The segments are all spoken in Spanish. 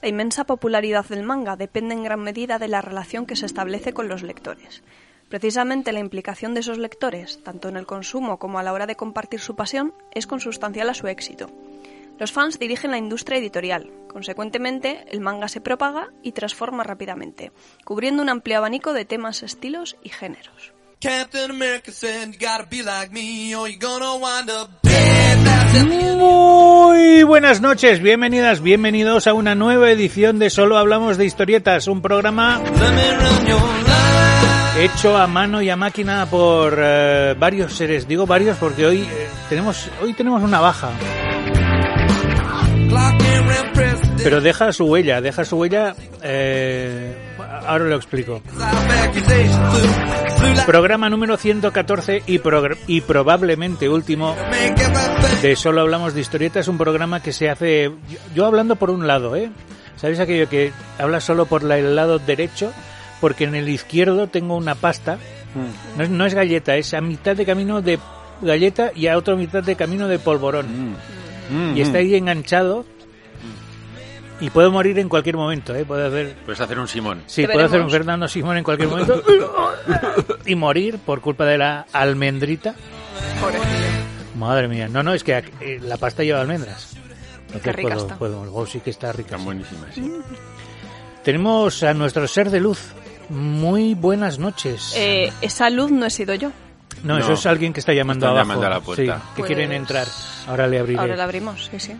La inmensa popularidad del manga depende en gran medida de la relación que se establece con los lectores. Precisamente la implicación de esos lectores, tanto en el consumo como a la hora de compartir su pasión, es consustancial a su éxito. Los fans dirigen la industria editorial, consecuentemente el manga se propaga y transforma rápidamente, cubriendo un amplio abanico de temas, estilos y géneros. Muy buenas noches, bienvenidas, bienvenidos a una nueva edición de Solo Hablamos de Historietas, un programa hecho a mano y a máquina por eh, varios seres. Digo varios porque hoy eh, tenemos hoy tenemos una baja. Pero deja su huella, deja su huella. eh, ahora lo explico. Programa número 114 y, progr- y probablemente último de Solo Hablamos de Historietas, un programa que se hace. yo- Yo hablando por un lado, ¿eh? ¿Sabéis aquello que habla solo por la- el lado derecho? Porque en el izquierdo tengo una pasta. No es, no es galleta, es a mitad de camino de galleta y a otra mitad de camino de polvorón. Mm. Y este- está ahí enganchado. Y puedo morir en cualquier momento, ¿eh? Puedo hacer. Puedes hacer un Simón. Sí, Te puedo hacer un veremos. Fernando Simón en cualquier momento y morir por culpa de la almendrita. Madre mía, no, no, es que eh, la pasta lleva almendras. Entonces rica puedo- está. puedo- oh, sí que está rica. Están sí. buenísimas. sí. Tenemos a nuestro ser de luz. Muy buenas noches. Eh, esa luz no he sido yo. no, eso no. es alguien que está llamando Están abajo. llamando a la puerta. Sí, que Pues- quieren entrar. Ahora le abriré. Ahora la abrimos, sí, sí.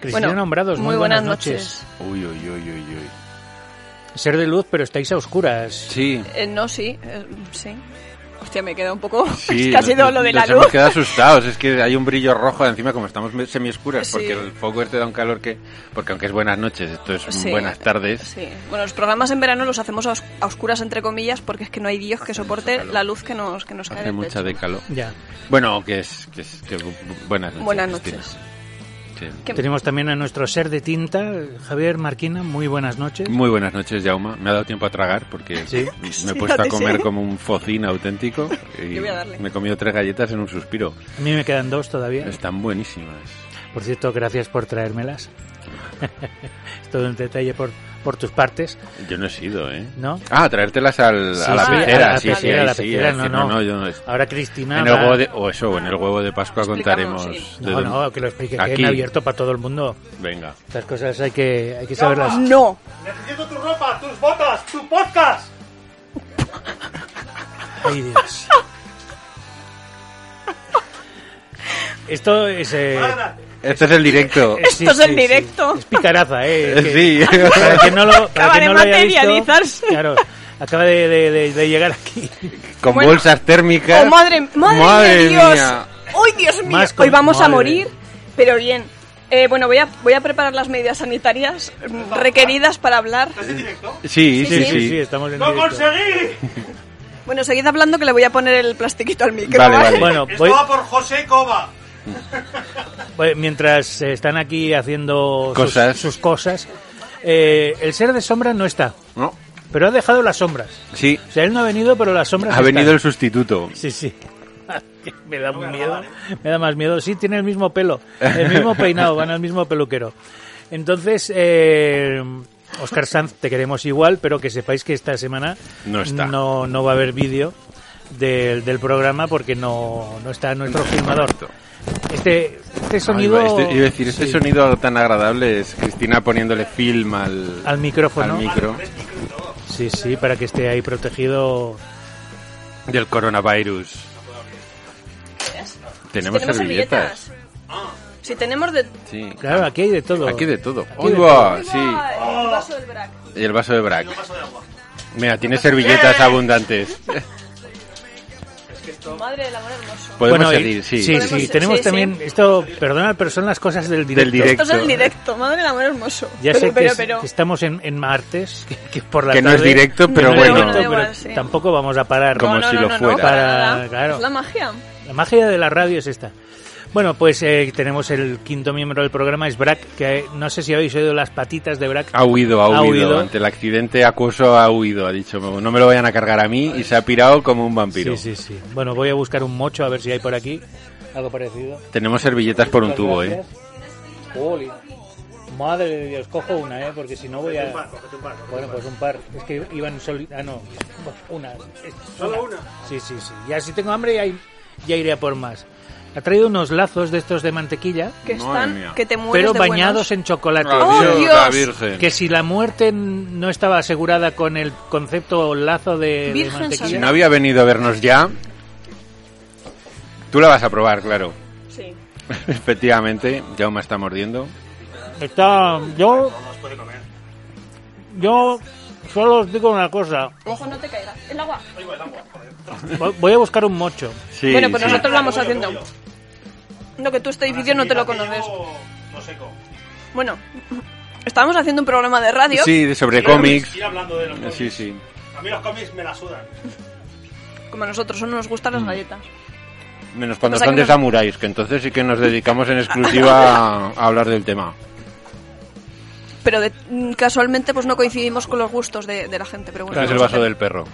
Cristina Nombrados, muy, buenas, noches. Uy, uy, uy, uy, uy. Ser de luz, pero estáis a oscuras. Sí. Eh, no, sí, eh, sí. Hostia, me queda un poco... Sí, es que ha nos- sido lo de la nos hemos luz. quedado asustados. Es que hay un brillo rojo encima, como estamos me- semioscuras, Sí. porque el fuego este da un calor que. Porque aunque es buenas noches, esto es un Sí. buenas tardes. Sí. Bueno, los programas en verano los hacemos a, os- a oscuras, entre comillas, porque es que no hay Dios que soporte calor. la luz que nos, que nos cae Hace del mucha techo. de calor. Ya. Bueno, que es. Que es que bu- bu- buenas noches. Buenas Cristina. noches. Sí. ¿Qué- Tenemos también a nuestro ser de tinta, Javier Marquina. Muy buenas noches. Muy buenas noches, Jauma. Me ha dado tiempo a tragar porque Sí. me he puesto a Sí, comer sí. como un focín auténtico. Y Yo voy a darle. me he comido tres galletas en un suspiro. A mí me quedan dos todavía. Están buenísimas. Por cierto, gracias por traérmelas. es todo un detalle por, por tus partes, Yo no he sido, ¿eh? ¿no? Ah, traértelas al, Sí, a la sí, pecera, a la sí, pecera, sí, a la sí, pecera, es decir, no, Ah, no. yo no- es- Ahora Cristina... en el va- huevo de, o eso, en el huevo de Pascua Explicamos, contaremos. sí. de No, dónde- no, que lo explique que Aquí. en abierto para todo el mundo. Venga. Estas cosas hay que, hay que saberlas. No. Necesito tu ropa, tus botas, tu podcast. Ay, Dios. Esto es... eh, Este es el directo. eh, sí, Esto es sí, en sí. directo. Es picaraza, ¿eh? Es que- Sí. Para que no lo, para Acaba que de no lo haya visto, materializarse. claro, acaba de, de- de- de llegar aquí. Con Bueno. bolsas térmicas. ¡Oh, madre, madre, Madre de Dios! mía. ¡Ay, Dios mío! Más con- Hoy vamos a madre. morir, pero bien. Eh, bueno, voy a, voy a preparar las medidas sanitarias mm, requeridas para hablar. Sí, Sí, sí, sí. Sí, sí, estamos eh, en ¡Lo directo. conseguí! Bueno, seguid hablando que le voy a poner el plastiquito al micro. Vale, ¿vale? vale. Bueno, Esto voy, va por José Coba. Pues, mientras eh, están aquí haciendo sus- Cosas. Sus, cosas, eh, el ser de sombra no está, No, pero ha dejado las sombras. sí. O sea, él no ha venido, pero las sombras. Ha están. venido el sustituto. Sí, sí. Me da un miedo. Me da más miedo. Sí, tiene el mismo pelo, el mismo peinado, van al mismo peluquero. Entonces, eh, Oscar Sanz, te queremos igual, pero que sepáis que esta semana No está. no, no va a haber vídeo del, del programa porque no, no está nuestro filmador. Correcto. Este, este sonido. Ay, este- iba a decir, este sí, sonido tan agradable es Cristina poniéndole film al, Al micrófono. al micro Sí, sí, para que esté ahí protegido. del coronavirus. Tenemos, servilletas. Si tenemos de... Sí. Claro, aquí hay de todo. Aquí de todo. Aquí ¡Uy, de va! todo. Ah, Sí. Ay, Ah. el vaso del Brac. Y el vaso de Brack. Mira, tiene servilletas abundantes. Madre del amor hermoso. Podemos Bueno, y- seguir, sí. Sí, Podemos- sí, tenemos sí, también. Esto, perdona, pero son las cosas del directo. Del directo. Esto es el directo, madre del amor hermoso. Ya pero, sé que, pero, es- pero- que estamos en, en martes, que, que por la Que no es tarde- directo, que pero no es bueno. directo, Da igual, pero sí. Tampoco vamos a parar. Como no, no, si no, lo no, fuera. no, para nada. Claro. Es la magia. La magia de la radio es esta. Bueno, pues eh, tenemos el quinto miembro del programa, es Brack, que eh, no sé si habéis oído las patitas de Brack. Ha huido, ha, Ha huido. huido. Ante el accidente acuoso ha huido. Ha dicho, no me lo vayan a cargar a mí y se ha pirado como un vampiro. sí, sí, sí. Bueno, voy a buscar un mocho a ver si hay por aquí algo parecido. ¿eh? Tenemos servilletas por un tubo, ¿eh? Madre de Dios, cojo una, ¿eh? Porque si no voy Un a... par, cógete un par. cógete Bueno, un par. pues un par. Es que iban solo... Ah, no. Una. ¿Solo una? Sí, sí, sí. Ya si tengo hambre ya, ir- ya iré a por más. Ha traído unos lazos de estos de mantequilla, Que Madre están, mía. que te mueres pero de bañados buenos. en chocolate. La ¡Oh, Virgen, Dios! la Virgen. Que si la muerte no estaba asegurada con el concepto lazo de, de Virgen Si mantequilla... no había venido a vernos ya, tú la vas a probar, claro. Sí. Efectivamente, ya me está mordiendo. Está... Yo... No nos puede comer. Yo... Solo os digo una cosa. Ojo, no te caiga. El agua. Oigo el agua, joder. Voy a buscar un mocho. Sí, bueno, pues sí. nosotros vamos Rollo, haciendo. rollo. No, que tú este edificio no te lo conoces. Relativo, No seco. Bueno, estábamos haciendo un programa de radio. Sí, sobre Ir a- cómics. Eh, Ir hablando de los Pues cómics. Sí, sí. A mí los cómics me la sudan. Como a nosotros no nos gustan Mm. las galletas. Menos cuando O sea, son que de nos- samuráis, que entonces sí que nos dedicamos en exclusiva a, a hablar del tema. Pero de- mm, casualmente pues no coincidimos con los gustos de, de la gente. Pero bueno, es el vamos a vaso hacer- del perro.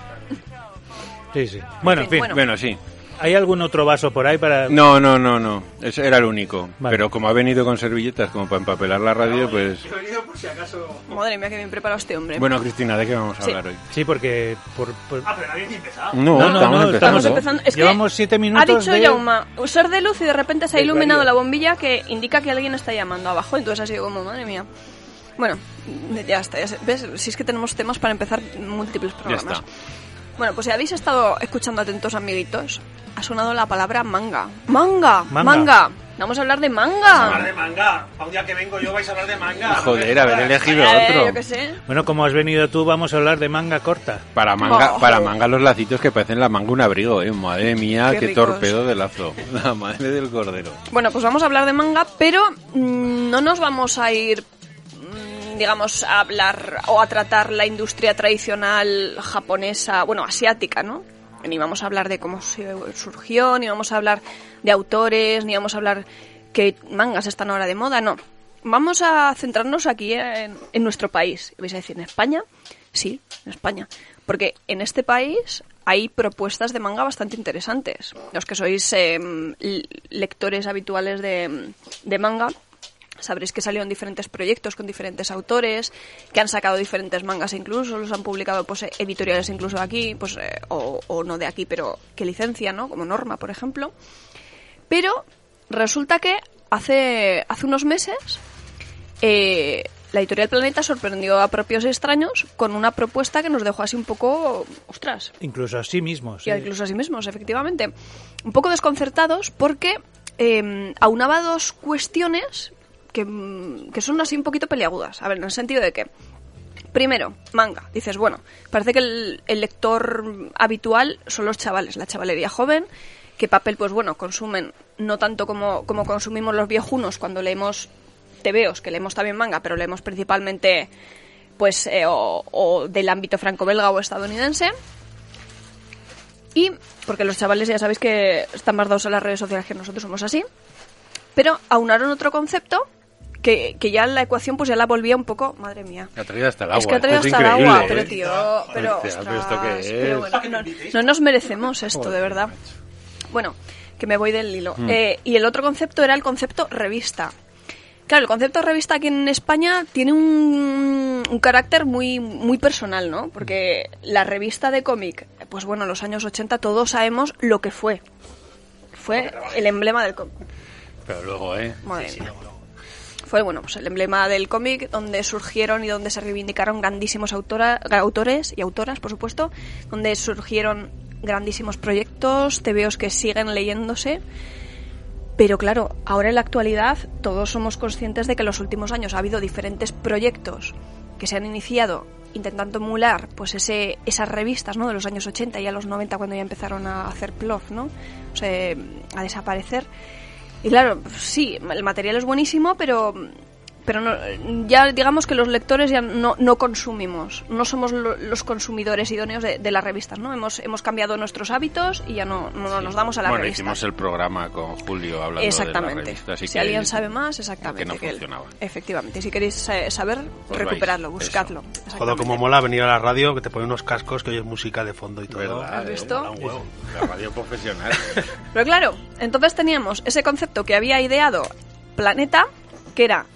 Sí, sí. Bueno, en fin. eh, Bueno. Bueno, sí. ¿Hay algún otro vaso por ahí para...? No, no, no, no. Ese era el único. Vale. Pero como ha venido con servilletas como para empapelar la radio, pues... He venido por si acaso. Madre mía, que bien preparado este hombre. Bueno, Cristina, ¿de qué vamos a Sí. hablar hoy? Sí, porque... por- por- Ah, pero nadie ni empezado. No, no, No, estamos, no, empezando. Estamos empezando. Es que Llevamos siete minutos Ha dicho de- Yauma, usar de luz y de repente se ha de iluminado radio. la bombilla que indica que alguien está llamando abajo. Entonces ha sido como, madre mía. Bueno, ya está. ya se- ¿Ves? Si es que tenemos temas para empezar múltiples Ya programas. está. Bueno, pues si habéis estado escuchando atentos, amiguitos, ha sonado la palabra manga. ¡Manga! Manga. ¡Manga! Vamos a hablar de Hablar manga. de manga. Pa' un día que vengo yo vais a hablar de manga. Joder, haber elegido A ver, yo otro. qué sé. Bueno, como has venido tú, vamos a hablar de manga corta. Para manga, Oh. para manga los lacitos que parecen la manga un abrigo, eh. Madre mía, Qué qué, ricos. torpedo de lazo. La madre del cordero. Bueno, pues vamos a hablar de manga, pero mm, no nos vamos a ir, mm, digamos, a hablar o a tratar la industria tradicional japonesa, bueno, asiática, ¿no? Ni vamos a hablar de cómo se- surgió, ni vamos a hablar de autores, ni vamos a hablar que mangas están ahora de moda, no. Vamos a centrarnos aquí eh, en, en nuestro país. Y vais a decir, ¿en España? Sí, en España. Porque en este país hay propuestas de manga bastante interesantes. Los que sois eh, l- lectores habituales de, de manga sabréis que salieron diferentes proyectos con diferentes autores, que han sacado diferentes mangas incluso, los han publicado pues eh, editoriales incluso aquí, pues eh, o, o no de aquí, pero que licencian, ¿no? Como Norma, por ejemplo. Pero resulta que hace, hace unos meses eh, la editorial Planeta sorprendió a propios y extraños con una propuesta que nos dejó así un poco, ostras, Incluso a sí mismos. y incluso a sí mismos, efectivamente. Un poco desconcertados porque eh, aunaba dos cuestiones que, mm, que son así un poquito peliagudas. A ver, en el sentido de que, primero, manga. Dices, bueno, parece que el, el lector habitual son los chavales, la chavalería joven, que papel, pues bueno, consumen no tanto como, como consumimos los viejunos cuando leemos tebeos, que leemos también manga, pero leemos principalmente pues eh, o- o del ámbito franco-belga o estadounidense. Y porque los chavales ya sabéis que están más dados a las redes sociales que nosotros somos así. Pero aunaron otro concepto que, que ya la ecuación pues ya la volvía un poco, madre mía. Ha traído hasta el agua. Es que ha traído esto es hasta el increíble, agua, ¿eh? pero tío, pero, Hostia, pero ¿esto ostras, qué pero es? bueno, que no, no nos merecemos esto, de verdad. Bueno, que me voy del hilo. Hmm. Eh, y el otro concepto era el concepto revista. Claro, el concepto revista aquí en España tiene un, un carácter muy, muy personal, ¿no? Porque la revista de cómic, pues bueno, en los años 80 todos sabemos lo que fue. Fue el emblema del cómic. Pero luego, eh. Madre mía. Fue bueno, pues el emblema del cómic donde surgieron y donde se reivindicaron grandísimos autora- autores y autoras, por supuesto, donde surgieron grandísimos proyectos, TVOs que siguen leyéndose. Pero claro, ahora en la actualidad todos somos conscientes de que en los últimos años ha habido diferentes proyectos que se han iniciado intentando emular pues ese, esas revistas ¿no? de los años 80 y a los 90 cuando ya empezaron a hacer plof, ¿no? O sea, a desaparecer. Y claro, sí, el material es buenísimo, pero pero no- ya digamos que los lectores ya no, no consumimos, no somos lo- los consumidores idóneos de, de las revistas, ¿no? Hemos, hemos cambiado nuestros hábitos y ya no, no nos damos a las bueno, revistas. hicimos el programa con Julio hablando de Exactamente. la revista. así si que- alguien sabe más, exactamente. que no el- funcionaba. efectivamente. Y si queréis eh, saber, Pues recuperarlo, vais, buscadlo. Exactamente. Joder, como mola venir a la radio, que te ponen unos cascos, que oyes música de fondo y todo. ¿Verdad? ¿Has visto? Mola un huevo. La radio profesional. Pero claro, entonces teníamos ese concepto que había ideado Planeta, que era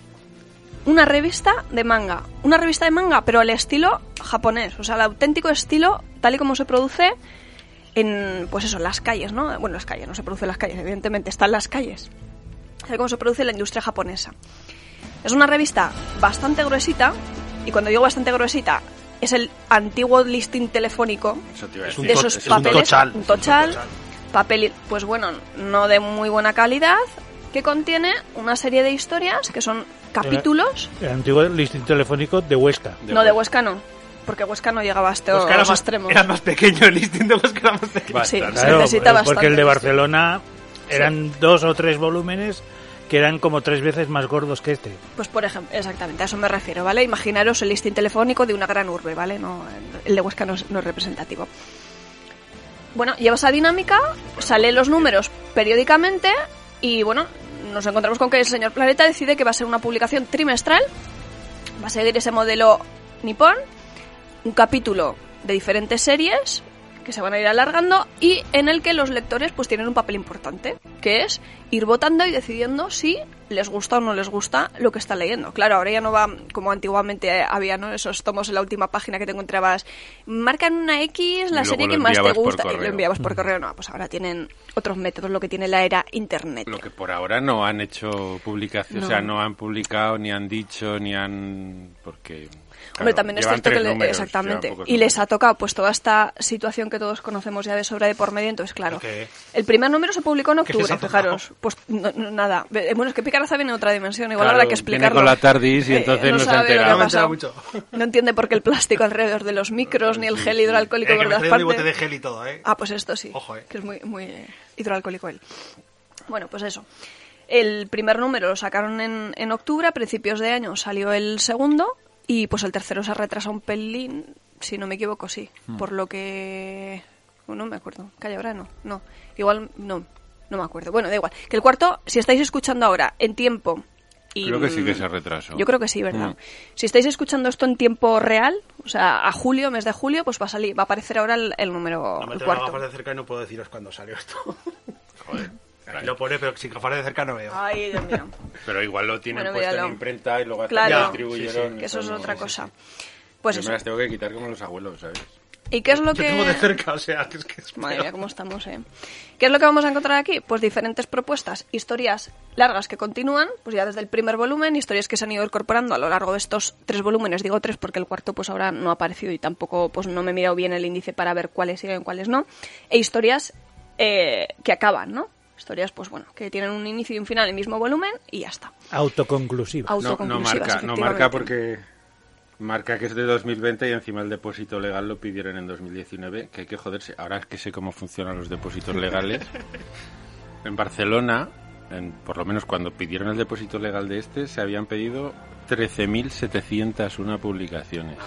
una revista de manga. Una revista de manga, pero al estilo japonés. O sea, el auténtico estilo, tal y como se produce en, pues eso, las calles, ¿no? Bueno, las calles, no se produce en las calles, evidentemente, está en las calles. Tal y como se produce en la industria japonesa. Es una revista bastante gruesita, y cuando digo bastante gruesita, es el antiguo listing telefónico Eso te iba a Es decir. un de to- esos es un papeles, tochal. un tochal, Es un tochal. papel, pues bueno, no de muy buena calidad, que contiene una serie de historias que son capítulos, El antiguo listín telefónico de Huesca. De no de acuerdo. Huesca no, porque Huesca no llegaba este hasta Los Pues que era los más, extremos. era más pequeño el listing de los que era más pequeño. Sí, Bastante. se necesita bastante. eh, porque el de Barcelona eran dos o tres volúmenes que eran como tres veces más gordos que este. Pues por ejemplo, exactamente, a eso me refiero, ¿vale? Imaginaros el listín telefónico de una gran urbe, ¿vale? No, el de Huesca no es, no es representativo. Bueno, lleva esa dinámica, sale los números periódicamente y bueno, nos encontramos con que el señor Planeta decide que va a ser una publicación trimestral, va a seguir ese modelo nipón, un capítulo de diferentes series que se van a ir alargando y en el que los lectores pues tienen un papel importante, que es ir votando y decidiendo si les gusta o no les gusta lo que está leyendo. Claro, ahora ya no va como antiguamente había, ¿no? Esos tomos en la última página que te encontrabas, marcan una X, la Y luego serie lo que más te enviabas por gusta y lo correo. enviabas por correo. No, pues ahora tienen otros métodos, lo que tiene la era internet. Lo que por ahora no han hecho publicación, No. o sea, no han publicado, ni han dicho, ni han... Porque... Hombre, claro, también es llevan cierto tres que le- números, exactamente. llevan pocos Y les ha números. tocado pues toda esta situación que todos conocemos ya de sobra de por medio, entonces claro. ¿Qué? El primer número se publicó en ¿Qué les octubre, ha tocado? fijaros. Pues no- no, nada. Eh, Bueno, es que Picaraza viene en otra dimensión, igual Claro, habrá que viene explicarlo. Eh, con la TARDIS y entonces no se ha sabe lo que enterado. ha No me he enterado pasado. mucho. No entiende por qué el plástico alrededor de los micros, ni el gel Eh, hidroalcohólico que por me todas traigo un bote de partes. gel y todo, ¿eh? Ah, pues esto sí. Ojo, eh. Que es muy, muy eh, hidroalcohólico él. Bueno, pues eso. El primer número lo sacaron en, en octubre, a principios de año salió el segundo y pues el tercero se retrasa un pelín, si no me equivoco, sí. Hmm. Por lo que... oh, No me acuerdo. Calle Brano. No. Igual no. No me acuerdo. Bueno, da igual. Que el cuarto, si estáis escuchando ahora, en tiempo... Y, Creo que sí que mm, se retrasó. Yo creo que sí, ¿verdad? Mm. Si estáis escuchando esto en tiempo real, o sea, a julio, mes de julio, pues va a salir, va a aparecer ahora el, el número No me el tengo las gafas cuarto. de cerca y no puedo deciros cuándo salió esto. Joder. Aquí lo pone, pero sin gafas de cerca no veo. Ay, Dios mío. Pero igual lo tienen Bueno, puesto míralo. en imprenta y luego hasta Claro. que lo distribuyeron. que eso es otra cosa. Pues Pues Yo eso. me las tengo que quitar como los abuelos, ¿sabes? ¿Y qué es lo Yo tengo de que cerca, o sea, que es que es Madre peor. mía, cómo estamos, eh. ¿Qué es lo que vamos a encontrar aquí? Pues diferentes propuestas, historias largas que continúan, pues ya desde el primer volumen, historias que se han ido incorporando a lo largo de estos tres volúmenes, digo tres porque el cuarto pues ahora no ha aparecido y tampoco pues no me he mirado bien el índice para ver cuáles siguen, cuáles no, e historias eh, que acaban, ¿no? Historias pues bueno, que tienen un inicio y un final en el mismo volumen y ya está. Autoconclusiva. No, Autoconclusivas, no marca, no efectivamente. marca porque marca que es de 2020 y encima el depósito legal lo pidieron en 2019, que hay que joderse. Ahora es que sé cómo funcionan los depósitos legales. en Barcelona, en- por lo menos cuando pidieron el depósito legal de este, se habían pedido 13.701 publicaciones.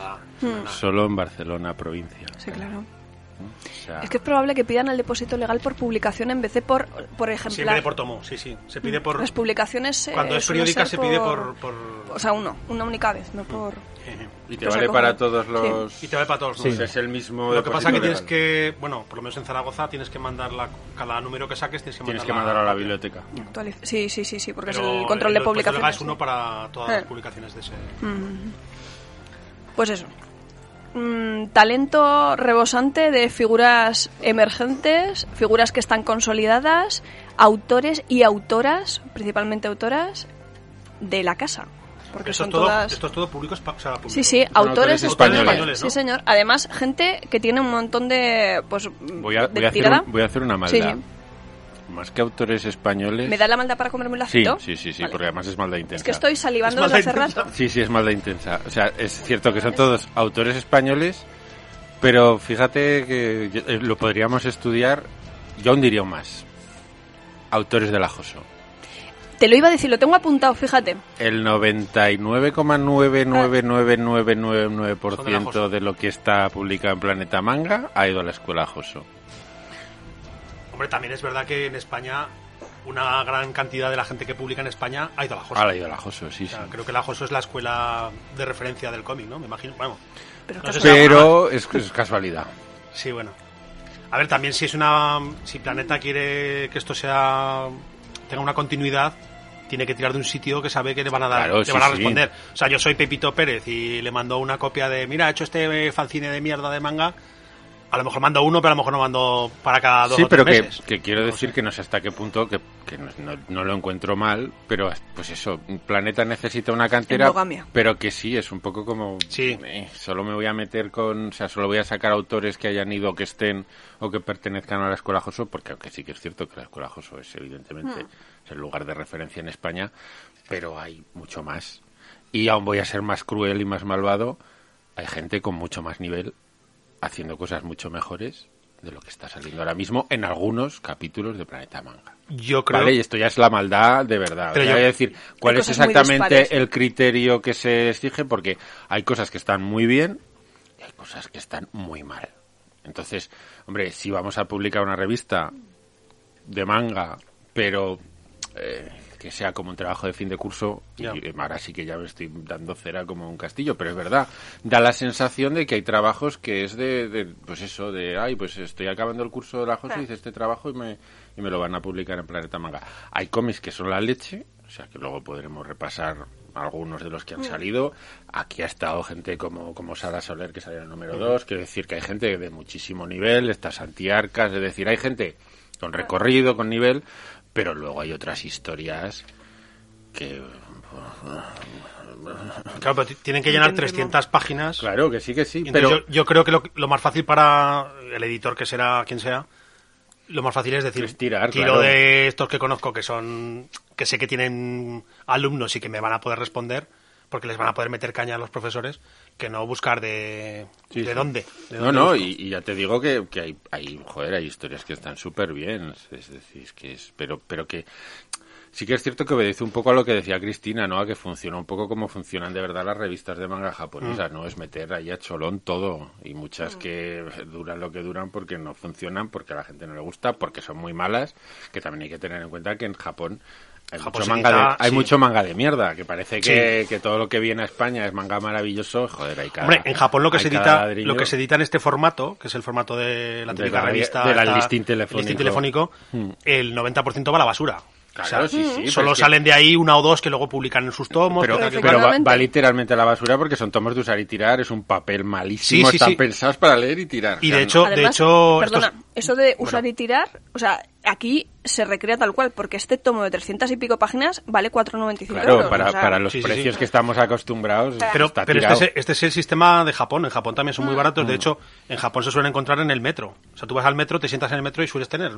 Solo en Barcelona, provincia. Sí, claro. O sea, Es que es probable que pidan el depósito legal por publicación en Mm, vez de por, por Siempre ejemplar. de por tomo, sí, sí. Se pide por... Las publicaciones. eh, Cuando es suele periódica se ser pide por... por- O sea, uno, una única vez, no por. eh, y te o sea, vale como- para todos sí. los... Y te vale para todos los Sí. Pues números. es el mismo Lo que pasa depósito que tienes legal. que... Bueno, por lo menos en Zaragoza tienes que mandar la- cada número que saques tienes que mandar Tienes que mandarlo a la copia. biblioteca. actualiz- Sí, sí, sí, sí, porque Pero es el control de depósito legal publicaciones. es uno para todas las Eh. publicaciones de ese... Pues eso. Mm, talento rebosante de figuras emergentes, figuras que están consolidadas, autores y autoras, principalmente autoras, de la casa. Porque Esto son es todo, todas. esto es todo público, espa- o sea, público. Sí, sí, autores autores españoles. Españoles, ¿no? Sí, señor. Además, gente que tiene un montón de. Pues, Voy a, de voy a hacer, tirada. un- voy a hacer una Sí, maldad. Más que autores españoles. ¿Me da la maldad para comerme un Sí, lacito? sí, sí, sí, Vale. porque además es maldad intensa. Es que estoy Es salivando más desde hace intensa. rato. Sí, sí, es maldad intensa. O sea, es cierto que son todos autores españoles, pero fíjate que yo- eh, lo podríamos estudiar, yo aún diría más. Autores del ajoso. Te lo iba a decir, lo tengo apuntado, fíjate. El 99,999999% Son de lo que está publicado en Planeta Manga ha ido a la escuela ajoso. Hombre, también es verdad que en España una gran cantidad de la gente que publica en España ha ido a la Joso. Ah, ha ido a la ajoso, sí, sí. O sea, creo que la Joso es la escuela de referencia del cómic, ¿no? Me imagino. Bueno, Pero No sé casi- si- Pero es, es casualidad. sí, bueno. A ver, también si es una. Si Planeta quiere que esto sea. tenga una continuidad, tiene que tirar de un sitio que sabe que le van a dar, Claro, le sí, van a sí. responder. O sea, yo soy Pepito Pérez y le mando una copia de, mira, he hecho este fanzine de mierda de manga. A lo mejor mando uno, pero a lo mejor no mando para cada dos Sí, o tres pero que, meses. que quiero decir que no sé hasta qué punto, que, que no, no- no lo encuentro mal, pero pues eso, un planeta necesita una cantera, Endogamia. pero que sí, es un poco como, Sí. eh, solo me voy a meter con, o sea, solo voy a sacar autores que hayan ido, que estén o que pertenezcan a la Escuela Joso, porque aunque sí que es cierto que la Escuela Joso es evidentemente es el lugar de referencia en España, pero hay mucho más. Y aún voy a ser más cruel y más malvado, hay gente con mucho más nivel haciendo cosas mucho mejores de lo que está saliendo ahora mismo en algunos capítulos de Planeta Manga. Yo creo... Vale, y esto ya es la maldad de verdad. Pero O sea, yo- voy a decir, ¿cuál Hay es cosas muy dispares. exactamente el criterio que se exige? Porque hay cosas que están muy bien y hay cosas que están muy mal. Entonces, hombre, si vamos a publicar una revista de manga, pero eh, que sea como un trabajo de fin de curso, Ya. y eh, ahora sí que ya me estoy dando cera como un castillo, pero es verdad, da la sensación de que hay trabajos que es de, de, pues eso, de, ay, pues estoy acabando el curso de la José, hice este trabajo y me, y me lo van a publicar en Planeta Manga. Hay cómics que son la leche, o sea que luego podremos repasar algunos de los que han salido. Aquí ha estado gente como, como Sara Soler, que salió en el número 2, quiero decir que hay gente de muchísimo nivel, estas antiarcas, es decir, hay gente con recorrido, con nivel, pero luego hay otras historias que Claro, pero ti- tienen que llenar Entendemos. 300 páginas. claro que sí que sí Y entonces pero yo, yo creo que lo, lo más fácil para el editor, que será quien sea, lo más fácil es decir, Es tirar, tiro claro. de estos que conozco, que son, que sé que tienen alumnos y que me van a poder responder, porque les van a poder meter caña a los profesores, que no buscar de, Sí, de sí. dónde. de no dónde no busco. y, y ya te digo que, que hay, hay joder hay historias que están súper bien es decir que es pero pero que sí que es cierto que obedece un poco a lo que decía Cristina no a que funciona un poco como funcionan de verdad las revistas de manga japonesas Mm. no es meter ahí a cholón todo y muchas que duran lo que duran porque no funcionan porque a la gente no le gusta porque son muy malas que también hay que tener en cuenta que en Japón hay, Japón mucho se manga, de, quita, hay sí. mucho manga de mierda, que parece que, que todo lo que viene a España es manga maravilloso. Joder, hay cada, Hombre, en Japón lo que hay se cada edita, ladrillo. lo que se edita en este formato, que es el formato de la De típica la- revista, de la esta- listín telefónico. el listín telefónico, el 90% va a la basura. Claro, O sea, sí, sí, pero solo es que- salen de ahí una o dos que luego publican en sus tomos. Pero, tal, Pero que pero cual. va, efectivamente- va literalmente a la basura porque son tomos de usar y tirar, es un papel malísimo, Sí, sí, están sí. pensados para leer y tirar. Y O sea, de no- hecho- Además, hecho, perdona, estos- eso de usar y tirar, o sea, aquí se recrea tal cual, porque este tomo de 300 y pico páginas vale 4,95 claro, euros. para, o sea, para los Sí, sí, sí. precios que estamos acostumbrados, Pero, está pero este, tirado. es, este es el sistema de Japón. En Japón también son muy baratos. De hecho, en Japón se suelen encontrar en el metro. O sea, tú vas al metro, te sientas en el metro y sueles tener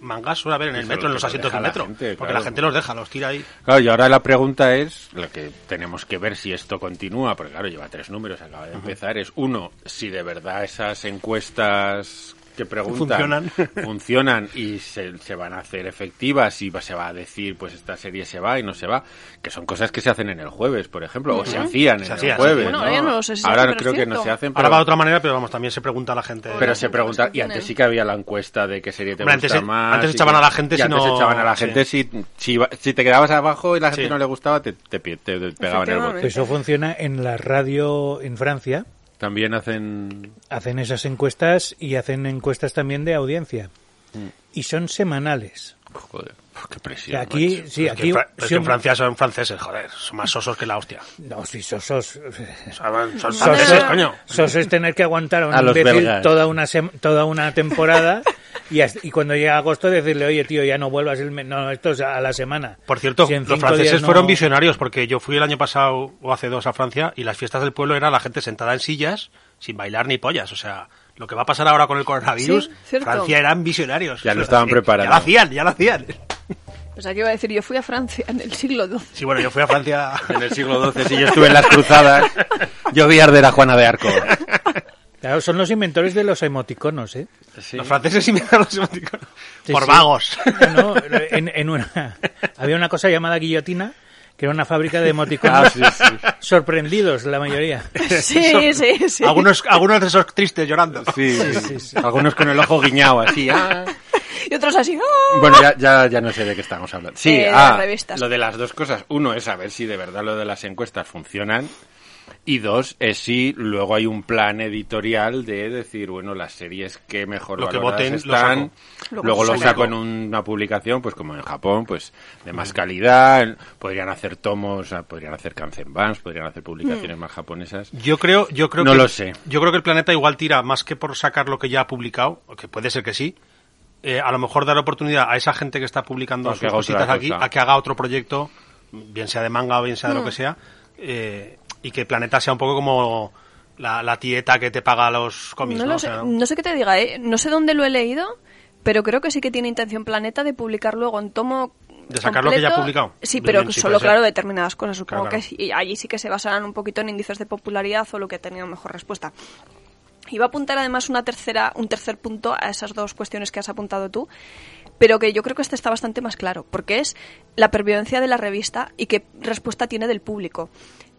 mangas, suele haber en el Eso metro, en lo los que asientos deja del la metro. gente, porque claro. la gente los deja, los tira ahí. Claro, y ahora la pregunta es, lo que tenemos que ver si esto continúa, porque claro, lleva tres números, acaba de empezar, es uno, si de verdad esas encuestas que preguntan Funcionan. funcionan y se, se van a hacer efectivas y va- se va a decir, pues esta serie se va y no se va, que son cosas que se hacen en el jueves, por ejemplo, o se hacían en Se el hacían, se jueves. hacían. ¿no? Bueno, yo no lo sé si se ahora hace, pero creo es que no cierto. se hacen, Ahora pero, va de otra manera, pero vamos, también se pregunta a la gente. pero Las se pregunta, encuestas y antes tienen. sí que había la encuesta de qué serie te Hombre, gusta antes- más. antes y echaban que- a la gente y si antes no- echaban a la sí. gente si, si, iba- si te quedabas abajo y la gente Sí. no le gustaba, te, te, pi- te pegaban el bote. Efectivamente. Eso funciona en la radio en Francia. También hacen... Hacen esas encuestas y hacen encuestas también de audiencia. Mm. Y son semanales. Joder, pues qué O sea, presión. aquí, macho. sí, Es que aquí... en Fra- es sí, que en Francia son franceses, joder, son más sosos que la hostia. No, si sosos... O sea, son Sosos, franceses, coño. sosos es este, tener que aguantar a un A los imbécil belgas. toda una, sem- toda una temporada y, hasta- y cuando llega agosto decirle, oye, tío, ya no vuelvas el mes. No, esto es a la semana. Por cierto, Si en los cinco franceses días no- fueron visionarios porque yo fui el año pasado o hace dos a Francia y las fiestas del pueblo era la gente sentada en sillas sin bailar ni pollas. O sea, lo que va a pasar ahora con el coronavirus, Sí, cierto. Francia eran visionarios. Ya lo estaban preparando. Ya lo hacían, ya lo hacían. Pues aquí iba a decir, yo fui a Francia en el siglo XII. Sí, bueno, yo fui a Francia. En el siglo XII, si yo estuve en las cruzadas, yo vi arder a Juana de Arco. Claro, son los inventores de los emoticonos, ¿eh? Los franceses inventaron los emoticonos. Sí, Por sí. vagos. No, no, en, en una, había una cosa llamada guillotina, que era una fábrica de emoticonos. Ah, sí, sí. Sorprendidos, la mayoría. Sí, sí, sí. Algunos, algunos de esos tristes llorando. Sí, Algunos con el ojo guiñado, así. ah. Y otros así. ¡ah! Bueno, ya, ya, ya no sé de qué estamos hablando. Sí, Eh, de ah, las revistas. lo de las dos cosas. Uno es saber si de verdad lo de las encuestas funcionan. Y dos, es si luego hay un plan editorial de decir, bueno, las series que mejor Lo que valoradas voten, lo están, saco. luego Lo lo saco. saco en una publicación, pues como en Japón, pues de más calidad, podrían hacer tomos, ah, podrían hacer kanzenbans, podrían hacer publicaciones Mm. más japonesas. Yo creo, yo creo No que, lo sé. Yo creo que el planeta igual tira más que por sacar lo que ya ha publicado, o que puede ser que sí. eh, a lo mejor dar oportunidad a esa gente que está publicando A que sus haga cositas otra aquí cosa. a que haga otro proyecto, bien sea de manga o bien sea de lo Mm. que sea, eh, y que el planeta sea un poco como la, la tieta que te paga los cómics. No, ¿no? lo O sé, sea, no sé qué te diga, ¿eh? no sé dónde lo he leído, pero creo que sí que tiene intención Planeta de publicar luego en tomo. De sacar lo que ya ha publicado. Sí, Bien, pero bien, sí, solo, puede ser. claro, determinadas cosas. Supongo Claro, que sí- allí sí que se basarán un poquito en índices de popularidad o lo que ha tenido mejor respuesta. Iba a apuntar además una tercera, un tercer punto a esas dos cuestiones que has apuntado tú, pero que yo creo que este está bastante más claro, porque es la pervivencia de la revista y qué respuesta tiene del público.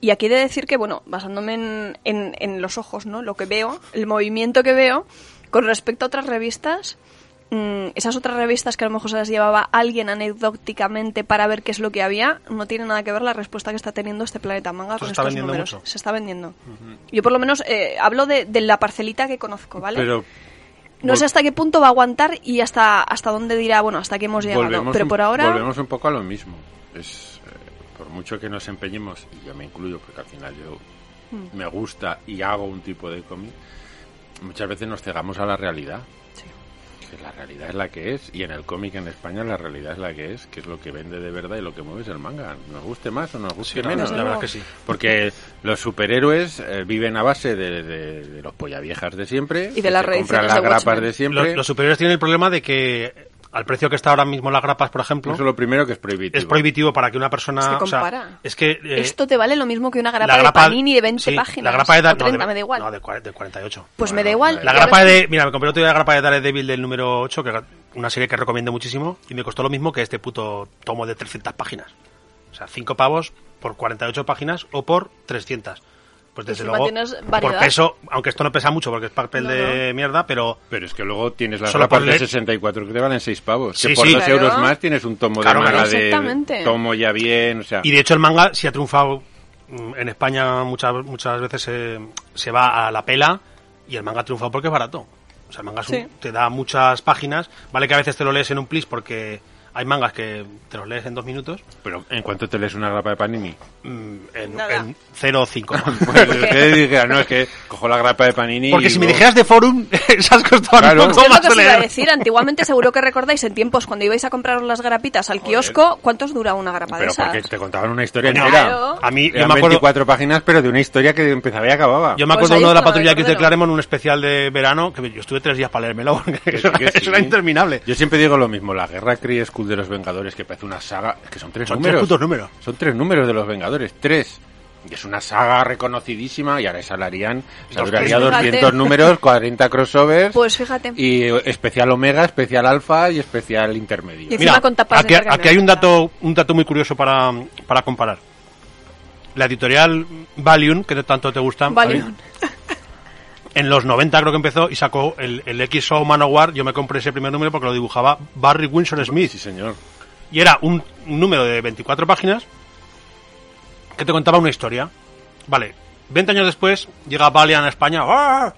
Y aquí he de decir que, bueno, basándome en, en- en los ojos, ¿no? Lo que veo, el movimiento que veo, con respecto a otras revistas, mm, esas otras revistas que a lo mejor se las llevaba alguien anecdóticamente para ver qué es lo que había, no tiene nada que ver la respuesta que está teniendo este planeta manga Esto con se está estos vendiendo números. mucho. Se está vendiendo. Yo por lo menos eh, hablo de, de la parcelita que conozco, ¿vale? Pero no sé hasta qué punto va a aguantar y hasta hasta dónde dirá, bueno, hasta aquí hemos llegado. volvemos, Pero un- por ahora... volvemos un poco a lo mismo. Es, eh, por mucho que nos empeñemos, y yo me incluyo porque al final yo Mm. me gusta y hago un tipo de cómic, muchas veces nos cegamos a la realidad. Que la realidad es la que es, y en el cómic en España la realidad es la que es, que es lo que vende de verdad y lo que mueve es el manga. Nos guste más o nos guste la, menos. desde la verdad luego. es que sí. Porque los superhéroes eh, viven a base de, de- de los pollaviejas de siempre. Y de que las se compran reediciones las de grapas Watchmen. de siempre. Los, los superiores tienen el problema de que al precio que está ahora mismo las grapas, por ejemplo, Eso es lo primero que es prohibitivo. es prohibitivo para que una persona. Es que o sea, compara. es que, eh, Esto te vale lo mismo que una grapa, la grapa de Panini de 20 sí, páginas. La grapa de o Dar- 30, no, de- me da igual. No, de, cua- de 48. pues me Bueno, da igual. vale. La Ya grapa ves- de. Mira, me compré otro día la grapa de Daredevil del número 8, que era una serie que recomiendo muchísimo, y me costó lo mismo que este puto tomo de 300 páginas. O sea, 5 pavos por 48 páginas o por 300. Pues desde encima luego, tienes por variedad. peso, aunque esto no pesa mucho porque es papel No, de mierda, pero Pero es que luego tienes las Solo grapas por de leer. 64 que te valen 6 pavos. Sí, que por sí. 2 Claro. euros más tienes un tomo Claro, de manga claro. de Exactamente. tomo ya bien, o sea... Y de hecho el manga si ha triunfado mm, en España muchas muchas veces eh, se va a la pela y el manga ha triunfado porque es barato. O sea, el manga es un- Sí. te da muchas páginas, vale que a veces te lo lees en un plis porque hay mangas que te los lees en dos minutos, Pero ¿en cuánto te lees una grapa de Panini? mm, en, Nada. en 0,5. Pues es que dijera, no, es que cojo la grapa de Panini porque y si me luego- dijeras de forum, esas costaban Claro. un Es poco lo más que de os iba a leer. decir, antiguamente seguro que recordáis en tiempos cuando ibais a compraros las grapitas al kiosco, ¿cuántos dura una grapa de Pero esas? porque te contaban una historia Claro. entera. A mí, yo Eran me acuerdo, 24 páginas, pero de una historia que empezaba y acababa. Yo me Pues acuerdo ahí uno de la está la de patrulla X de Cordero. Claremont, un especial de verano, que yo estuve tres días para leérmelo, porque Que sí, eso, que sí. eso era interminable. Yo siempre digo lo mismo, la guerra Cree School de los Vengadores, que parece una saga, es que son tres Son tres números. putos números. Son tres números de los Vengadores, tres. Y es una saga reconocidísima y ahora esa la harían, o sea, Dos- duraría Fíjate. 200 números, 40 crossovers Pues fíjate. y eh, especial Omega, especial Alfa y especial Intermedio. Y encima con tapas de aquí, pergamino. aquí hay un dato, un dato muy curioso para, para comparar. La editorial Valium, que tanto te gusta, Vale. a mí, en los 90 creo que empezó y sacó el, el XO Manowar. Yo me compré ese primer número porque lo dibujaba Barry Windsor Smith. Sí, señor. Y era un, un número de 24 páginas que te contaba una historia. Vale, 20 años después llega Valiant a España. ¡Ah!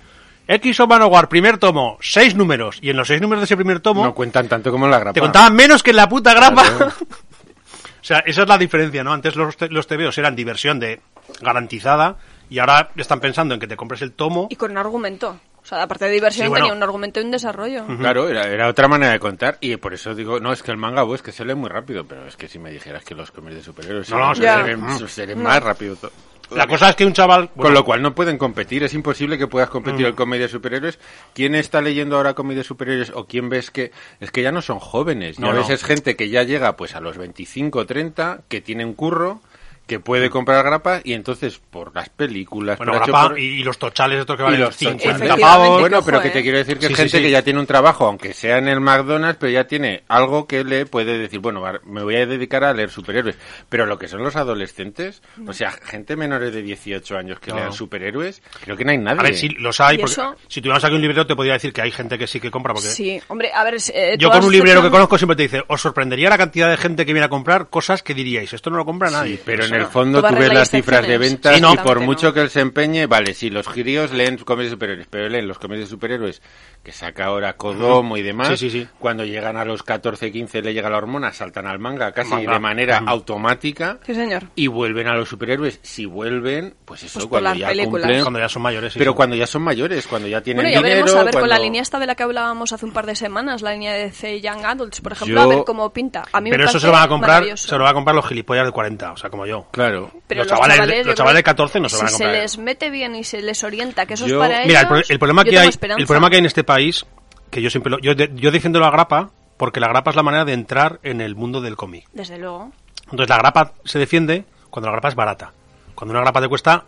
XO Manowar, primer tomo, seis números. Y en los seis números de ese primer tomo No cuentan tanto como la grapa. te contaban menos que en la puta grapa. Claro. o sea, esa es la diferencia, ¿no? Antes los, te- los TVOs eran diversión de garantizada y ahora están pensando en que te compres el tomo. Y con un argumento. O sea, aparte de diversión Sí, bueno. Mm, tenía un argumento y un desarrollo. Claro, era, era otra manera de contar y por eso digo, no, es que el manga, pues, que se lee muy rápido, pero es que si me dijeras que los cómics de superhéroes No, no, se se Ya. leen- leen- se leen más rápido. to- La cosa es que un chaval... Con bueno, lo cual no pueden competir, es imposible que puedas Mm. competir el cómic de superhéroes. ¿Quién está leyendo ahora cómic de superhéroes o quién ves que es que ya no son jóvenes? No, ya no. ves es gente que ya llega pues a los 25, 30, que tienen curro, que puede comprar grapas y entonces por las películas, bueno, por grapa HBO, y, y los tochales estos que valen y los 50 tochales. pavos. Efectivamente. Bueno, pero ojo, que eh. te quiero decir que Sí, es sí, gente sí. que ya tiene un trabajo, aunque sea en el McDonald's, pero ya tiene algo que le puede decir, bueno, ar- me voy a dedicar a leer superhéroes. Pero lo que son los adolescentes, o sea, gente menores de 18 años que No. lean superhéroes, creo que no hay nadie. A ver, si los hay, ¿Y porque eso? si tuviéramos aquí un librero te podría decir que hay gente que sí que compra, porque Sí, hombre, a ver... eh, yo todas con las un librero que excepciones- conozco siempre te dice, os sorprendería la cantidad de gente que viene a comprar cosas que diríais, esto no lo compra nadie. Sí, pero O en el fondo Tú tú barres ves las las cifras de secciones, ventas Sí, no. y por ¿no? mucho que él se empeñe, vale, si los giríos leen comedias de superhéroes, pero leen los comedias de superhéroes que saca ahora Kodomo y demás, Sí, sí, sí. cuando llegan a los 14, 15 le llega la hormona, saltan al manga casi Manga. de manera automática Sí, señor. y vuelven a los superhéroes. Si vuelven, pues eso, Pues por cuando las ya películas. cumplen... Cuando ya son mayores. sí, pero sí. cuando ya son mayores, cuando ya tienen Bueno, ya dinero... veremos a ver con la cuando- línea esta de la que hablábamos hace un par de semanas, la línea de C Young Adults, por ejemplo, Yo- a ver cómo pinta. A mí me Pero eso parece se lo van a comprar, maravilloso. se lo va a comprar los gilipollas de 40, o sea, como yo. Claro. Pero los chavales- los yo creo chavales de que 14 no se van a Si comprar. se les mete bien y se les orienta, que eso Yo- es para Mira, el, pro- ellos, el problema yo que tengo hay, esperanza. el problema que hay en este país, que yo siempre lo, yo, de- yo defiendo la grapa porque la grapa es la manera de entrar en el mundo del cómic. Desde luego. Entonces la grapa se defiende cuando la grapa es barata. Cuando una grapa te cuesta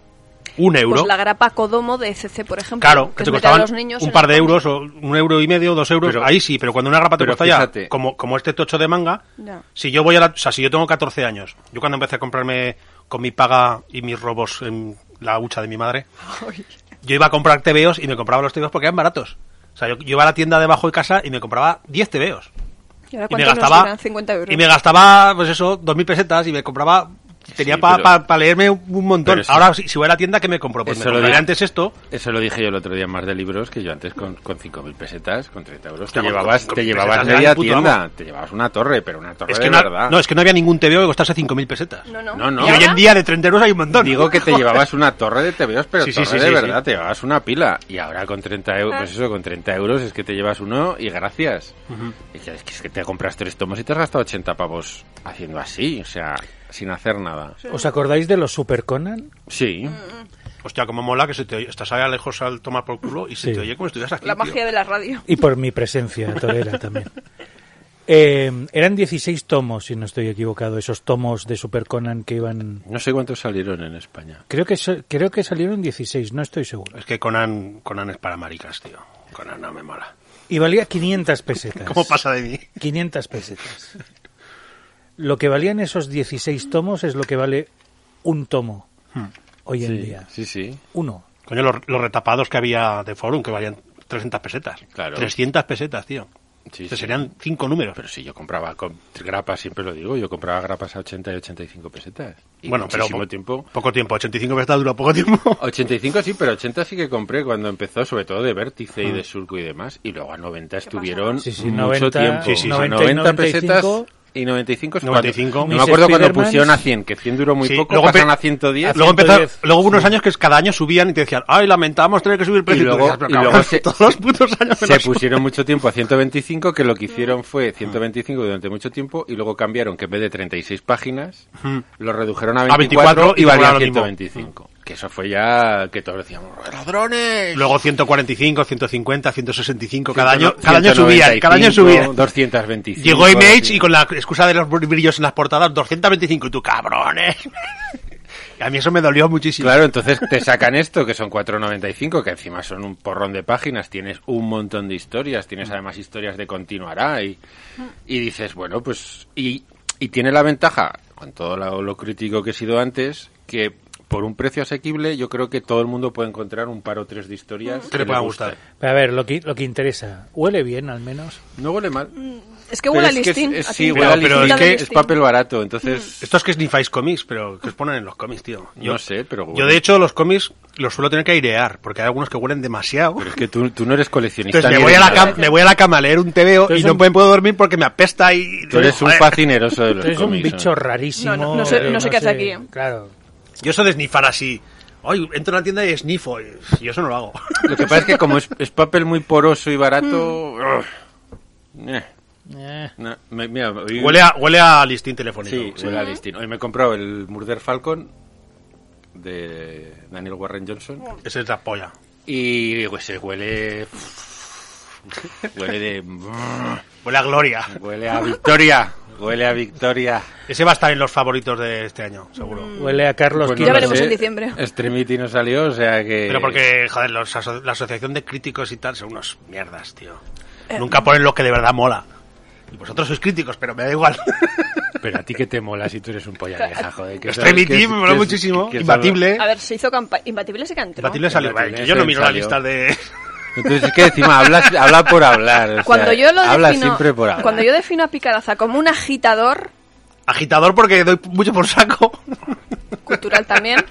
un euro, Pues la grapa Codomo de CC, por ejemplo. claro, que es te meter a costaban los niños un en par el de cómic. euros o un euro y medio, dos euros, Pero- ahí sí, pero cuando una grapa te pero cuesta ya, fíjate. como, como este tocho de manga, Ya. si yo voy a la, o sea, si yo tengo 14 años, yo cuando empecé a comprarme con mi paga y mis robos en la hucha de mi madre, yo iba a comprar tebeos y me compraba los tebeos porque eran baratos. O sea, yo, yo iba a la tienda debajo de casa y me compraba 10 tebeos. ¿Y ahora Y me cuántos nos gastaba, duran? 50 euros. y me gastaba, pues eso, 2.000 pesetas y me compraba, tenía Sí, para pero- leerme un montón. pero eso- Ahora, si, si voy a la tienda, ¿qué me compro? Pues me Eso lo compraré digo. antes esto. Eso lo dije yo el otro día más de libros que yo antes con, con 5.000 pesetas, con 30 euros. Te Claro, llevabas, con- te con llevabas pesetas era media el puto tienda, amo. te llevabas una torre, pero una torre Es que de no, verdad. no, es que no había ningún tebeo que costase 5.000 pesetas. No, no. No, no. Y hoy en día de 30 euros hay un montón. Digo que te llevabas una torre de TVOs, pero Sí, sí, torre sí, de sí, verdad, sí. te llevabas una pila. Y ahora con 30 euros, pues eso, con 30 euros es que te llevas uno y gracias. Y ya es, que, es que te compras tres tomos y te has gastado 80 pavos haciendo así, o sea, sin hacer nada. ¿Os acordáis de los Super Conan? Sí, Hostia, como mola que se te oye. Estás allá lejos al tomar por culo y se Sí. te oye como si estuvieras aquí. La tío. magia de la radio. Y por mi presencia torera también. Eh, eran 16 tomos, si no estoy equivocado, esos tomos de Super Conan que iban... no sé cuántos salieron en España. Creo que, so- creo que salieron 16, no estoy seguro. Es que Conan, Conan es para maricas, tío. Conan no me mola. Y valía 500 pesetas. ¿Cómo pasa de mí? 500 pesetas. Lo que valían esos 16 tomos es lo que vale un tomo hoy en Hmm. Sí, día. sí, sí. Uno. Coño, los, los retapados que había de Forum que valían 300 pesetas. Claro. 300 pesetas, tío. Sí, Este sí. serían cinco números. Pero si yo compraba con grapas, siempre lo digo, yo compraba grapas a 80 y 85 pesetas. Y bueno, pero muchísimo po- tiempo. poco tiempo. 85 pesetas dura poco tiempo. 85 sí, pero 80 sí que compré cuando empezó, sobre todo de Vértice y Ah. de Surco y demás. Y luego a 90 estuvieron Sí, sí, mucho 90, tiempo. sí, sí, A 90 y 90 95. pesetas y 95 es 95. cuando- No Mis me acuerdo cuando Spidermans. pusieron a 100, que 100 duró muy Sí, poco, luego pasan empe- a 110. Luego, empezó- 110, luego hubo unos años que cada año subían y te decían, ay, lamentamos tener que subir el precio. Y tú luego- decías, "Pero y luego cabrón, se- todos los putos años Se me lo suben". pusieron mucho tiempo a 125, que lo que Mm. hicieron fue 125 durante mucho tiempo y luego cambiaron que en vez de 36 páginas Mm. lo redujeron a 24, 24 y y valían cobraron lo mismo. Mm. 125. Que eso fue ya que todos decíamos, ladrones. Luego 145, 150, 165, cada año, Ciento- cada año subían, cada año 195, subían. 225. Llegó Image así. y con la excusa de los brillos en las portadas, 225, y tú, cabrones. Y a mí eso me dolió muchísimo. Claro, entonces te sacan esto, que son 4.95, que encima son un porrón de páginas, tienes un montón de historias, tienes además historias de continuará y, y dices, bueno, pues... Y, y tiene la ventaja, con todo lo, lo crítico que he sido antes, que por un precio asequible yo creo que todo el mundo puede encontrar un par o tres de historias Mm. Que le pueda gustar. Pero a ver, lo que, lo que interesa. Huele bien, al menos. No huele mal. Es que huele a Pero es que es- listín. es- a sí, tinta. huele a Pero listín, es que- es papel barato, entonces... Mm. Esto es que snifáis cómics, pero que os ponen en los cómics, tío. No sé, pero bueno. Yo, de hecho, los cómics los suelo tener que airear, porque hay algunos que huelen demasiado. Pero es que tú, tú no eres coleccionista. ni Entonces me voy, a eres la nada. cama, me voy a la cama a leer un TVO Tú y eres no un- puedo, puedo dormir porque me apesta y... Tú eres un Joder. facineroso de los Eres un cómics, ¿no? bicho rarísimo. No, no, no sé- que no sé qué hace aquí, ¿eh? Claro. Yo eso de snifar así. Hoy entro a la tienda y snifo. Y yo eso no lo hago. Lo que pasa es que como es, es papel muy poroso y barato... ugh, eh, Eh. no, me- mira, hoy- Huele a, huele a listín telefónico. Sí, huele a listín. Hoy me he comprado el Murder Falcon de Daniel Warren Johnson Esa es la polla. y pues, se huele... Huele de... Huele a gloria. Huele a victoria. Huele a victoria. Ese va a estar en los favoritos de este año, seguro. Mm. Huele a Carlos Pues Ya no lo veremos sé, en diciembre. Extremity no salió, o sea que... Pero porque, joder, los aso- la asociación de críticos y tal son unos mierdas, tío. Eh. Nunca ponen lo que de verdad mola. Y vosotros sois críticos, pero me da igual. Pero a ti que te mola si tú eres un polla vieja, joder. que sabes Extremity que es- me que mola es- muchísimo. que es- Imbatible. A ver, se hizo campaña. Imbatible se que entró. Imbatible salió. Imbatible Vale, Yo no miro la salió. lista de... Entonces es que encima hablas, habla por hablar. o sea, Cuando yo lo habla defino, siempre por hablar. Cuando yo defino a Picaraza como un agitador, Agitador porque doy mucho por saco. Cultural también,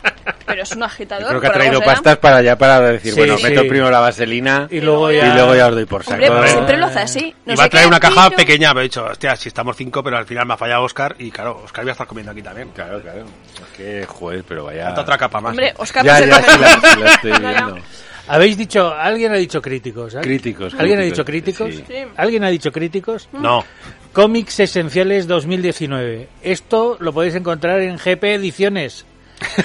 pero es un agitador. Creo que ha por algo traído será. pastas para allá para decir, Sí, bueno, sí. meto primero la vaselina Y luego ya... y luego ya os doy por saco. Hombre, pues siempre lo hace así. No y sé va a traer qué, una caja pillo. pequeña, pero he dicho, hostia, si estamos cinco, pero al final me ha fallado Oscar y claro, Oscar voy a estar comiendo aquí también. Claro, claro. Es que, joder, pero vaya... Falta otra capa más. ¿eh? Hombre, Oscar ya, no se ya, come sí la, nada. sí la estoy No, ya. viendo. Habéis dicho, alguien ha dicho críticos. ¿eh? Críticos, ¿Alguien ha críticos, dicho críticos? sí. Sí. ¿Alguien ha dicho críticos? mm. No. Cómics Esenciales 2019. Esto lo podéis encontrar en GP Ediciones,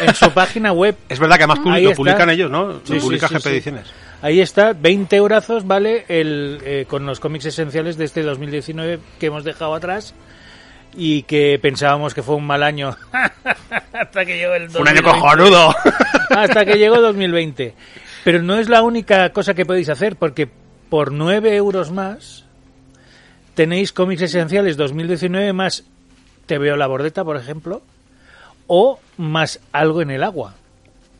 en su página web. Es verdad que además pu- Ahí lo está. publican ellos, ¿no? Sí, lo sí, publica sí, GP sí. Ediciones. Ahí está, 20 eurazos, ¿vale? El, eh, con los cómics esenciales de este 2019 que hemos dejado atrás y que pensábamos que fue un mal año. hasta que llegó el Un año 2020. cojonudo. hasta que llegó 2020. Pero no es la única cosa que podéis hacer, porque por 9 euros más tenéis cómics esenciales 2019 más Te veo la bordeta, por ejemplo, o más algo en el agua.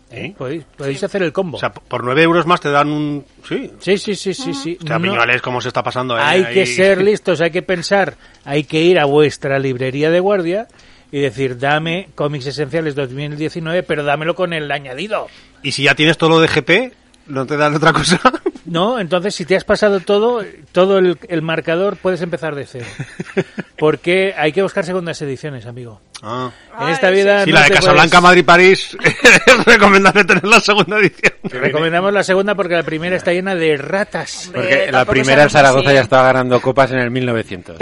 ¿Eh? Podéis, podéis hacer el combo. O sea, por nueve euros más te dan un... Sí. sí, sí, sí, sí, sí. Hostia, No, Piñuales, cómo se está pasando. eh, hay ahí. que ser listos, hay que pensar, hay que ir a vuestra librería de guardia y decir, dame cómics esenciales 2019, pero dámelo con el añadido. Y si ya tienes todo lo de GP, ¿no te dan otra cosa? No, entonces si te has pasado todo, todo el, el marcador, puedes empezar de cero. Porque hay que buscar segundas ediciones, amigo. ah. En Ay, esta vida... Sí, no la de te Casablanca, puedes- Madrid, París, es recomendable tener la segunda edición. Te Recomendamos la segunda porque la primera está llena de ratas. Hombre, Porque la tampoco primera en seamos Zaragoza así. ya estaba ganando copas en el 1900.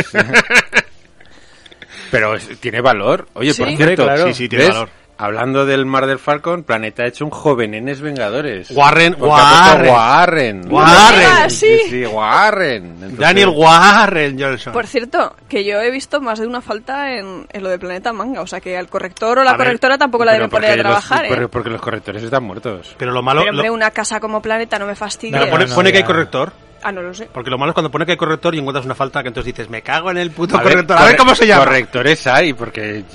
Pero es- tiene valor. Oye, Sí. por Hombre, cierto, claro. Sí, sí, tiene ¿ves? valor. Hablando del Mar del Falcon, Planeta ha hecho un jovenenes Vengadores. Warren, Porque ha puesto Warren. Warren. Ah, sí. Sí, sí, Warren. Entonces, Daniel Warren Johnson. Por cierto, que yo he visto más de una falta en, en lo de Planeta Manga. O sea, que al corrector o la A ver, correctora tampoco la pero deben poner a porque los- trabajar, ¿eh? pero porque los correctores están muertos. Pero lo malo... Pero, hombre, lo- una casa como Planeta no me fastidia. pero No, pone, no, pone que hay ya. corrector. Ah, no lo sé. Porque lo malo es cuando pone que hay corrector y encuentras una falta que entonces dices, me cago en el puto A ver, corrector. a ver corre- cómo se llama. Correctores hay, porque.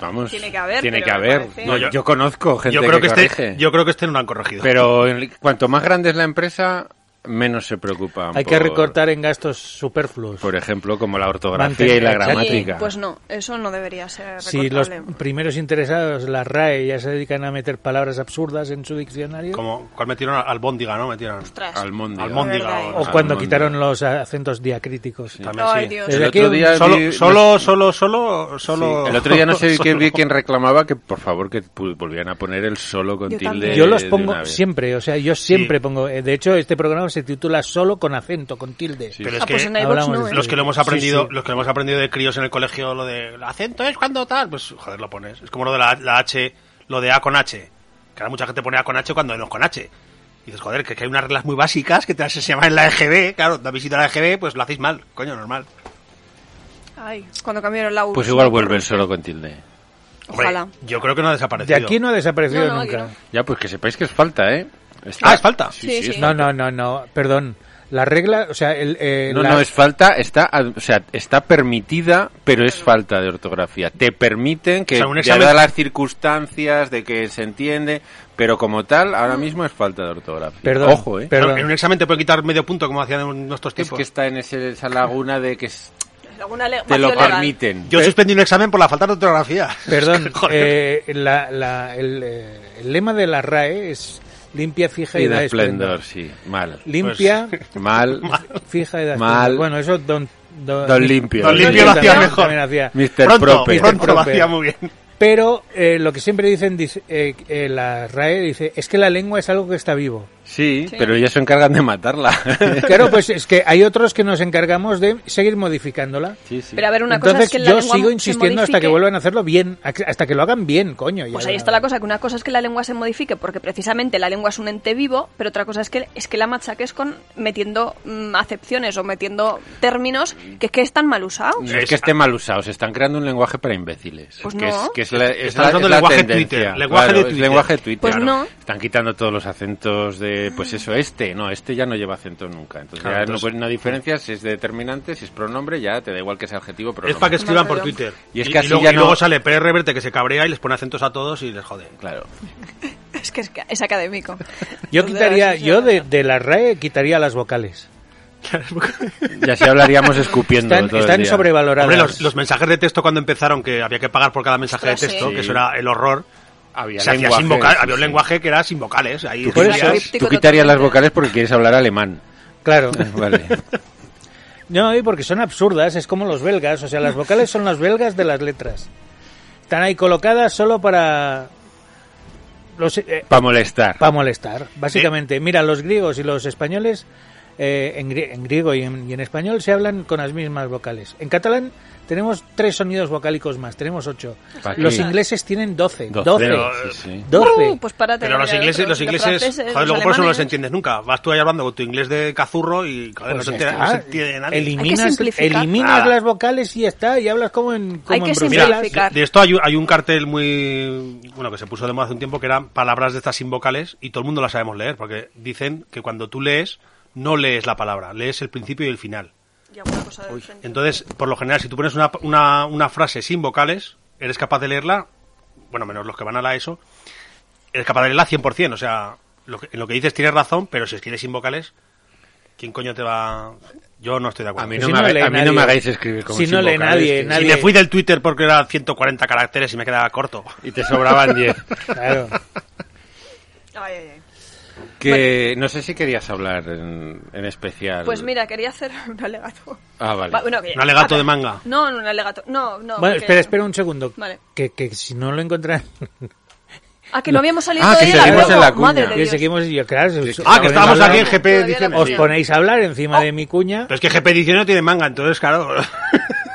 Vamos. Tiene que haber, Tiene pero que me haber. parece- No, yo, yo conozco gente Yo creo que, corrige. este, yo creo que este no lo han corregido. Pero en- cuanto más grande es la empresa, menos se preocupa. Hay que recortar en gastos superfluos. Por ejemplo, como la ortografía Mantener- y la exacto. gramática. Y, pues no, eso no debería ser Si los recortable. primeros interesados, la RAE, ya se dedican a meter palabras absurdas en su diccionario, Como, ¿Cuál metieron? Al Bondiga, ¿no? Metieron. Ostras. Almóndiga. Almóndiga. Verdad, o- o cuando Almóndiga. quitaron los acentos diacríticos. Ay, También Ah, sí. Dios. Desde El aquí otro día vi- Solo, no- solo, solo, solo, solo. sí, el otro día no sé qué solo- vi quién reclamaba que por favor que pu- volvieran a poner el solo con Yo tilde. también. Yo los de una pongo vez. siempre, o sea, yo siempre pongo. eh, De hecho, este programa se titula solo con acento, con tilde. Sí. Pero es Ah, pues que en iVoox hablamos no, de ¿eh? los que lo hemos aprendido, Sí, sí. los que lo hemos aprendido de críos en el colegio, lo de el acento es cuando tal, pues joder lo pones. Es como lo de la, la H, lo de A con H. Que ahora mucha gente pone A con H cuando no es con H. Y dices, joder, que, que hay unas reglas muy básicas que te las enseñaban en la EGB, claro, la visita a la EGB, pues lo hacéis mal, coño, normal. Ay, cuando cambiaron la U. Pues igual vuelve el solo con tilde. Hombre, Ojalá. Yo creo que no ha De desaparecido. aquí no ha desaparecido No, no, aquí nunca. Ya, pues que sepáis que es falta, ¿eh? Está- Ah, es falta. Sí, Sí, sí, sí. es No, no, no, no, perdón. La regla, o sea, el, eh, No, la- no, es falta, está, ad- o sea, está permitida, pero es falta de ortografía. Te permiten que O sea, un de examen- dadas las circunstancias de que se entiende, pero como tal, ahora mismo es falta de ortografía. Perdón, Ojo, eh. perdón. En un examen te pueden quitar medio punto como hacían en nuestros Es tiempos. que está en ese- esa laguna de que s- Alguna le- te vacío lo legal. permiten. Yo suspendí un examen por la falta de ortografía. Perdón, Joder. eh, la- la- el, eh, el lema de la RAE es limpia, fija y y da de esplendor. esplendor, sí, mal. Pues, Limpia, Pues- Mal. fija y da Mal. esplendor. Bueno, eso don, don, Don Limpio. Don Limpio lo hacía también- mejor. también hacía. Mr. Pronto, Proper. pronto lo Proper. hacía muy bien. Pero eh, lo que siempre dicen dice, eh, eh, la RAE dice es que la lengua es algo que está vivo. Sí, pero ellos se encargan de matarla. Claro, pues es que hay otros que nos encargamos de seguir modificándola. sí, sí. Pero a ver, una cosa Entonces es que la yo lengua sigo se insistiendo hasta que modifique. vuelvan a hacerlo bien, a- hasta que lo hagan bien, coño. ya Pues ahí verán. está la cosa, que una cosa es que la lengua se modifique, porque precisamente la lengua es un ente vivo, pero otra cosa es que, es que la machaques con metiendo mm, acepciones o metiendo términos que es que están mal usados. No es que esté mal usado, se están creando un lenguaje para imbéciles. Pues que, no. es, que es la, es Están la- usando es la lenguaje tendencia. Twitter, lenguaje Claro, de es Twitter. lenguaje de Twitter. Pues no. Están quitando todos los acentos de, pues eso, este, no, este ya no lleva acento nunca. Entonces Claro, ya entonces- no, pues, no diferencia si es determinante, si es pronombre, ya te da igual que sea adjetivo, pero Es para que escriban por Más Twitter. Y es que así luego, ya y luego no- sale PR Reverte que se cabrea y les pone acentos a todos y les jode. Claro. Es que es, es académico. Entonces, Yo Uh, quitaría, eso yo ya- de, de la RAE quitaría las vocales. Y así hablaríamos escupiendo. Están, todo el están día. sobrevaloradas. Hombre, los, los mensajes de texto cuando empezaron, que había que pagar por cada mensaje Ostras, de texto, sí. que eso era el horror. Había, Se hacía lenguaje, sin voca- sí, había un sí. lenguaje que era sin vocales. Ahí Tú, Por decías- eso- quitarías, tú quitarías las vocales porque quieres hablar alemán. Claro. Vale. No, y porque son absurdas, es como los belgas. O sea, las vocales son las belgas de las letras. Están ahí colocadas solo para. Los, eh, Para molestar. Para molestar, básicamente. Mira, los griegos y los españoles, eh, en, grie- en griego y en, y en español, se hablan con las mismas vocales. En catalán tenemos tres sonidos vocálicos más, tenemos ocho. ¿Pa' qué? Los ingleses tienen doce. Doce. Doce. Sí, sí. Doce. Uh, pues párate. Pero los mira, ingleses, otros, los ingleses, franceses, joder, los luego por eso no los alemanes. entiendes nunca. Vas tú ahí hablando con tu inglés de cazurro y joder, Pues ya no, se entiende, no está. se entiende nadie. Hay que eliminas simplificar. eliminas Ah. Nada. las vocales y ya está, y hablas como en, como Hay que en Bruselas. Mira, simplificar. de esto hay, un- hay un cartel muy bueno que se puso de moda hace un tiempo que eran palabras de estas sin vocales y todo el mundo las sabemos leer porque dicen que cuando tú lees no lees la palabra, lees el principio y el final. Y alguna cosa del frente. Entonces, por lo general, si tú pones una, una, una frase sin vocales, eres capaz de leerla, bueno, menos los que van a la ESO, eres capaz de leerla 100%, o sea, lo que, en lo que dices tienes razón, pero si escribes sin vocales, ¿quién coño te va...? Yo no estoy de acuerdo. A mí Pues no si me haga- lee a mí no nadie. me hagáis escribir como Si sin no lee vocales, nadie, que- Si nadie. me fui del Twitter porque era 140 caracteres y me quedaba corto. Y te sobraban 10. Claro. Ay, ay, ay. Que no sé si querías hablar en, en especial. Pues mira, quería hacer un alegato. Ah, vale. Va- bueno, que- Un alegato de manga. Ah, No, no, un alegato. No, no. Bueno, porque- espera, espera un segundo. Vale. Que, que si no lo encuentran. Ah, que no habíamos salido Ah, que todavía de la seguimos en la promo. Madre cuña. de que Dios. seguimos y claro, os- os Ah, que ponéis a estábamos hablar- aquí en GP Todavía no Ediciones. Os Sí. ponéis a hablar Oh. encima de mi cuña. Pero Pues es que GP Ediciones tiene manga, entonces, claro...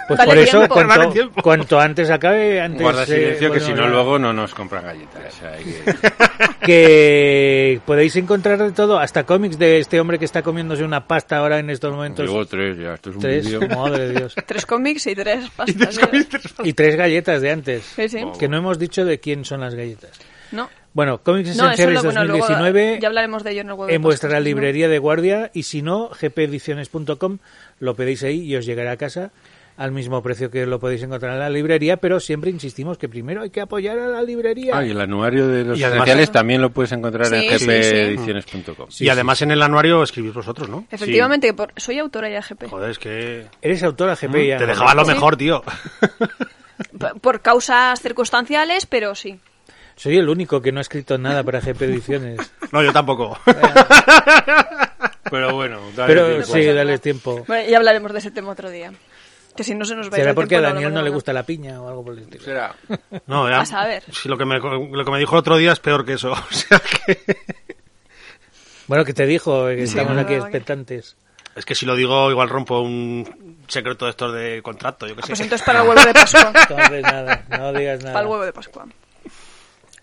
Pues Dale por eso, tiempo. cuanto, Dale tiempo. cuanto antes acabe, antes... Guarda eh, silencio, que bueno, si no, ya. luego no nos compran galletas. o sea, hay que- Que podéis encontrar de todo, hasta cómics de este hombre que está comiéndose una pasta ahora en estos momentos. Luego tres, ya. Esto es un tres, vídeo. madre de Dios. Tres cómics y tres pastas. de- Y tres galletas de antes. Sí, sí. Que no hemos dicho de quién son las galletas. No. Bueno, cómics No, eso esenciales lo, bueno, luego 2019 ya hablaremos de ello en el huevo de en vuestra podcast, ¿no? librería de guardia y si no, gpediciones.com, lo pedís ahí y os llegará a casa al mismo precio que lo podéis encontrar en la librería, pero siempre insistimos que primero hay que apoyar a la librería. Ah, y el anuario de los Y además- esenciales también lo puedes encontrar Sí, en sí, sí. gpediciones.com. y además en el anuario escribís vosotros, ¿no? Efectivamente, que por- soy autora ya GP. Joder, es que... Eres autora GP ya. ¿Mm? Te dejaba lo Sí. mejor, tío. P- Por causas circunstanciales, pero sí. Soy el único que no ha escrito nada para GP Ediciones. No, yo tampoco. Pero bueno, Pero sí, dale tiempo. Bueno, ya hablaremos de ese tema otro día. Que si no se nos va ir ¿Será el porque a tiempo, lo Daniel no le hablaremos. gusta la piña o algo por el estilo? Será. No, ya- A saber. Sí, lo que, me, lo que me dijo el otro día es peor que eso. O sea que... Bueno, que te dijo, eh, que estamos no, aquí no, no. expectantes. Es que si lo digo, igual rompo un secreto de estos de contrato, yo qué sé. Pues entonces para el huevo de Pascua. Entonces, nada, no digas Para el nada. huevo de Pascua.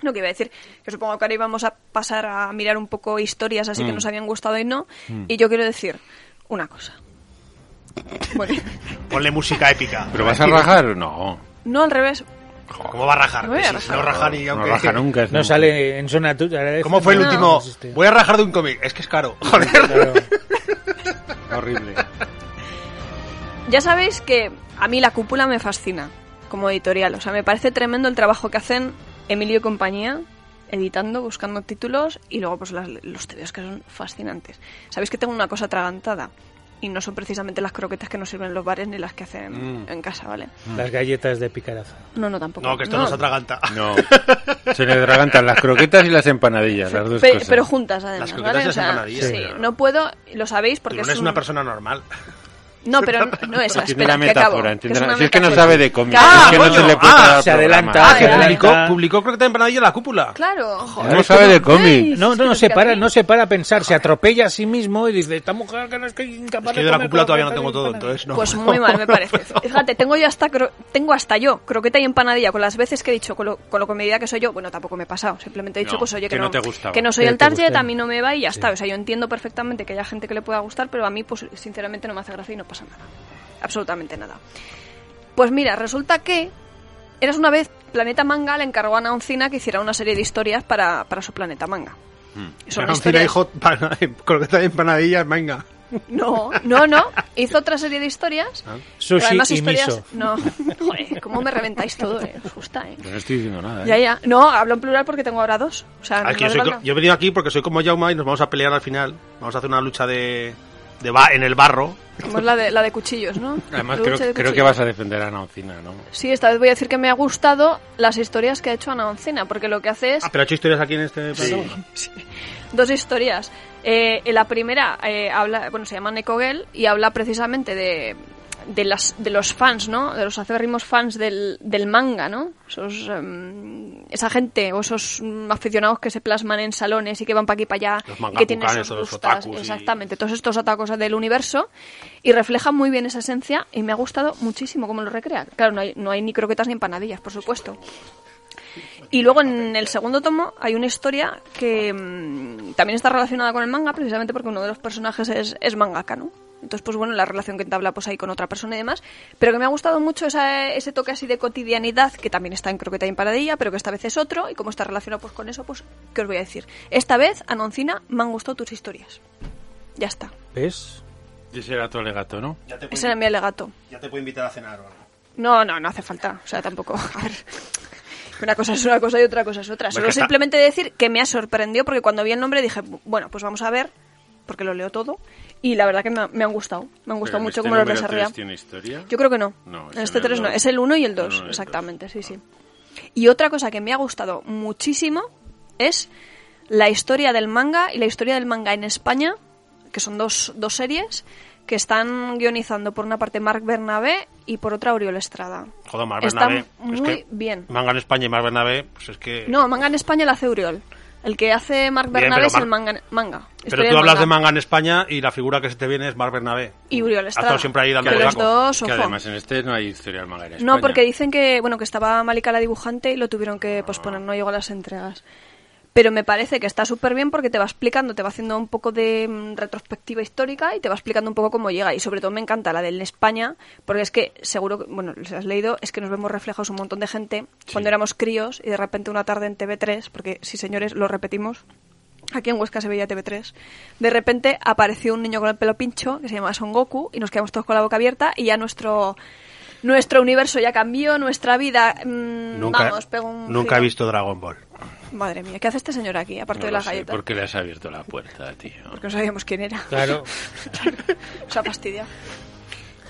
No, que iba a decir que supongo que ahora íbamos a pasar a mirar un poco historias así que nos habían gustado y no. Y yo quiero decir una cosa. Bueno, Ponle música épica. ¿Pero vas a rajar? No. no al revés. ¿Cómo va a rajar? No voy a Sí, rajar. no raja ni no aunque... raja nunca. es No nunca. sale en zona tuya. ¿Cómo fue el No. último? existe. Voy a rajar de un cómic. Es que es caro. Joder. Claro. Horrible. Ya sabéis que a mí la cúpula me fascina como editorial. O sea, me parece tremendo el trabajo que hacen Emilio y compañía editando, buscando títulos y luego pues las- los tebeos que son fascinantes. Sabéis que tengo una cosa atragantada y no son precisamente las croquetas que nos sirven en los bares ni las que hacen en casa, ¿vale? Las galletas de picaraza. No, no, tampoco. No, que esto nos atraganta. No. Se le atragantan las croquetas y las empanadillas, las dos Pe- cosas. Pero juntas, además. Las croquetas ¿vale? y O las sea, empanadillas, sí, pero- no puedo, lo sabéis porque Tú es eres un- una persona normal. No, pero no, no esa, Tiene espera, una que acabo. metáfora, que es entiéndela. una Si es que no metáfora. sabe de cómics, Claro, es que no coño. se le puede Ah, dar se programa. adelanta. Ah, Claro. Publicó, Adelanta. publicó Croqueta de Empanadilla la cúpula. Claro. No sabe de cómics. No, no, no es se que para, aquí- no se para a pensar, se atropella a sí mismo y dice, esta mujer que no es que incapaz Es de que yo de la comer cúpula todavía no croquetas tengo y todo, empanadas". entonces no. Pues muy mal, me parece. Fíjate, tengo yo hasta cro- tengo hasta yo croqueta y empanadilla con las veces que he dicho, con lo, con lo comedida que soy yo. Bueno, tampoco me he pasado. Simplemente he dicho No, pues, oye, que, que no te gustaba. que no soy Que no el te target, gustaba. a mí no me va y ya está. O sea, yo entiendo perfectamente que haya gente que le pueda gustar, pero a mí, pues sinceramente, no me hace gracia y no pasa nada. Absolutamente nada. Pues mira, resulta que eras una vez Planeta Manga le encargó a Naoncina que hiciera una serie de historias para, para su Planeta Manga. Hmm. Son Era un historias- hijo croqueta de empanadillas, venga. No, no, no. Hizo otra serie de historias Ah. Sushi pero además y historias... miso. No, joder, cómo me reventáis todo, eh. Os gusta, eh. Yo no estoy diciendo nada. ¿eh? Ya, ya. No, hablo en plural porque tengo ahora dos. O sea, Aquí, no yo, soy hablo- co- yo he venido aquí porque soy como Jauma y nos vamos a pelear al final. Vamos a hacer una lucha de, de ba- en el barro. Como es la de, la de cuchillos, ¿no? Además, La creo, lucha de creo que cuchillos. vas a defender a Ana Oncina, ¿no? Sí, esta vez voy a decir que me ha gustado las historias que ha hecho Ana Oncina, porque lo que hace es Ah, pero ha hecho historias aquí en este programa. dos historias. Eh, en la primera eh, habla, bueno, se llama Neko Gell y habla precisamente de, de, las, de los fans, ¿no? De los acérrimos fans del, del manga, ¿no? Esos, em, esa gente o esos mm, aficionados que se plasman en salones y que van para aquí para allá. Los y que tienen mangakukan, sus esos gustas, otakus y- Exactamente, todos estos atacos del universo y refleja muy bien esa esencia y me ha gustado muchísimo cómo lo recrea. Claro, no hay, no hay ni croquetas ni empanadillas, por supuesto. Y luego en el segundo tomo hay una historia que mm, también está relacionada con el manga, precisamente porque uno de los personajes es, es mangaka, ¿no? Entonces, pues bueno, la relación que entabla pues ahí con otra persona y demás. Pero que me ha gustado mucho esa- ese toque así de cotidianidad, que también está en Croqueta y en Paradilla, pero que esta vez es otro. Y como está relacionado pues con eso, pues, ¿qué os voy a decir? Esta vez, Anoncina, me han gustado tus historias. Ya está. ¿Ves? Ese era tu alegato, ¿no? Ya te, Ese era mi alegato. invitar a cenar o algo. No, no, no hace falta. O sea, tampoco. A ver. Una cosa es una cosa y otra cosa es Pues otra. Solo que está- simplemente decir que me ha sorprendido porque cuando vi el nombre dije, bueno, pues vamos a ver, porque lo leo todo. Y la verdad que me, me han gustado. Me han gustado Pero mucho este cómo lo número desarrolla. tres ¿Tiene historia? Yo creo que no. No, es en en este el 3 no. dos. Es el 1 y el No, no, 2, el exactamente, sí, sí. Y otra cosa que me ha gustado muchísimo es la historia del manga y la historia del manga en España, que son dos, dos series que están guionizando por una parte Marc Bernabé y por otra Oriol Estrada. Joder, Mar Está Bernabé. es muy que bien. Manga en España y Mar Bernabé, pues es que... No, manga en España la hace Oriol. El que hace Marc Bien, Bernabé pero es el Marc- manga. manga Pero historia tú del hablas de manga en España y la figura que se te viene es Mar Bernabé. Y Oriol Ha Estrada. estado siempre ahí dando que los saco. dos, que ojo. además en este no hay historia del manga en España. No, porque dicen que bueno que estaba Malika la dibujante y lo tuvieron que posponer, no llegó a las entregas. Pero me parece que está súper bien porque te va explicando, te va haciendo un poco de mm, retrospectiva histórica y te va explicando un poco cómo llega. Y sobre todo me encanta la del España, porque es que seguro, que- bueno, les has leído, es que nos vemos reflejados un montón de gente cuando éramos críos y de repente una tarde en TV3, porque sí señores, lo repetimos, aquí en Huesca se veía TV3, de repente apareció un niño con el pelo pincho que se llama Son Goku y nos quedamos todos con la boca abierta y ya nuestro nuestro universo ya cambió, nuestra vida mm, Nunca, vamos, pegó un nunca he giro. visto Dragon Ball. Madre mía, ¿qué hace este señor aquí aparte No de lo las sé, galletas? porque le has abierto la puerta, tío. Porque no sabíamos quién era. Claro. Se ha fastidiado.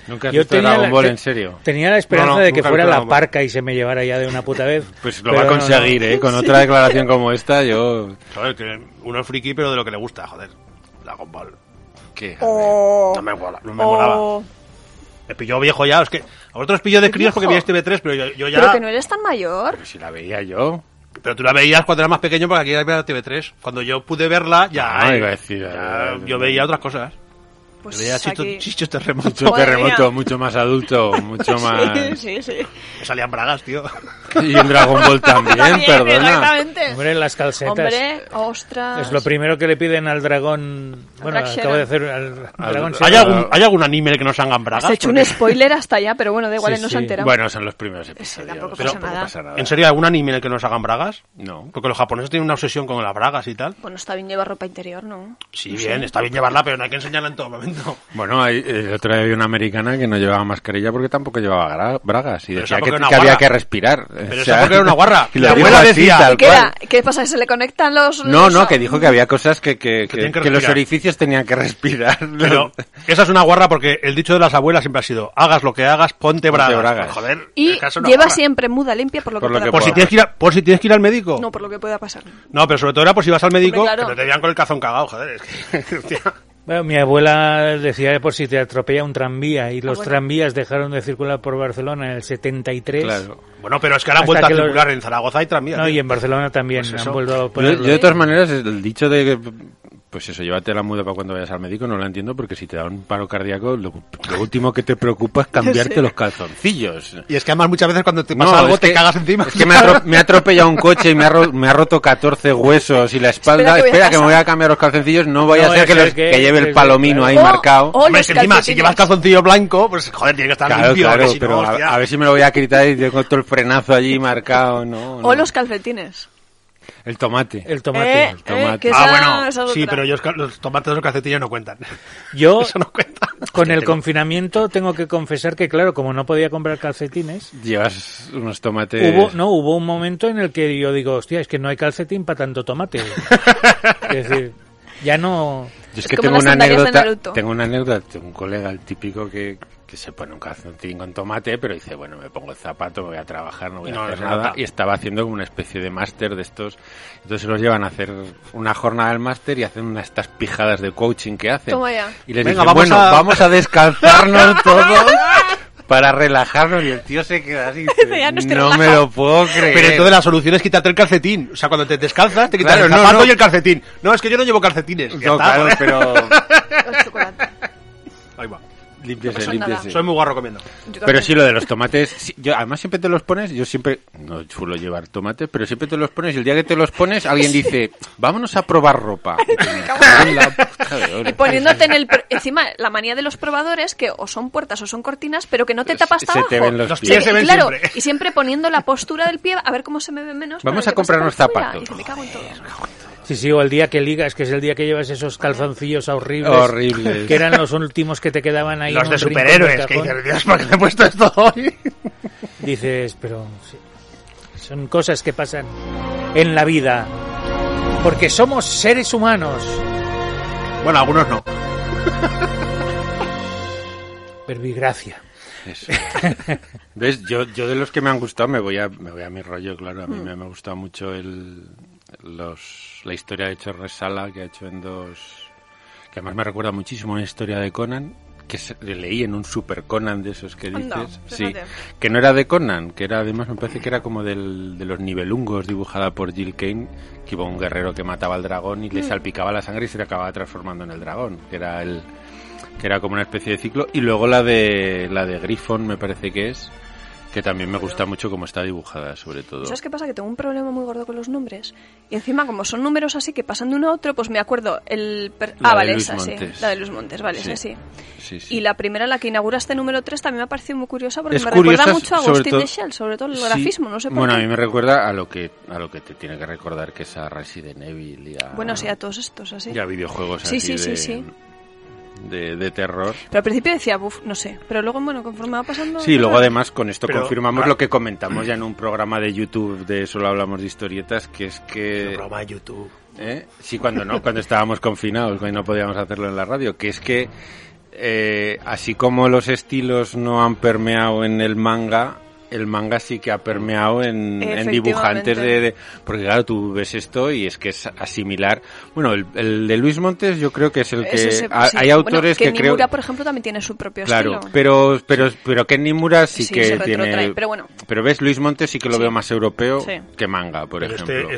Nunca has visto Dragon Ball, en serio. Tenía la esperanza No, no, de que nunca he fuera visto la Dragon Ball. parca y se me llevara ya de una puta vez. Pues lo va Pero a no, no. conseguir, ¿eh? Con otra declaración como esta, yo... Joder, que uno es friki, pero de lo que le gusta, joder. Dragon Ball. ¿Qué? Oh. O- No me mola, Oh. no me molaba. o- Me pilló viejo ya, es que a vosotros pilló de ¿Qué críos porque viejo? veíais TV3, pero yo, yo ya... Pero que no eres tan mayor. Pero si la veía yo. Pero tú la veías cuando eras más pequeño porque aquí era TV3. Cuando yo pude verla, ya... Ah, eh, iba a decir, ya eh, yo veía otras cosas. Pues yo veía chicho- aquí- chichos Mucho terremotos. Madre terremoto, mía. mucho más adulto, mucho más... Sí, sí, sí. Me salían bragas, tío. Y en Dragon Ball también, También, perdona. Exactamente. Hombre, las calcetas. Hombre, ostras. Es lo primero que le piden al dragón. Bueno, Drag acabo de Sharon. hacer al, Al- dragón. ¿Hay Sharon. algún, ¿Hay algún anime en el que no salgan bragas? Has hecho Porque- un spoiler hasta allá, pero bueno, da igual, Sí, no sí. se entera. Bueno, son los primeros episodios. tampoco pero pasa nada. ¿En serio algún anime en el que no salgan bragas? No. Porque los japoneses tienen una obsesión con las bragas y tal. Bueno, está bien llevar ropa interior, ¿no? Sí, bien, está bien llevarla, pero no hay que enseñarla en todo momento. Bueno, hay, eh, el otro día había una americana que no llevaba mascarilla porque tampoco llevaba gra- bragas y Pero decía esa que, porque era una que había guarra. que respirar. Pero esa porque era una guarra. Y Mi lo dijo abuela así, decía- tal ¿Y qué, cual. era? ¿Qué pasa? ¿Se le conectan los.? No, los- no, que dijo que había cosas que, que, que- tienen que que los respirar. orificios tenían que respirar. Pero esa es una guarra porque el dicho de las abuelas siempre ha sido, hagas lo que hagas, ponte, bragas. bragas. Joder, Y es que es una lleva guarra. siempre muda limpia por lo que Por lo pueda que Por si, pasar. pueda. tienes que ir a- por si tienes que ir al médico. No, por lo que pueda pasar. No, pero sobre todo era por si vas al médico, Hombre, claro. que te veían con el calzón cagado, joder. Es que, hostia. Bueno, mi abuela decía por si te atropella un tranvía y los Ah, bueno. tranvías dejaron de circular por Barcelona en el 73. Claro. Bueno, pero es que ahora han Hasta vuelto a que lo- circular en Zaragoza y tranvía. No, tío. y en Barcelona también Pues eso. han vuelto a Yo, ponerlo. yo de todas maneras, el dicho de que, pues eso, llévate la muda para cuando vayas al médico, no lo entiendo porque si te da un paro cardíaco, lo, lo último que te preocupa es cambiarte los calzoncillos. Y es que además muchas veces cuando te pasa algo es te que- cagas encima. Es que me ha, atro- me ha atropellado un coche y me ha, ro- me ha roto 14 huesos y la espalda. Espera que voy a Espera que, me casa. voy a cambiar los calzoncillos. No vaya a ser que, los- que lleve el que- palomino ahí O- marcado. o Hombre, los es que encima, si calcetines. llevas calzoncillo blanco, pues joder, tiene que estar Claro, limpio. claro, que si no, pero a, hostia. Ah, a ver si me lo voy a quitar y tengo todo el frenazo allí marcado. No, O no. los calcetines. El tomate. El tomate. Eh, tomate. eh, que Ah, esa- bueno, esa es sí, otra. pero yo, es que los tomates de los calcetillos no cuentan. Yo, Eso no cuenta. con Hostia, el tengo- confinamiento, tengo que confesar que, claro, como no podía comprar calcetines, Llevas unos tomates. hubo, no, hubo un momento en el que yo digo, hostia, es que no hay calcetín para tanto tomate. es decir, Ya no. Yo es, Es que como tengo las una, sandalias de anécdota, Naruto. tengo una anécdota de un colega, el típico que, que se pone un calcetín con tomate, pero dice, bueno, me pongo el zapato, me voy a trabajar, no voy a No, hacer se nada. nota. Y estaba haciendo como una especie de máster de estos. Entonces los llevan a hacer una jornada del máster y hacen una, estas pijadas de coaching que hacen. Toma ya. Y les Venga, dicen, vamos bueno, a- vamos a descansarnos todos para relajarnos. Y el tío se queda así. dice, Ya no estoy no me relajado". lo puedo creer. Pero entonces la solución es quitarte el calcetín. O sea, cuando te descalzas, te quitas Eh, Claro, el no, zapato no. y el calcetín. No, es que yo no llevo calcetines. Ya No, está. claro, pero El chocolate. Ahí va. límpiese, pasa nada. límpiese. Soy muy guarro comiendo. Yo Pero también. sí, lo de los tomates, sí, yo, además siempre te los pones, yo siempre, no suelo llevar tomates, pero siempre te los pones y el día que te los pones alguien dice, vámonos a probar ropa. La puta de oro. Y poniéndote en el... pr- Encima, la manía de los probadores, que o son puertas o son cortinas, pero que no te tapas hasta Se abajo. te ven los Los pies. pies se ven claro, siempre. y siempre poniendo la postura del pie, a ver cómo se me ve menos. para que Vamos a pase comprarnos por fuera. zapatos. Y dice, me cago en todo. Sí, sí, o el día que ligas, que es el día que llevas esos calzoncillos horribles. Horribles. Que eran los últimos que te quedaban ahí. Los en de un rincón del superhéroes. Que cajón. dices, Dios, ¿por qué me he puesto esto hoy? Dices, pero sí, son cosas que pasan en la vida. Porque somos seres humanos. Bueno, algunos no. Verbigracia. Eso. ¿Ves? Yo, yo de los que me han gustado me voy a, me voy a mi rollo, claro. A Mm. mí me, me ha gustado mucho el, los, la historia de Chorres Sala que ha hecho en dos... Que además me recuerda muchísimo a una historia de Conan que se- leí en un Super Conan de esos que dices. Anda, sí, fíjate. que no era de Conan, que era además me parece que era como del, de los nivelungos dibujada por Jill Kane, que iba un guerrero que mataba al dragón Mm. y le salpicaba la sangre y se le acababa transformando en el dragón, que era el que era como una especie de ciclo y luego la de la de Griffon me parece que es que también me gusta mucho como está dibujada sobre todo. ¿Sabes qué pasa? Que tengo un problema muy gordo con los nombres. Y encima, como son números así que pasan de uno a otro, pues me acuerdo el... per- La ah, de vale, Luis esa Montes. sí. La de Luis Montes, vale, Sí. esa sí. Sí, sí. Y la primera, la que inaugura este número 3, también me ha parecido muy curiosa porque Es me curiosa, recuerda mucho a sobre Agustín todo- de Shell, sobre todo el Sí. grafismo, no sé por Bueno, qué. a mí me recuerda a lo que a lo que te tiene que recordar que es a Resident Evil y a Bueno, sí, a todos estos, así. y a videojuegos Sí, así sí, sí, de- sí. de- de terror. Pero al principio decía, buf, no sé. Pero luego, bueno, conforme va pasando... Sí, luego además con esto Pero- confirmamos lo que comentamos ya en un programa de YouTube de Solo hablamos de historietas, que es que... Broma, YouTube. ¿eh? Sí, cuando no, cuando estábamos confinados, cuando no podíamos hacerlo en la radio, que es que eh, así como los estilos no han permeado en el manga, el manga sí que ha permeado en, en Efectivamente. dibujantes de, de- Porque claro, tú ves esto y es que es asimilar... Bueno, el, el de Luis Montes yo creo que es el que... Es ese- ha- sí. Hay autores Bueno, que, que, creo... Nimura, por ejemplo, también tiene su propio Claro, estilo. pero, pero, pero Ken Nimura sí, Sí, que se retrotrae, tiene. pero bueno. Pero ves, Luis Montes sí que lo Sí. veo más europeo Sí. que manga, por Pero ejemplo. este,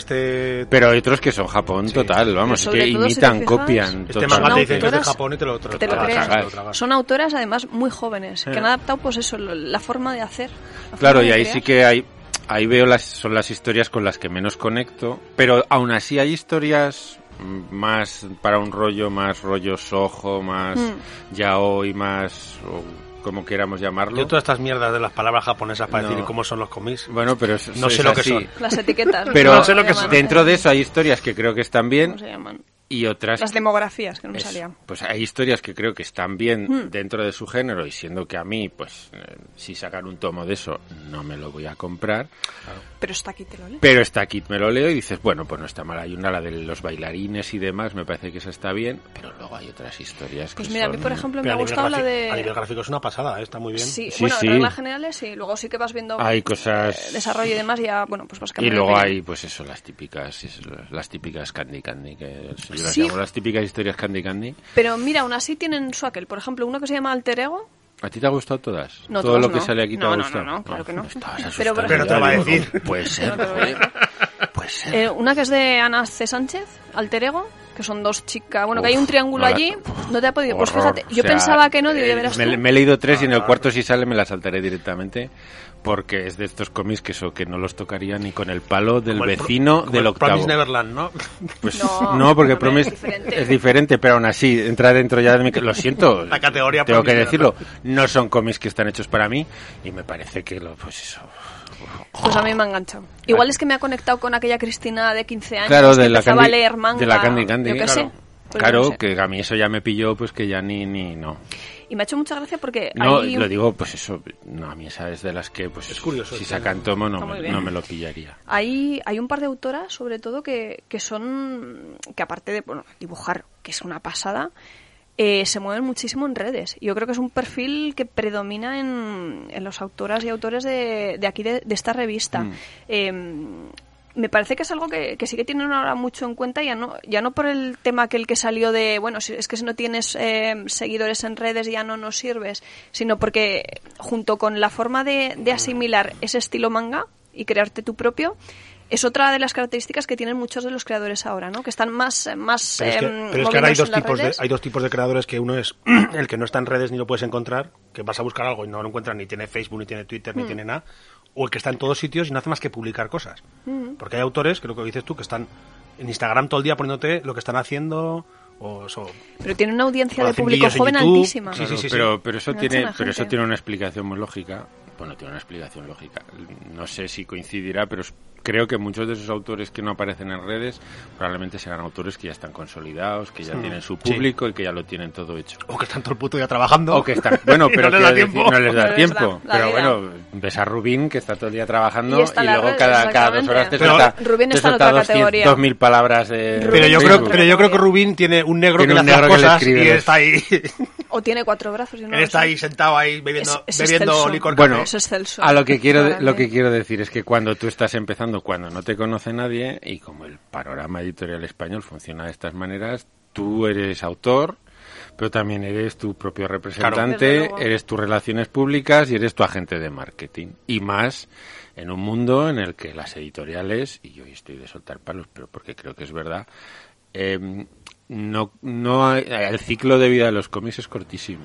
este, Pero hay otros que son Japón total, vamos, es Pero que sobre todo, si te imitan, fijas, copian. Son este manga te totalmente. dicen que es de autoras- Japón y te lo otro. Te lo Ah, crees. tragas, Son autoras, además, muy jóvenes, que han adaptado, pues eso, lo- la forma de hacer. la Eh. Claro, forma y de ahí crear. sí que hay, ahí veo las, son las historias con las que menos conecto, pero aún así hay historias mm, más para un rollo, más rollo sojo, más Hmm. yaoi, más, o como queramos llamarlo. Yo todas estas mierdas de las palabras japonesas para No. decir cómo son los cómics. Bueno, pero es- No es sé lo que así. son. Las etiquetas. ¿no? Pero ¿Cómo se llaman? dentro de eso hay historias que creo que están bien ¿Cómo se llaman? y otras Las demografías, que no me Eso. salía. Pues hay historias que creo que están bien Hmm. dentro de su género y siendo que a mí, pues, eh, si sacan un tomo de eso, no me lo voy a comprar. Pero está aquí, te lo leo. Pero está aquí, me lo leo y dices, bueno, pues no está mal. Hay una, la de los bailarines y demás, me parece que esa está bien, pero luego hay otras historias Pues que mira, a mí, son- por ejemplo, me ha Pero a nivel gustado la grafi- a nivel de... gráfico es una pasada, ¿eh? está muy bien. Sí, Sí, bueno, sí. en reglas generales sí. Luego sí que vas viendo Hay cosas... eh, desarrollo y demás, ya, bueno, pues vas Y cambiando. luego de- hay, pues eso, las típicas, es- las típicas Candy Candy, que yo las Sí. llamo las típicas historias Candy Candy. Pero mira, aún así tienen su aquel. Por ejemplo, uno que se llama Alter Ego. ¿A ti te ha gustado todas? No, Todo todas lo que no. sale aquí te No, no, ha no, gustado. no, claro que no. estabas Pero, asustada, por ejemplo- Pero te lo va a digo, decir. no Puede ser, No, no, no. joder, puede ser. Eh, una que es de Ana C. Sánchez, Alter Ego, que son dos chicas. Bueno, que Uf, hay un triángulo no la- allí. No te ha podido. Pues Horror, fíjate, o yo sea, pensaba que no, digo, ya eh, verás. Me, tú. me he leído tres y en el cuarto si sale me la saltaré directamente porque es de estos cómics que eso que no los tocaría ni con el palo del Como el pro- vecino como del el octavo. Promise Neverland, ¿no? Pues no, No, porque no, Promise es diferente. es diferente, pero aún así entra dentro ya de mi lo siento. La categoría tengo que Promise decirlo, no son cómics que están hechos para mí y me parece que lo pues eso. Pues a mí me ha enganchado. Igual es que me ha conectado con aquella Cristina de 15 años Claro, que de la empezaba Candy, a leer manga. de la Candy Candy, yo qué claro. sé. Pues Claro, yo qué sé. que a mí eso ya me pilló, pues que ya ni, ni, no. Y me ha hecho mucha gracia porque No, hay lo un- digo, pues eso, no, a mí esa es de las que, pues, Es curioso, si es que- sacan tomo no, Está muy me, bien. no me lo pillaría. Hay, hay un par de autoras, sobre todo, que, que son. que aparte de bueno, dibujar, que es una pasada, eh, se mueven muchísimo en redes. Yo creo que es un perfil que predomina en, en los autoras y autores de, de aquí, de, de esta revista. Mm. Eh, me parece que es algo que, que sí que tienen ahora mucho en cuenta, ya no, ya no por el tema aquel que salió de, bueno, si- es que si no tienes eh, seguidores en redes ya no nos sirves, sino porque junto con la forma de, de asimilar ese estilo manga y crearte tu propio, es otra de las características que tienen muchos de los creadores ahora, ¿no? Que están más, eh, más Pero es que, em, pero es que ahora hay moviéndose dos, en las tipos de, redes. hay dos tipos de creadores que uno es el que no está en redes ni lo puedes encontrar, que vas a buscar algo y no lo encuentras, ni tiene Facebook, ni tiene Twitter, Mm. ni tiene nada, o el que está en todos sitios y no hace más que publicar cosas. Mm. Porque hay autores, creo que lo dices tú, que están en Instagram todo el día poniéndote lo que están haciendo, o eso. Pero tienen una audiencia o de hacen público vídeos en joven YouTube, altísima. Sí, sí, Claro, sí, sí. pero, pero eso Me tiene, echa la pero eso gente. tiene una explicación muy lógica. Bueno, tiene una explicación lógica. No sé si coincidirá, pero es- creo que muchos de esos autores que no aparecen en redes probablemente serán autores que ya están consolidados, que ya tienen su Sí. público y que ya lo tienen todo hecho. O que están todo el puto día trabajando. O que están, bueno, Y pero no les da quiero decir, tiempo. no les No da les tiempo. da la pero vida. bueno, ves a Rubín que está todo el día trabajando Y y, está en las luego redes, cada, cada dos exactamente. horas te Pero- suelta, Rubín está te en suelta otra 200, categoría. 2000 palabras de. Pero pero yo, Rubín creo, es Facebook. pero yo creo que Rubín tiene un negro Tiene que un le hace negro las que le cosas y escribe él los- está ahí, O tiene cuatro brazos y no lo él está sé. ahí sentado ahí bebiendo, Es- es bebiendo excelso. licor. Bueno, café. Eso es Celso, a lo que quiero de- claramente. lo que quiero decir es que cuando tú estás empezando, cuando no te conoce nadie y como el panorama editorial español funciona de estas maneras, tú eres autor, pero también eres tu propio Desde representante, luego. eres tus relaciones públicas y eres tu agente de marketing y más en un mundo en el que las editoriales y yo hoy estoy de soltar palos, pero porque creo que es verdad. eh, no, no hay- el ciclo de vida de los cómics es cortísimo.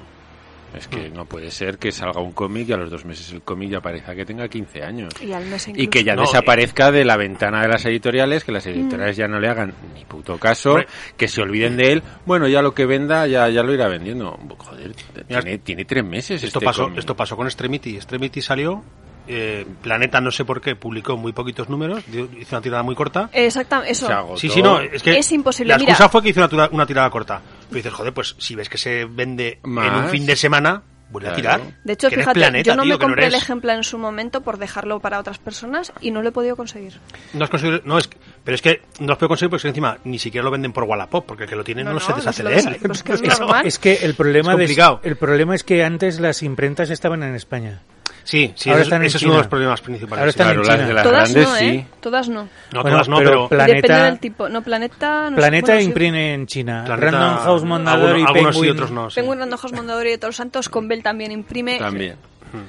Es Hmm. que no puede ser que salga un cómic y a los dos meses el cómic ya parezca que tenga 15 años. Y al mes Y que ya No, desaparezca de la ventana de las editoriales, que las Hmm. editoriales ya no le hagan ni puto caso, Hombre. que se olviden de él. Bueno, ya lo que venda ya, ya lo irá vendiendo. Joder, Mira, tiene, tiene tres meses. Esto este pasó, cómic. esto pasó con Extremity. Extremity salió. eh, Planeta, no sé por qué, publicó muy poquitos números. dio- Hizo una tirada muy corta. Exactamente, eso. Se agotó. Sí, sí, no. Es que. Eh, Es imposible, La excusa mira. fue que hizo una, tura- una tirada corta. Pero dices, joder, pues si ves que se vende en un Más. fin de semana, vuelve a Claro. tirar. De hecho, Que eres fíjate, Planeta, yo no tío, me que compré el eres- ejemplar en su momento por dejarlo para otras personas y no lo he podido conseguir. No has conseguido- no, es que- pero es que no has podido conseguir porque encima ni siquiera lo venden por Wallapop, porque el que lo tiene no, No, se no, deshace no de se lo él. deshace, pues que es Eso- normal. Es que el problema, Es de- complicado. el problema es que antes las imprentas estaban en España. Sí, sí, Ahora ese, están en ese es uno de China. los problemas principales. Ahora sí. están en Claro, las, China. de las todas grandes no, sí. ¿eh? Todas no. No, Bueno, todas no, pero pero, Planeta- Depende del tipo. No, Planeta... No Planeta bueno, sí. imprime en China. Planeta- Random House Mondadori y algunos- algunos sí, Penguin. otros no. sí. Penguin Random House Mondadori de Todos los Santos, Convel también imprime. También.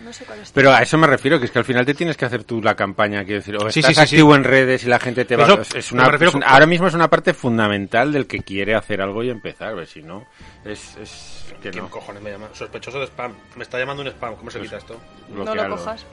No sé cuál es. Pero a eso me refiero, que es que al final te tienes que hacer tú la campaña, quiero decir, o Sí, estás sí, sí, activo en redes y la gente te va... Eso, es me una, refiero es un- con- ahora mismo es una parte fundamental del que quiere hacer algo y empezar, ver si no, es, es que ¿Quién no, cojones me llama? Sospechoso de spam. Me está llamando un spam. ¿Cómo se quita esto? este. no lo bloquearlo. cojas.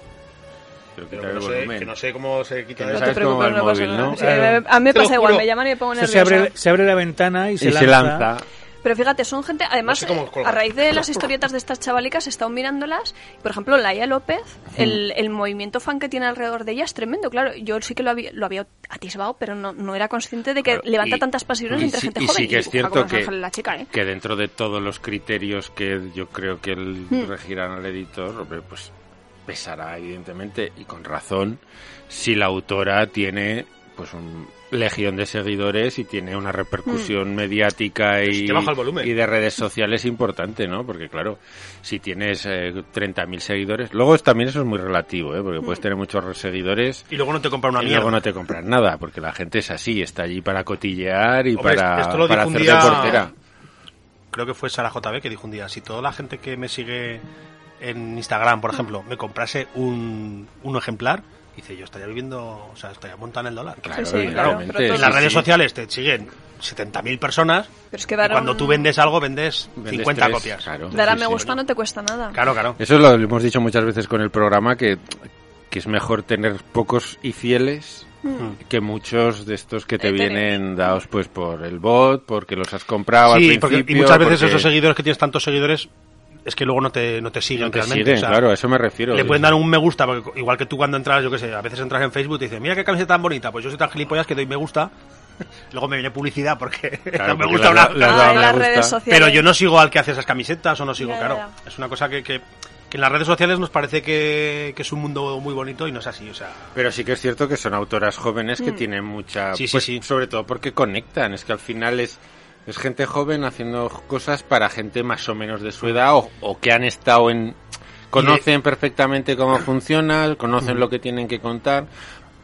Pero quitar Pero que no, el sé, volumen. que no sé cómo se Que quita no No esto. te sabes cómo preocupes, va no el pasa móvil, nada. ¿no? Sí, Claro. A mí me Te lo pasa igual, juro. me llaman y me pongo Eso nerviosa. se, abre, se abre la ventana y Y se lanza. se lanza. Ah, Pero fíjate, son gente. Además, eh, No sé cómo colgar. a raíz de las historietas de estas chavalicas, he estado mirándolas. Por ejemplo, Laia López, el, el movimiento fan que tiene alrededor de ella es tremendo. Claro, yo sí que lo había, lo había atisbado, pero no, no era consciente de que Claro, levanta y- tantas pasiones y entre sí- gente y joven. sí que dibuja es cierto como los que- ángeles la chica, ¿eh? que dentro de todos los criterios que yo creo que el, regirán al editor, hombre, pues pesará evidentemente y con razón si la autora tiene pues un legión de seguidores y tiene una repercusión mediática Pero si y, te baja el volumen. y de redes sociales importante, ¿no? Porque claro, si tienes eh, 30.000 seguidores, luego es- también eso es muy relativo, ¿eh? Porque puedes tener muchos re- seguidores Y luego no te compra una y mierda. luego no te compran nada, porque la gente es así, está allí para cotillear y Hombre, para, esto lo para hacer difundía- deportera. Creo que fue Sara JB que dijo un día, si toda la gente que me sigue en Instagram, por ejemplo, me comprase un, un ejemplar, dice, yo estaría viviendo, o sea, estaría montando el dólar. Claro, Sí, sí, evidentemente, claro, pero todo- En las sí, redes sí. sociales te siguen 70.000 personas Pero es que y dar a cuando un- tú vendes algo vendes, Vendes 50 tres, copias. claro. Dar a Sí, me sí. gusta no te cuesta nada. Claro, claro. Eso lo hemos dicho muchas veces con el programa, que, que es mejor tener pocos y fieles que muchos de estos que te Mm. Eh, vienen dados pues por el bot, porque los has comprado Sí, al porque- principio. y muchas veces porque esos seguidores que tienes tantos seguidores es que luego no te, no te siguen no te realmente. siguen, o sea, claro, a eso me refiero. Le pueden dar un me gusta, porque igual que tú cuando entras, yo qué sé, a veces entras en Facebook y te dicen, mira qué camiseta tan bonita, pues yo soy tan gilipollas que doy me gusta Luego me viene publicidad porque Claro, no me porque gusta la- hablar. la- Ah, dado en me las gusta. redes sociales. Pero yo no sigo al que hace esas camisetas o no sigo, Ya, claro. ya, Es una cosa que, que- que en las redes sociales nos parece que, que es un mundo muy bonito y no es así. O sea, Pero sí que es cierto que son autoras jóvenes Mm. que tienen mucha... pues, Sí, sí, sí. Sobre todo porque conectan, es que al final es, es gente joven haciendo cosas para gente más o menos de su edad o, o que han estado en... Conocen perfectamente cómo funciona, Mm. conocen lo que tienen que contar.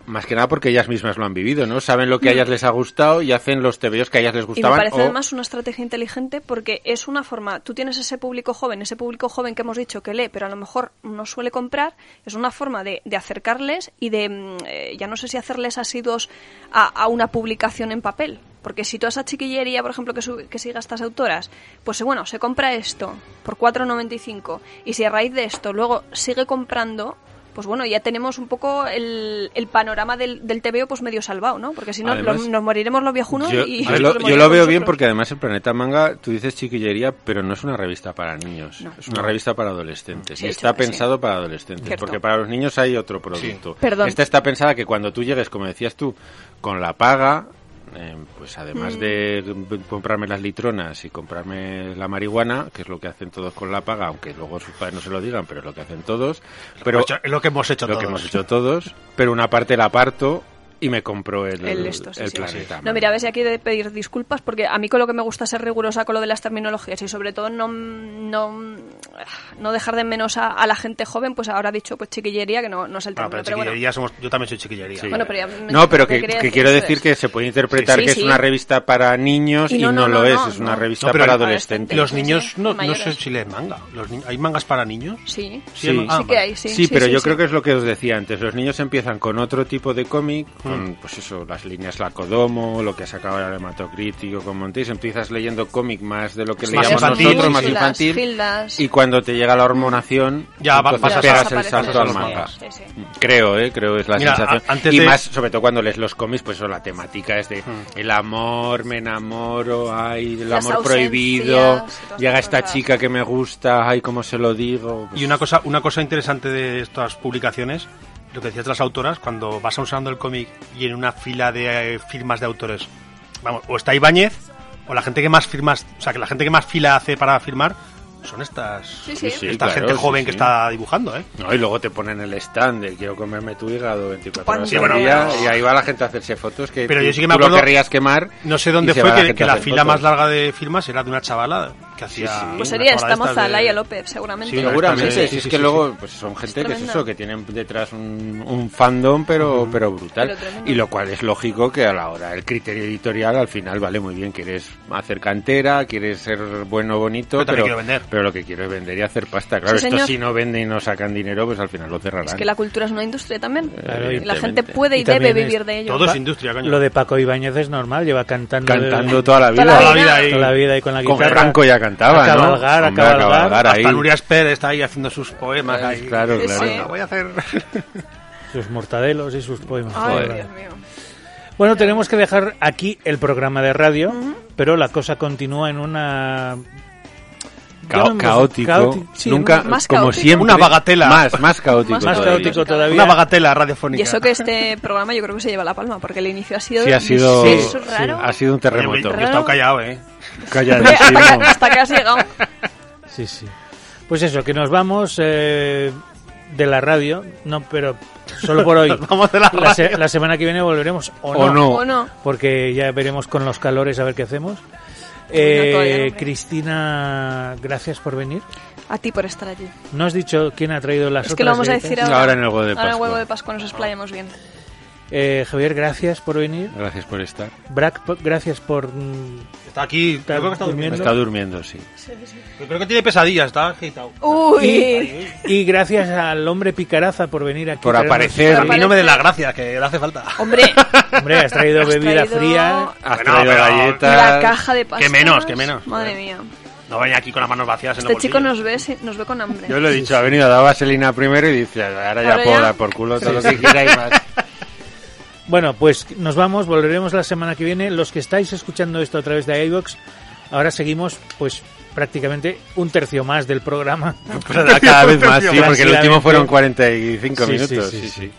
Más que nada porque ellas mismas lo han vivido, ¿no? Saben lo que a ellas les ha gustado y hacen los tebeos que a ellas les Mm. Y me gustaban. parece o- además una estrategia inteligente porque es una forma, tú tienes ese público joven, ese público joven que hemos dicho que lee, pero a lo mejor no suele comprar, es una forma de, de acercarles y de, mm, eh, ya no sé si hacerles asiduos a, a una publicación en papel. Porque si toda esa chiquillería, por ejemplo, que, su- que siga a estas autoras, pues eh, bueno, se compra esto por 4,95 y si a raíz de esto luego sigue comprando, pues bueno, ya tenemos un poco el, el panorama del, del TVO pues medio salvado, ¿no? Porque si no, lo- Además, nos moriremos los viejunos Yo, y... yo y lo, otros yo moriremos lo veo bien nosotros. porque además el Planeta Manga, tú dices chiquillería, pero no es una revista para niños, es una revista para adolescentes. Sí, y está eso que sí. pensado para adolescentes, Cierto. porque para los niños hay otro producto. Perdón. Esta está pensada que cuando tú llegues, como decías tú, con la paga, eh, pues además Mm. de comprarme las litronas y comprarme la marihuana, que es lo que hacen todos con la paga, aunque luego sus padres no se lo digan, pero es lo que hacen todos. Pero macho, es lo que hemos hecho lo todos. que hemos hecho todos, pero una parte la parto y me compro el, El esto, sí, el sí. planeta. No, Manga. mira, a ver si aquí he de pedir disculpas porque a mí con lo que me gusta es ser rigurosa con lo de las terminologías y sobre todo no, no, no dejar de menos a, a la gente joven, pues ahora he dicho pues chiquillería, que no, no es el Ah, término. pero pero bueno. chiquillería somos, yo también soy chiquillería. Sí. Bueno, pero ya me- no, pero me que, quería que decir quiero eso decir es. que se puede interpretar Sí, que sí. es una revista para niños Y y no, no, no, lo no, es, no, es una no. revista No, pero para el- adolescentes. Los Sí, niños sí, no, no ¿eh? mayores. sé si leen manga. Los ni- ¿Hay mangas para niños? Sí, Sí, hay manga- sí que vale. hay, sí. Sí, pero yo sí. creo que es lo que os decía antes. Los niños empiezan con otro tipo de cómic, Mm. con pues eso, las líneas Lacodomo, lo que ha sacado el hematocrítico con Montes. Empiezas leyendo cómic más de lo que Más leíamos infantil. nosotros, más Gildas, infantil. Gildas. Y cuando te llega la hormonación, Ya, va- entonces pasas- pegas el desaparecen salto al esos manga. mangas, sí, sí. Creo, ¿eh? Creo es la Mira, sensación. a- antes y de- Mm. más, sobre todo cuando lees los cómics, pues oh, la temática es de el amor, me enamoro, ay, el Las amor ausencias, prohibido, todas llega estas esta cosas. chica que me gusta, ay, cómo se lo digo. pues, Y una cosa, una cosa interesante de estas publicaciones, lo que decías de las autoras, cuando vas usando el cómic y en una fila de eh, firmas de autores, vamos, o está Ibáñez, o la gente que más firmas, o sea, que la gente que más fila hace para firmar son estas, Sí, sí. Sí, esta claro, gente sí, joven que sí. está dibujando, ¿eh? No, y luego te ponen el stand de quiero comerme tu hígado 24 Cuando horas al veas. día", y ahí va la gente a hacerse fotos que Pero tú, yo sí que me tú lo acuerdo- querrías quemar. No sé y dónde se fue va que, gente que a la hacer fila más fotos. larga de firmas era de una chavala que hacía. sí. Pues una sería chavala esta de estas moza, de- Laia López, seguramente. Sí, Seguramente, Sí, sí, si es sí, que sí, luego pues son gente que es tremendo. eso, que tienen detrás un, un fandom pero, pero brutal. Pero tremendo. y lo cual es lógico que a la hora el criterio editorial al final vale muy bien. Quieres hacer cantera, quieres ser bueno, bonito, Pero pero, también quiero vender. pero lo que quiero es vender y hacer pasta. Claro, Sí, esto señor. si no venden y no sacan dinero, pues al final lo cerrarán. Es que la cultura es una industria también. Y Claro, la gente evidentemente. puede y, Y debe también es- vivir de ello. Todo es industria, coño. Lo de Paco Ibáñez es normal, lleva cantando, Cantando de- toda la vida. Toda la vida ahí. toda la vida y con la Con guitarra. Franco ya cantaba, a ¿no? cabalgar, a Hombre, a cabalgar. ahí. Hasta Nuria Esper está ahí haciendo sus poemas. ahí. Claro, Sí, claro. sí. Bueno, voy a hacer. Sus mortadelos y sus poemas. Ay, Joder. Dios mío. Bueno, tenemos que dejar aquí el programa de radio, pero la cosa continúa en una... Cao- Yo no- caótico. caótico, sí, Nunca, Más como caótico. siempre. Una bagatela. Más, más caótico. Más Más todavía. caótico todavía. Una bagatela radiofónica. Y eso que este programa yo creo que se lleva la palma, porque el inicio ha sido... Sí, ha sido, Sí, es raro. ha sido un Oye, güey, terremoto. pues, Yo he estado callado, ¿eh? Hombre, hasta, Calladísimo. que, hasta que has llegado. Sí, sí. Pues eso, que nos vamos eh, de la radio, no, pero solo por hoy. Vamos de la La, se- radio. la semana que viene volveremos o no, O no. O no. porque ya veremos con los calores a ver qué hacemos. no, todavía no, Eh, hombre. Cristina, gracias por venir. A ti por estar allí. No has dicho quién ha traído las Es que lo vamos otras a galletas. decir ahora. Ahora en el huevo Ahora de en el Pascua. huevo de Pascua nos explayamos bien. Eh, Javier, gracias por venir. Gracias por estar. Brack, po- gracias por mm, Está aquí. Yo creo que está durmiendo. Está durmiendo, sí. Yo creo que tiene pesadillas, está agitado. Uy, y gracias al hombre picaraza por venir aquí. Por Traernos- aparecer. A mí no me dé las gracias, que le hace falta. hombre, Hombre, has traído Has bebida traído- fría. Has Bueno, traído pero- galletas. la caja de pastas. Que menos, que menos. Madre mía. No venía aquí con las manos vacías en Este los chico bolsillos. nos ve, si- nos ve con hambre. Yo lo he dicho, ha venido, da vaselina primero y dice, ahora ya Ahora puedo ya. dar por culo todo lo que quiera y más. Bueno, pues nos vamos, volveremos la semana que viene. Los que estáis escuchando esto a través de iVoox, ahora seguimos pues prácticamente un tercio más del programa. Pues Pero da cada vez más, sí, porque el Tranquilamente. último fueron Sí, 45 sí, minutos. sí, sí, sí. sí.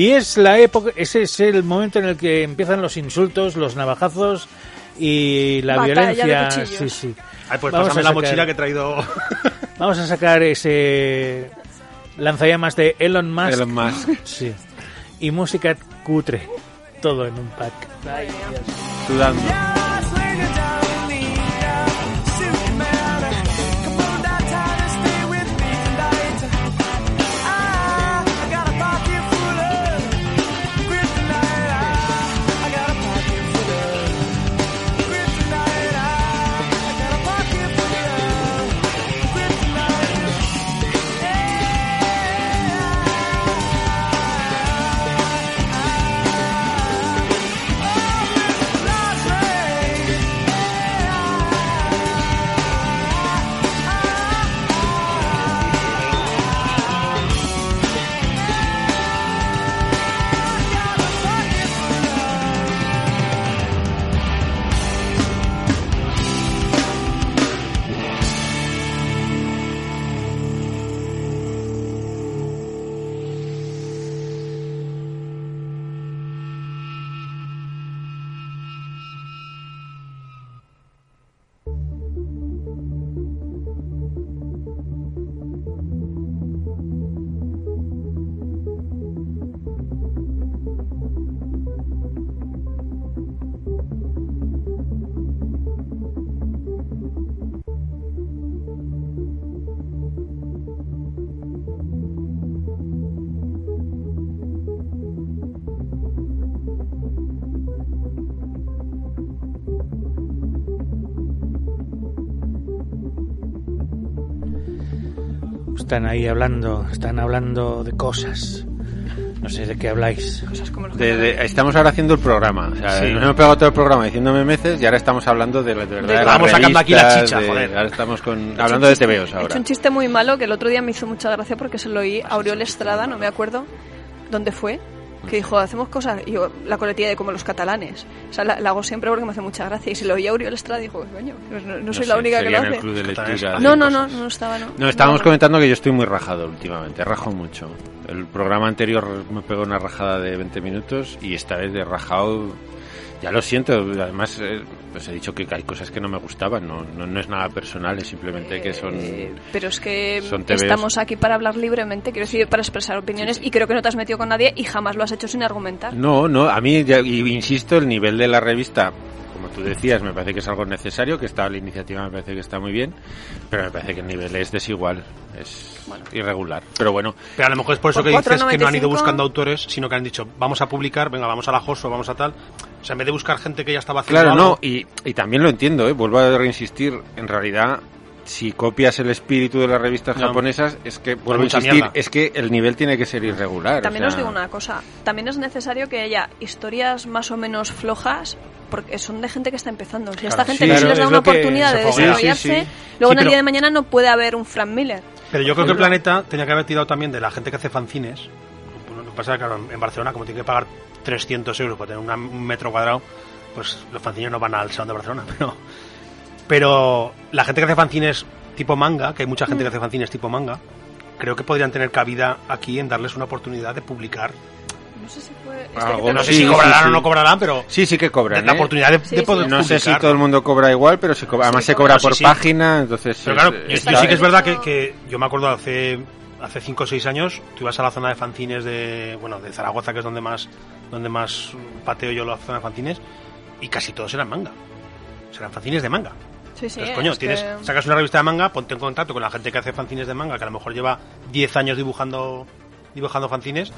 Y es la época, ese es el momento en el que empiezan los insultos, los navajazos y la Batalla de violencia. cuchillos. sí, sí. Ay, pues Vamos pásame a la sacar- mochila que he traído. Vamos a sacar ese lanzallamas de Elon Musk. Elon Musk. Sí. Y música cutre. Todo en un pack. Sudando. Están ahí hablando, están hablando de cosas. No sé de qué habláis. Cosas como los De- de- estamos ahora haciendo el programa. O sea, Sí. Nos hemos pegado todo el programa diciéndome meses y ahora estamos hablando de, la- de verdad. De- de las Vamos sacando aquí la revistas, chicha, de- joder. Ahora estamos con, hablando de TVOs He hecho ahora. un chiste muy malo que el otro día me hizo mucha gracia porque se lo oí a Oriol Estrada, no me acuerdo dónde fue, que dijo, hacemos cosas, y yo, la coletilla de como los catalanes. O sea, la, la hago siempre porque me hace mucha gracia. Y se lo oí a Oriol Estrada, dijo, coño, no, no soy sé, la única que lo sería en el hace. club de Catalanes lectura de No, no, no, cosas. no estaba, no. No, estábamos No, no. comentando que yo estoy muy rajado últimamente, rajo mucho. El programa anterior me pegó una rajada de 20 minutos y esta vez de rajado, ya lo siento, además eh, os he dicho que hay cosas que no me gustaban, no, no, no es nada personal, es simplemente que son... Eh, pero es que son TVOs. estamos aquí para hablar libremente, quiero decir, para expresar opiniones, y creo que no te has metido con nadie y jamás lo has hecho sin argumentar. No, no, a mí, ya- y insisto, el nivel de la revista, como tú decías, me parece que es algo necesario, que está la iniciativa, me parece que está muy bien, pero me parece que el nivel es desigual, es irregular. Pero bueno, Pero a lo mejor es por eso Por que dices que no han ido 4,95. buscando autores, sino que han dicho, vamos a publicar, venga, vamos a la Joso, vamos a tal. O sea, en vez de buscar gente que ya estaba haciendo Claro, algo, no, y, y también lo entiendo, ¿eh? vuelvo a reinsistir, en realidad, si copias el espíritu de las revistas No. japonesas, es que, vuelvo a mucha insistir, mierda. es que el nivel tiene que ser irregular. o También sea, os digo una cosa, también es necesario que haya historias más o menos flojas porque son de gente que está empezando. Si a esta Claro, gente sí, no se claro, les da es una lo que oportunidad se de foguea. desarrollarse, Sí, sí, luego Sí, en el pero- día de mañana no puede haber un Frank Miller. Pero yo creo que el planeta tenía que haber tirado también de la gente que hace fanzines. Bueno, lo que pasa es que claro, en Barcelona, como tiene que pagar 300 euros para tener una- un metro cuadrado, pues los fanzines no van al salón de Barcelona. Pero, pero la gente que hace fanzines tipo manga, que hay mucha gente que hace fanzines tipo manga, creo que podrían tener cabida aquí en darles una oportunidad de publicar. No sé si fue... Algo, que No sé Sí, si sí, cobrarán sí. o no cobrarán, pero Sí, sí que cobran. la ¿eh? oportunidad de, Sí, de sí. poder No sé si publicar. todo el mundo cobra igual, pero se cobra- además que se cobra cobran. por Sí, sí. página, entonces... Pero claro, es- yo, es- yo sí que es verdad que, Eso- que yo me acuerdo hace hace 5 o 6 años, tú ibas a la zona de fanzines de bueno de Zaragoza, que es donde más donde más pateo yo la zona de fanzines, y casi todos eran manga. O sea, Eran fanzines de manga. Sí, sí, Entonces, coño, es tienes, que- sacas una revista de manga, ponte en contacto con la gente que hace fanzines de manga, que a lo mejor lleva 10 años dibujando dibujando fanzines,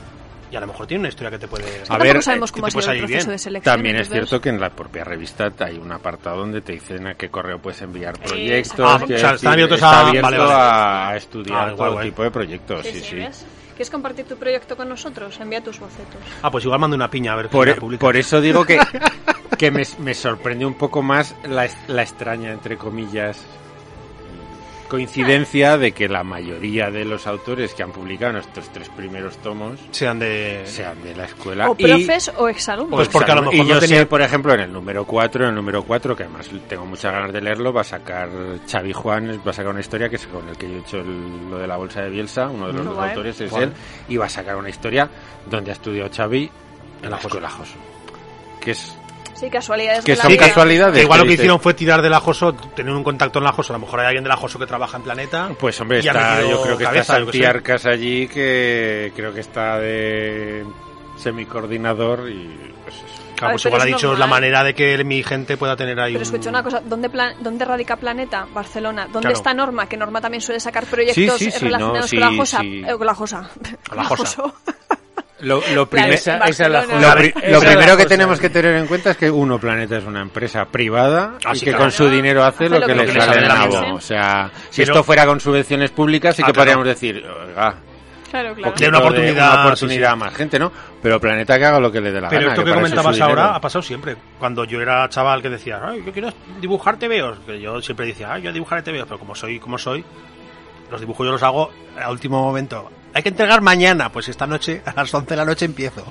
y a lo mejor tiene una historia que te puede... A Tampoco ver, sabemos eh, cómo que ha sido te el puede salir proceso bien. de selección. También es entonces- cierto que en la propia revista hay un apartado donde te dicen a qué correo puedes enviar proyectos. Ah, o quiero sea, decir, están abiertos está a- abierto vale, vale. a estudiar Ah, guay, todo guay. tipo de proyectos. Sí, sí. sí, ¿ves? ¿Quieres compartir tu proyecto con nosotros? Envía tus bocetos. Ah, pues igual mando una piña a ver quién la Por, publica. por eso digo que, que me, me sorprende un poco más la, es- la extraña, entre comillas, coincidencia de que la mayoría de los autores que han publicado nuestros tres primeros tomos Sean de. sean de la escuela. O Ah, y- profes o exalumnos. Pues porque a lo Exacto. mejor y no yo sé, tenía- por ejemplo, en el número 4, en el número 4, que además tengo muchas ganas de leerlo, va a sacar Xavi Juan, va a sacar una historia que es con el que yo he hecho el- lo de la bolsa de Bielsa, uno de los Mm. dos Guay. autores es Guay. él, y va a sacar una historia donde ha estudiado Xavi en la escuela Joso. Que es Sí, casualidades. que de la son vida. casualidades. Que igual lo que dices, hicieron fue tirar del ajoso, tener un contacto en la ajoso. A lo mejor hay alguien del ajoso que trabaja en Planeta. Pues hombre, y ha está, metido yo creo que cabeza, está yo que sé. Santi Arcas allí, que creo que está de semicoordinador y pues eso. A Claro, ver, pues pero igual ha es dicho es normal. la manera de que mi gente pueda tener ahí. Pero un- escucha una cosa, ¿dónde, plan- ¿dónde radica Planeta? Barcelona. ¿Dónde Claro. está Norma? Que Norma también suele sacar proyectos Sí, sí, sí, relacionados no, sí, con la Josa. sí. eh, con la Josa. Con la Josa. Joso. Lo, lo Claro, primero- esa- esa es la Barcelona. joya. Lo, pri- Esa lo es la primero que cosa. tenemos que tener en cuenta es que Uno Planeta es una empresa privada Ah, y sí, que claro. con su dinero hace, lo que le sale en la la gana. O sea, si Pero- esto fuera con subvenciones públicas, sí Ah, que claro. podríamos decir, oiga, Claro, claro. De poquito una oportunidad, una oportunidad a más gente, ¿no? Pero Planeta que haga lo Ah, que le dé la Pero gana. esto que, para eso es su comentabas dinero. ahora ha pasado siempre. Cuando yo era chaval que decía, Ay, yo quiero dibujar TVOs, que yo siempre decía, Ay, yo dibujaré TVOs, pero como soy, como soy, los dibujos yo los hago a último momento. Hay que entregar mañana, pues esta noche, a las 11 de la noche empiezo.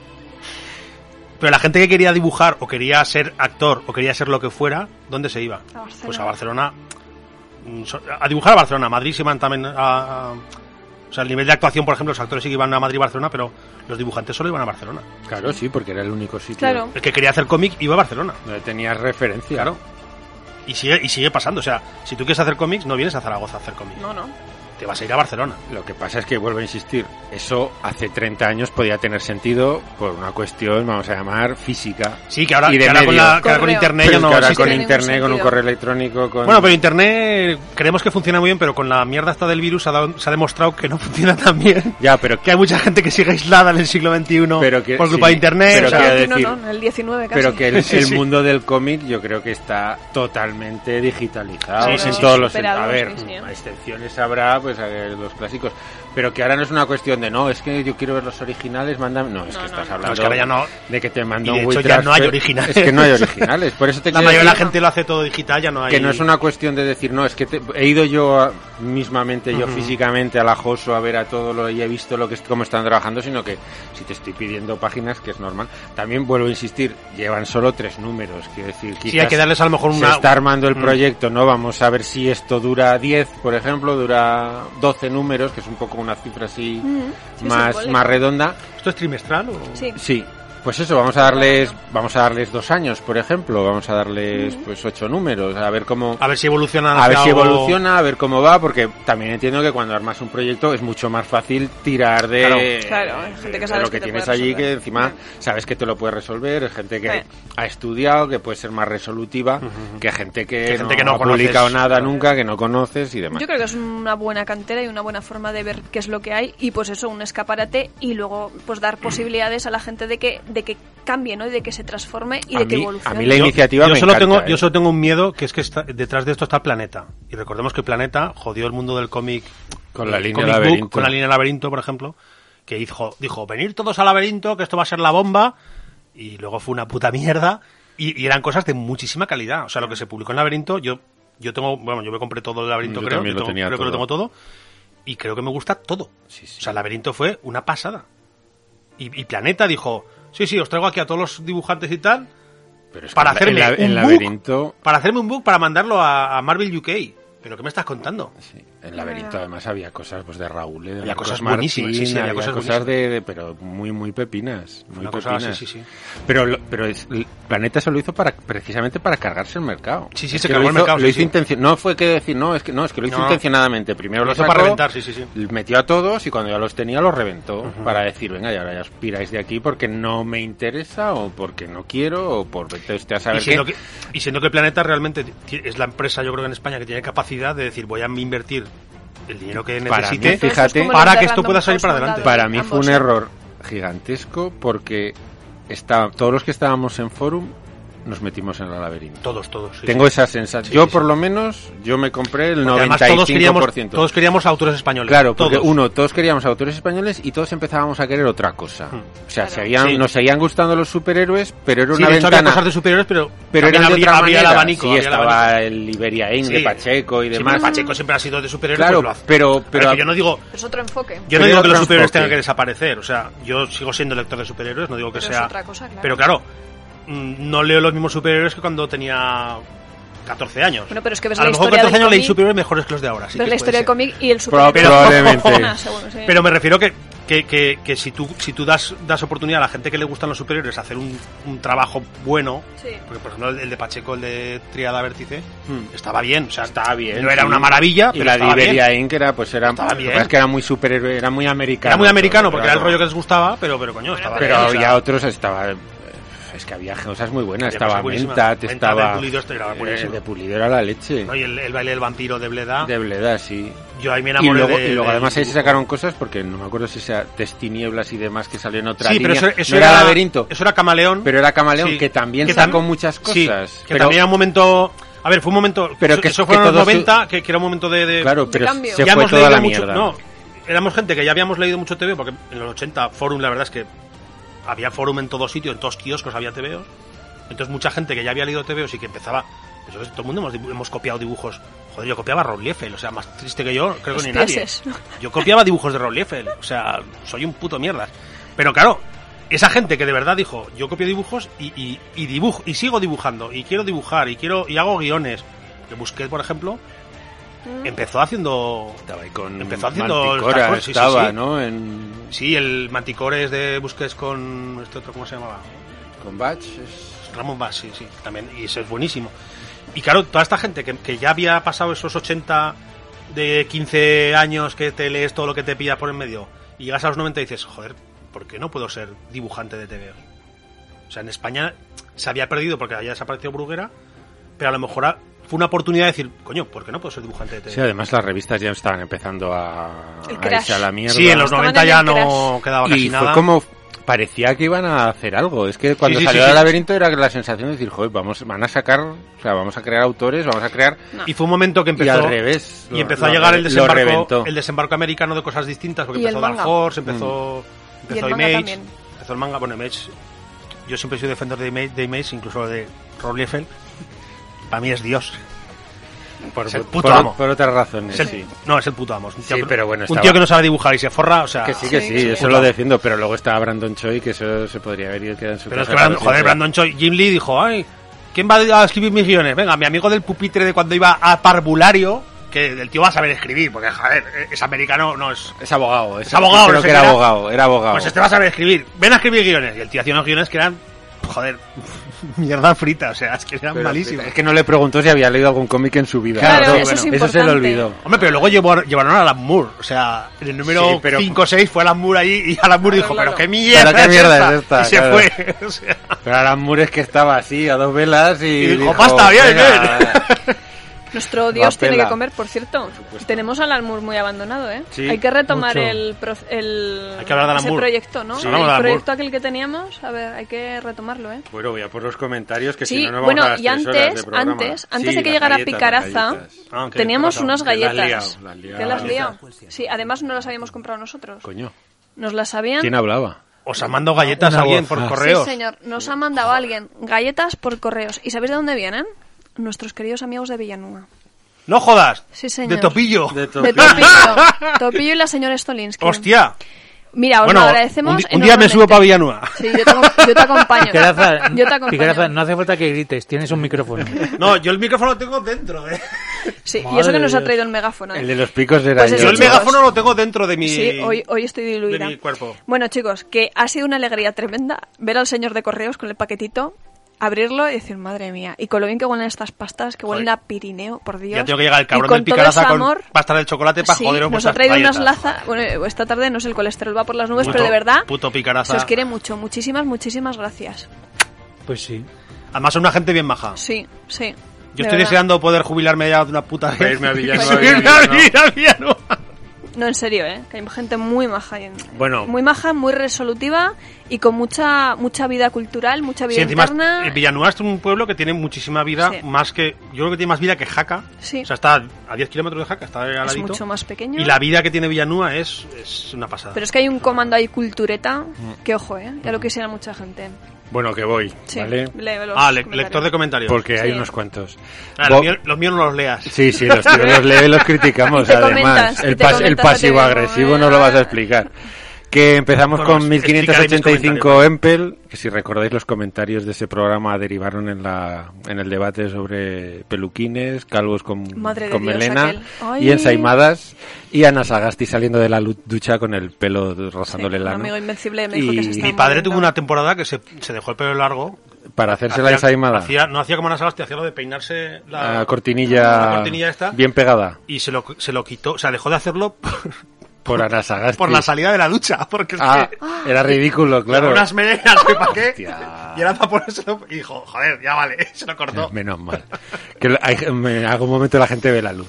Pero la gente que quería dibujar, o quería ser actor, o quería ser lo que fuera, ¿dónde se iba? A Barcelona. Pues a Barcelona. mm, so- A dibujar a Barcelona, a Madrid se iban también a- a- O sea, el nivel de actuación, por ejemplo, los actores sí que iban a Madrid y Barcelona, pero los dibujantes solo iban a Barcelona. Claro, sí, porque era el único sitio Claro. El que quería hacer cómic iba a Barcelona. donde tenías referencia. Claro. Y sigue, y sigue pasando. O sea, si tú quieres hacer cómics, no vienes a Zaragoza a hacer cómics. No, no. Te vas a ir a Barcelona. Lo que pasa es que, vuelvo a insistir, eso hace 30 años podía tener sentido por una cuestión, vamos a llamar, física. Sí, que ahora, Y de que ahora con, medio. la- que ahora con Correo. internet Pero ya es no que ahora existe. con Tiene ningún internet, con un sentido. correo electrónico, con... Bueno, pero internet creemos que funciona muy bien, pero con la mierda esta del virus ha dado- se ha demostrado que no funciona tan bien. Ya, pero Que hay mucha gente que sigue aislada en el siglo XXI Pero que- por culpa sí, de internet. pero o sea, que- no, decir- no, no, el 19 casi. Pero que el, Sí, el sí. mundo del cómic yo creo que está totalmente digitalizado Sí, en sí, todos los superado, A ver, sí, ¿eh? sí. excepciones habrá, pues a ver, los clásicos. Pero que ahora no es una cuestión de no, es que yo quiero ver los originales, mándame. No, es No, no, que estás no. hablando No, es que ahora ya no- de que te manda y de un hecho ya WeTransfer. no hay originales. Es que no hay originales. Por eso te la quiero mayoría de la decir gente lo hace todo digital, ya no hay. que no es una cuestión de decir, no, es que te- he ido yo a- mismamente, yo físicamente a la Joso a ver a todo lo y he visto lo que es, cómo están trabajando, sino que si te estoy pidiendo páginas, que es normal. También vuelvo a insistir, llevan solo tres números, quiero decir, Sí, quizás hay que darles a lo mejor se una. está armando el Mm. proyecto, ¿no? Vamos a ver si esto dura 10, por ejemplo, dura 12 números, que es un poco una cifra así Mm, sí, más, simbólico. más redonda. ¿Esto es trimestral o.? Sí. Sí, pues eso, vamos a darles, vamos a darles dos años, por ejemplo, vamos a darles pues ocho números, a ver cómo, A ver si evoluciona. a ver hacia si algo- evoluciona, a ver cómo va, porque también entiendo que cuando armas un proyecto es mucho más fácil tirar de, Claro. Claro, hay gente que de sabes lo que te que, tienes puede allí, resolver. que encima Bien. sabes que te lo puedes resolver, es gente que Bien. ha estudiado, que puede ser más resolutiva, que gente que, Que gente no, que no ha conoces. publicado nada nunca, que no conoces y demás. Yo creo que es una buena cantera y una buena forma de ver qué es lo que hay y pues eso, un escaparate y luego pues dar posibilidades a la gente de que, de que cambie, ¿no? Y de que se transforme y A de que mí- evolucione. a mí la iniciativa yo me solo encanta, tengo ¿eh? yo solo tengo un miedo que es que está- detrás de esto está Planeta y recordemos que Planeta jodió el mundo del cómic Con la el línea comic laberinto. Eh, con la línea laberinto por ejemplo que dijo dijo venir todos al laberinto que esto va a ser la bomba y luego fue una puta mierda y, y eran cosas de muchísima calidad o sea lo que se publicó en laberinto yo yo tengo bueno yo me compré todo el laberinto Yo creo también yo lo tengo- tenía creo que lo todo. tengo todo y creo que me gusta todo Sí, sí. o sea laberinto fue una pasada y, y Planeta dijo sí sí os traigo aquí a todos los dibujantes y tal Pero es para que el hacerme la- un el book. laberinto, para hacerme un book para mandarlo a, a Marvel UK. ¿Pero qué me estás contando? Sí, Ah. El laberinto además había cosas pues de Raúl, de Había Marcos cosas Martín, buenísimas, sí, sí, había había cosas cosas, de, de- pero muy muy pepinas, muy Una cosa así, pepinas. sí, sí. Pero lo- pero es- el Planeta se lo hizo para precisamente para cargarse el mercado. Sí, sí, Es se que cargó lo el hizo- mercado, Lo sí, hizo sí. intenci- no fue que decir, no, es que no, es que lo hizo No. intencionadamente. Primero lo, Lo hizo para sacó, reventar, sí, sí, sí. Metió a todos y cuando ya los tenía los reventó para decir, venga, y ahora ya os piráis de aquí porque no me interesa o porque no quiero o por vete usted a Y saber qué. siendo, que, y siendo que Planeta realmente ti- es la empresa, yo creo que en España, que tiene capacidad de decir voy a invertir el dinero que Para necesite. mí, fija- fíjate, para que esto pueda salir para adelante. Para mí fue un ¿eh? error gigantesco porque está, todos los que estábamos en Forum nos metimos en el laberinto. Todos, todos. sí, Tengo sí. esa sensación. Sí, yo, sí, por lo menos, yo me compré el 95%. Porque además todos queríamos, todos queríamos autores españoles. Claro, porque todos. uno, todos queríamos autores españoles y todos empezábamos a querer otra cosa. Hmm. O sea, Claro. seguían- Sí. nos seguían gustando los superhéroes, pero era Sí, una de hecho, había ventana. cosas de superiores, pero, pero también era de abría- otra abría manera. el abanico. Sí, abría el estaba abanico. el Iberia Inc. Sí. de Pacheco y Sí, demás. pero Pacheco siempre ha sido de superhéroes. claro, pues lo hace. pero, Pero pero, que yo no digo, Es otro enfoque. yo Pero no digo era que los transporte. superhéroes tengan que desaparecer. O sea, yo sigo siendo lector de superhéroes, no digo que Pero es sea. otra cosa, claro. Pero claro, mm, no leo los mismos superhéroes que cuando tenía 14 años. Bueno, pero es que ves a la lo mejor historia 14 del años leí cómic- superhéroes mejores que los de ahora. Ves sí que la puede historia ser. del cómic y el Pro- superhéroe. probablemente. Ah, seguro, sí. Pero me refiero que, que, que, que si tú, si tú das, das oportunidad a la gente que le gustan los superiores a hacer un, un trabajo bueno, Sí. porque por ejemplo el, el de Pacheco, el de Triada Vértice, Hmm. estaba bien, o sea, Estaba bien, No era sí. una maravilla, y pero la de estaba bien. Iberia Inc. era, pues era, Estaba lo que bien. pasa es que era muy superhéroe, era muy americano. Era muy americano, todo, porque claro. era el rollo que les gustaba, pero, pero coño, estaba Pero bien. o sea, había otros, estaba. eh, Es que había cosas muy buenas. Había Estaba cosas buenísimas. Mentat, Mentat estaba. de Pulido, esto era eh, buenísimo. de Pulido era la leche. ¿no? Y el, el baile del vampiro de Bleda, De Bleda, sí. yo ahí me Y enamoré luego, de- y luego del además ahí se dibujo. sacaron cosas porque no me acuerdo si sea Testinieblas y demás que salió en otra Sí, pero línea. eso, eso No era, laberinto. Eso era camaleón. Pero era Camaleón, Sí. que también Que sacó tam- muchas Sí, cosas. que pero, también era un momento. A ver, fue un momento. Pero eso, que- eso que fueron los todo su- 90, que, que era un momento de. de- claro, pero cambio. se ya fue hemos toda leído la mucho- mierda. No, éramos gente que ya habíamos leído mucho TV, porque en los 80 Forum, la verdad es que había Forum en todo sitio, en todos kioscos había TVOs. Entonces mucha gente que ya había leído TVOs y que empezaba... Eso es, todo el mundo hemos, dibu- hemos copiado dibujos. Joder, yo copiaba a Ron Liefeld, o sea, más triste que yo, creo que ni nadie. Espieses. Yo copiaba dibujos de Ron Liefeld, o sea, soy un puto mierda. Pero claro, esa gente que de verdad dijo, yo copio dibujos y, y, y dibujo, y sigo dibujando, y quiero dibujar, y quiero, y hago guiones. Que Busquets, por ejemplo, empezó haciendo Estaba ahí con Empezó haciendo Manticora, estas cosas, sí, sí, estaba, sí. ¿no? En, Sí, el Manticores de Busquets con este otro, ¿cómo se llamaba? con Batch. es- Ramón Vaz, sí, sí, también, y ese es buenísimo. Y claro, toda esta gente que, que ya había pasado esos 80 de 15 años que te lees todo lo que te pillas por en medio, y llegas a los 90 y dices, joder, ¿por qué no puedo ser dibujante de TV? O sea, en España se había perdido porque había desaparecido Bruguera, pero a lo mejor a- fue una oportunidad de decir, coño, ¿por qué no puedo ser dibujante de TV? Sí, además las revistas ya estaban empezando a, El a irse a la crash. mierda. Sí, en los Estaban 90 en ya el no quedaba casi y nada. fue como parecía que iban a hacer algo es que cuando Sí, sí, salió sí, el sí. laberinto era la sensación de decir joder vamos van a sacar o sea vamos a crear autores vamos a crear Y fue un momento que empezó. y al revés y lo- empezó a lo- llegar el lo desembarco, reventó. el desembarco americano de cosas distintas, porque Y el empezó Dark manga. Mm. Horse, empezó, Y el empezó manga Image, también. empezó el manga, bueno, Image, yo siempre he sido defensor de Image, de Image incluso de Rob Liefeld, para mí es Dios. por, es el por- puto por- amo. por otras razones Es el- sí. No, es el puto amo. es un tío, Sí, que- pero bueno, un estaba- tío que no sabe dibujar y se forra, o sea... que sí que Sí, sí, sí. eso lo defiendo pero luego estaba Brandon Choi que eso se podría haber ido quedando en su Pero es casa que, Brandon, para joder, siempre. Brandon Choi, Jim Lee dijo, ay, ¿quién va a escribir mis guiones? Venga, mi amigo del pupitre de cuando iba a parvulario, que el tío va a saber escribir, porque, joder, es americano, no es... es abogado Es abogado, creo no sé que era qué era. abogado era abogado Pues este va a saber escribir. Ven a escribir guiones. Y el tío hacía unos guiones que eran, joder, mierda frita. O sea, es que eran Pero- malísimos. es que no le preguntó si había leído algún cómic en su vida Claro, Claro, eso es eso se importante. le olvidó Hombre, pero luego llevó- llevaron a Alan Moore. O sea, en el Sí, número pero- 5 o 6 fue Alan Moore allí y Alan Claro, Moore dijo, claro. pero qué mierda, Pero qué mierda es Y esta, se claro. fue. O sea, Pero Alan Moore es que estaba así, a dos velas y. Y dijo, "Pasta, bien, "Venga". Nuestro Dios tiene pela. que comer, por cierto. Tenemos al Almur muy abandonado, ¿eh? Sí, Hay que retomar mucho. el, pro- el Hay que hablar de ese Alan Moore. proyecto, ¿no? Sí, hablamos el de Alan proyecto aquel que teníamos, a ver, hay que retomarlo, ¿eh? Bueno, voy a por los comentarios que Sí, si no, no vamos bueno, a las y tres antes, horas de programa. antes, Sí, antes de que las llegara galletas, Picaraza, las galletas. Ah, ¿qué- teníamos qué pasó? unas Que la has galletas. liado, la has liado. ¿Qué las has liado? Galletas. Sí, además no las habíamos comprado nosotros. Coño, Nos las habían... ¿quién hablaba? Os ha mandado galletas Una a alguien voz. por Ah. correos. Sí, señor. Nos ha mandado alguien galletas por correos. ¿Y sabéis de dónde vienen? Nuestros queridos amigos de Villanueva. No jodas. Sí, señor. De topillo. De to- De Topillo. Topillo y la señora Stolinsky. Hostia. Mira, os bueno, lo un, agradecemos. di- un día me enormemente. subo para Villanueva. Sí, yo te, yo te acompaño. Piqueraza, yo te acompaño. Piqueraza, no hace falta que grites, tienes un micrófono. No, yo el micrófono lo tengo dentro, eh. Sí, y Madre eso que nos de ha Dios. traído el megáfono. ¿eh? El de los picos era Pues yo. eso, Yo el chicos. megáfono lo tengo dentro de mi... Sí, hoy, hoy estoy diluida. de mi cuerpo. Bueno, chicos, que ha sido una alegría tremenda ver al señor de correos con el paquetito, abrirlo y decir, madre mía, y con lo bien que huelen estas pastas, que huelen Joder. a Pirineo, por Dios. Ya tengo que llegar el y cabrón con del todo picaraza ese con amor, pasta del chocolate para sí, joder nos ha traído unas lazas. Bueno, eh, esta tarde no sé, el colesterol va por las nubes, Puto- pero de verdad, puto picaraza. se os quiere mucho. Muchísimas, muchísimas gracias. Pues sí. Además son una gente bien maja. Sí, sí. Yo de estoy verdad. deseando poder jubilarme ya de una puta vez. Para irme a Villanueva, Subirme a Villanueva. vivir a Villanueva. No, en serio, ¿eh? Que hay gente muy maja. y en- Bueno. Muy maja, muy resolutiva y con mucha mucha vida cultural, mucha vida Sí, encima interna. eh, Villanueva es un pueblo que tiene muchísima vida, Sí. más que. Yo creo que tiene más vida que Jaca. Sí. O sea, está a 10 kilómetros de Jaca, está al es ladito. mucho más pequeño. Y la vida que tiene Villanueva es, es una pasada. Pero es que hay un comando ahí cultureta Mm. que, ojo, ¿eh? Ya lo quisiera mucha gente. Bueno, que voy, Sí, ¿vale? lee los ah, le- comentarios. lector de comentarios. Porque hay Sí. unos cuantos. Ah, Bo- los, míos, los míos no los leas. Sí, sí, los tíos los leo y los criticamos, Y te además. comentas, y el, te pas- comentas el lo que pasivo digo, agresivo ¿eh? no lo vas a explicar. Que empezamos Bueno, pues con explicaré mis 1585 comentarios. Empel, que si recordáis los comentarios de ese programa derivaron en la en el debate sobre peluquines, calvos con, Madre de con Dios, melena aquel. Ay. y ensaimadas, y Ana Sagasti saliendo de la lu- ducha con el pelo rozándole Sí, el un ano. amigo invencible me dijo que se Y estaba- Mi padre bonito. tuvo una temporada que se, se dejó el pelo largo. para hacerse la Hacía- ensaimada, hacía- no hacía como Ana Sagasti, hacía lo de peinarse la, la cortinilla, la cortinilla esta. bien pegada Y se lo, se lo quitó, o sea, dejó de hacerlo por Ana Sagasti. por la salida de la ducha. Porque es Ah, que. era ridículo, claro. Unas melenas, que pa' qué? Hostia. Y era para ponérselo. Y dijo, joder, ya vale, se lo cortó. Eh, Menos mal. Que lo- hay- en algún momento la gente ve la luz.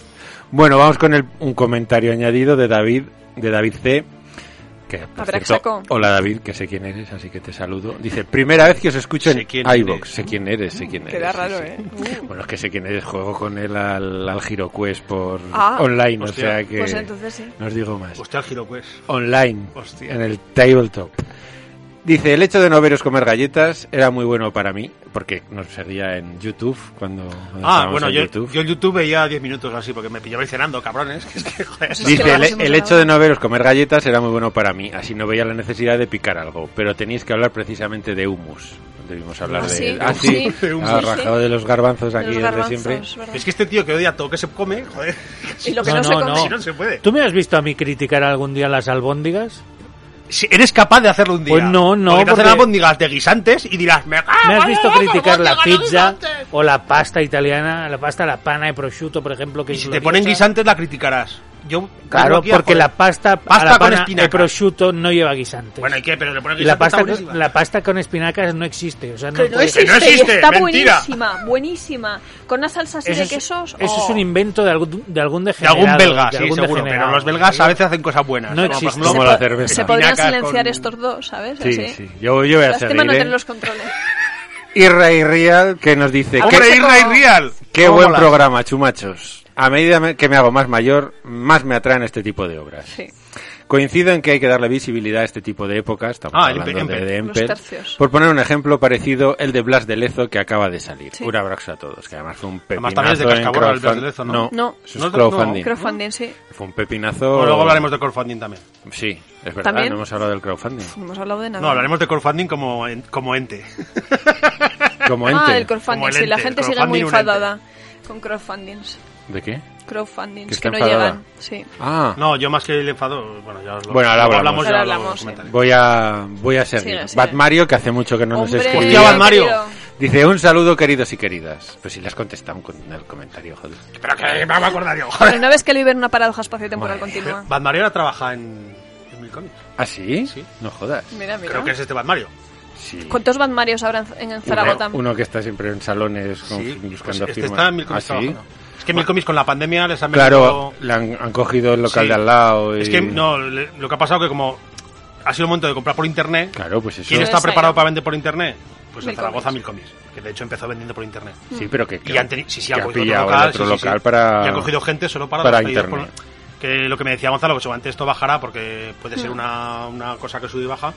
Bueno, vamos con el- un comentario añadido de David, de David C. Que, por Habrá que cierto, saco. hola David, que sé quién eres, así que te saludo. Dice, primera vez que os escucho en Sé quién eres. iVoox. Sé quién eres, sé quién eres. Queda sí, raro, sí. ¿eh? Uh. Bueno, es que sé quién eres, juego con él al, al GiroQuest por Ah. online, Hostia. o sea que... Pues entonces sí. No os digo más Hostia, el giro, pues. online Hostia. en el tabletop. Dice, el hecho de no veros comer galletas era muy bueno para mí, porque nos seguía en YouTube cuando, cuando Ah, estábamos bueno, en yo YouTube. yo en YouTube veía 10 minutos o así porque me pillabais cenando, cabrones. que es que, joder. Pues es que Dice, vamos el, el emocionados. hecho de no veros comer galletas era muy bueno para mí, así no veía la necesidad de picar algo, pero tenéis que hablar precisamente de humus. Debimos hablar Ah, de... sí, ah, sí, sí, ah, sí, sí. rajado de los garbanzos De aquí los desde garbanzos, siempre. ¿verdad? Es que este tío que odia todo que se come, joder. Y lo que no, No, no, se come. Si no se puede. ¿Tú me has visto a mí criticar algún día las albóndigas? Si eres capaz de hacerlo un día. Pues no, no, Porque te hacen porque- albóndigas de guisantes y dirás, me Ah, cago ¿Me has en visto la criticar la albóndiga, pizza guisantes". o la pasta italiana, la pasta la pana y prosciutto, por ejemplo? Que Y es si te gloriosa? ponen guisantes la criticarás. Yo Claro, yo aquí, porque joder. la pasta, a Pasta la con pana, espinacas. el prosciutto no lleva guisantes. Bueno, ¿y qué? Pero le ponen y la guisantes, pasta, está buenísima. la pasta con espinacas no existe. O sea, no Que no puede- existe, no y existe, está mentira. buenísima, buenísima. Con una salsa así de es- quesos. eso es oh. un invento de algún, de algún De algún degenerado, belga, de sí, algún seguro. Pero degenerado. los belgas a veces hacen cosas buenas. No Como, por existe. ejemplo, Como la cerveza. Se podrían espinacas silenciar con- estos dos, ¿sabes? Sí, Así. sí, yo, yo voy a Lástima no seguir. tener los controles. Y Ray Real que nos dice... ¡Hombre, que- Irra y Real! Qué ¿Cómo buen mola? programa, chumachos. A medida me- que me hago más mayor, más me atraen este tipo de obras. Sí. Coincido en que hay que darle visibilidad a este tipo de épocas, estamos Ah, el hablando Empe- de, de Los Empel. tercios. Por poner un ejemplo parecido, el de Blas de Lezo que acaba de salir. Sí. Un abrazo a todos, que además fue un pepinazo Además, también es de en Cascaborra, el Blas de crowdfund- Lezo, ¿no? No. eso No es es de- no. crowdfunding. Crowdfunding, sí. Fue un pepinazo. Bueno, luego hablaremos de crowdfunding también. Ah, Sí, es verdad, También. no hemos hablado del crowdfunding. No hemos hablado de nada. No, hablaremos de crowdfunding como, en- como ente. Como ente. Ah, el Como crowdfunding, el sí, la ente, gente el sigue muy crowdfunding un ente. enfadada con crowdfundings. ¿De qué? Crowdfundings Que que, está no enfadada. llegan. Sí. Ah, No, yo más que el enfado, bueno, ya os lo Bueno, ahora luego hablamos. ya Ahora lo hablamos, sí. comentaré. voy a voy a seguir. Sigue, sigue. Bad Mario que hace mucho que no nos Hombre, escribe. Hostia, Bad Mario. querido. Dice, un saludo queridos y queridas. Pues si le has contestado con el comentario, joder. Pero que me voy a acordar yo, joder. Pero no ves que él vive en una paradoja espaciotemporal Madre continua. Bad Mario ahora trabaja en, en Milcomics. ¿Ah, sí? Sí. No jodas. Mira, mira. Creo que es este Bad Mario. Sí. ¿Cuántos Bad Marios habrá en, en Zaragoza? Uno, uno que está siempre en salones con- Sí, pues buscando este firmas. está en Milcomics ¿Ah, sí? trabajando. Es que Milcomics con la pandemia les han Claro, metido- le han, han cogido el local Sí. de al lado. y- Es que no, le- lo que ha pasado que como ha sido el momento de comprar por internet, Claro, pues eso. ¿quién es- está Eso preparado era. para vender por internet? Pues en Milcomics. Zaragoza Milcomics, que de hecho empezó vendiendo por internet. Sí, pero que, Y han teni- sí, sí, que han ha cogido pillado otro local, el otro sí, sí, sí. local para. Y han cogido gente solo para, para los pedidos por- internet. que lo que me decía Gonzalo, que seguramente esto bajará porque puede ser una, una cosa que sube y baja,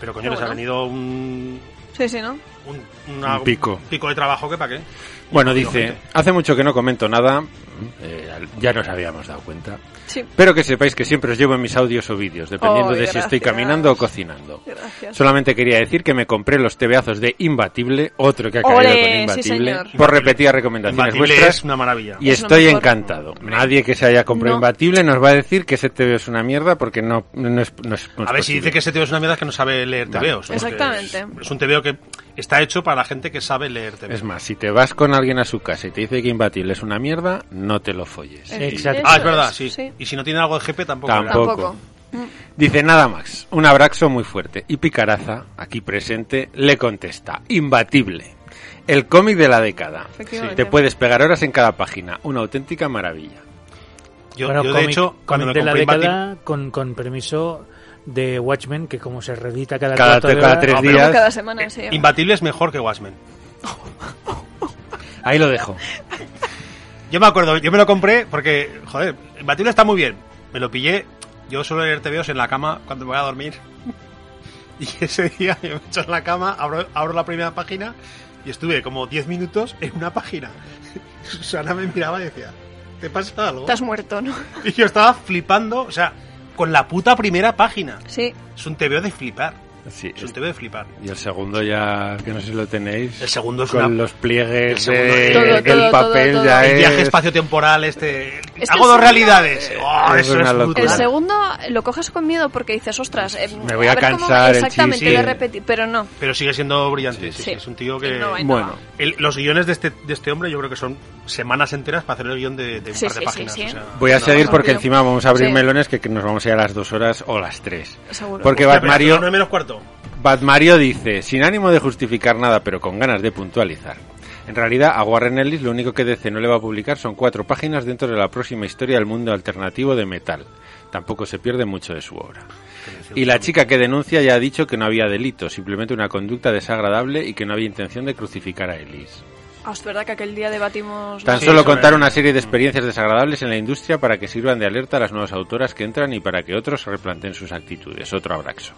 pero coño, Pero les ha bueno. venido un, Sí, sí, ¿no? un, una- Un pico. de trabajo que para qué. Bueno, Y han cogido dice, gente. hace mucho que no comento nada. eh, ya nos habíamos dado cuenta. Sí. Pero que sepáis que siempre os llevo en mis audios o vídeos, dependiendo Oh, de si estoy gracias. caminando o cocinando. Gracias. Solamente quería decir que me compré los tebeazos de Imbatible, otro que ha caído Ole, con sí, Imbatible, señor. por repetidas recomendaciones Imbatible vuestras. es una maravilla. Y Es lo estoy mejor. encantado. Nadie que se haya comprado No. Imbatible nos va a decir que ese TV es una mierda porque no, no es, no es- no es A ver si posible. dice que ese tebeo es una mierda es que no sabe leer Vale. tebeos. porque Exactamente. Es, es un tebeo que está hecho para la gente que sabe leer tebeos. Es más, si te vas con alguien a su casa y te dice que Imbatible es una mierda, no te lo folles. Eh, Exacto. Ah, eso es verdad, sí. sí. Y si no tiene algo de GP tampoco. Tampoco. leerá. Tampoco. Dice nada más, un abrazo muy fuerte. Y Picaraza, aquí presente, le contesta, Imbatible, el cómic de la década. Efectivamente. Te puedes pegar horas en cada página, una auténtica maravilla. Yo, Bueno, yo, de cómic- hecho, cuando me cómic de la compré Invatim- década, con, con permiso de Watchmen, que como se reedita cada, Cada cuarto de tres- cada hora- tres No, pero- días. Cada Eh, semana, sí. Imbatible es mejor que Watchmen. Ahí lo dejo. Yo me acuerdo, yo me lo compré porque, joder, Imbatible está muy bien. Me lo pillé. Yo suelo leer TVOs en la cama cuando me voy a dormir. Y ese día yo me echo en la cama, abro, abro la primera página y estuve como 10 minutos en una página. Susana me miraba y decía, ¿te pasa algo? Estás muerto, ¿no? Y yo estaba flipando, o sea, con la puta primera página. Sí. Es un TVO de flipar. Sí, Es un TVO de flipar. Y el segundo ya, que no sé si lo tenéis. El segundo es Con una- los pliegues El segundo de- es- Todo, del todo, papel todo, ya todo. es... El viaje espaciotemporal, este. que Hago dos es- realidades. Oh, es eso una es locura. brutal. El segundo lo coges con miedo porque dices, ostras, eh, Me voy a ver cómo- cansar, el Exactamente, chiste. voy a repetir, pero no. Pero sigue siendo brillante. sí, sí, Sí. Es un tío que. No, eh, no. Bueno, El- los guiones de este, de este hombre, yo creo que son semanas enteras para hacer el guión de, de un Sí, par sí, de sí, páginas. sí. o sea, voy a no, seguir no. porque pero- encima vamos a abrir Sí. melones que que nos vamos a ir a las dos horas o las tres. Seguro. Porque Hostia, Bad pero Mario, no es menos cuarto. Bad Mario dice, sin ánimo de justificar nada, pero con ganas de puntualizar. En realidad, a Warren Ellis lo único que DC no le va a publicar son cuatro páginas dentro de la próxima historia del mundo alternativo de metal. Tampoco se pierde mucho de su obra. Y la chica que denuncia ya ha dicho que no había delito, simplemente una conducta desagradable y que no había intención de crucificar a Ellis. Ah, es verdad que aquel día debatimos... Tan Sí, solo sobre- contar una serie de experiencias desagradables en la industria para que sirvan de alerta a las nuevas autoras que entran y para que otros replanteen sus actitudes. Otro abrazo.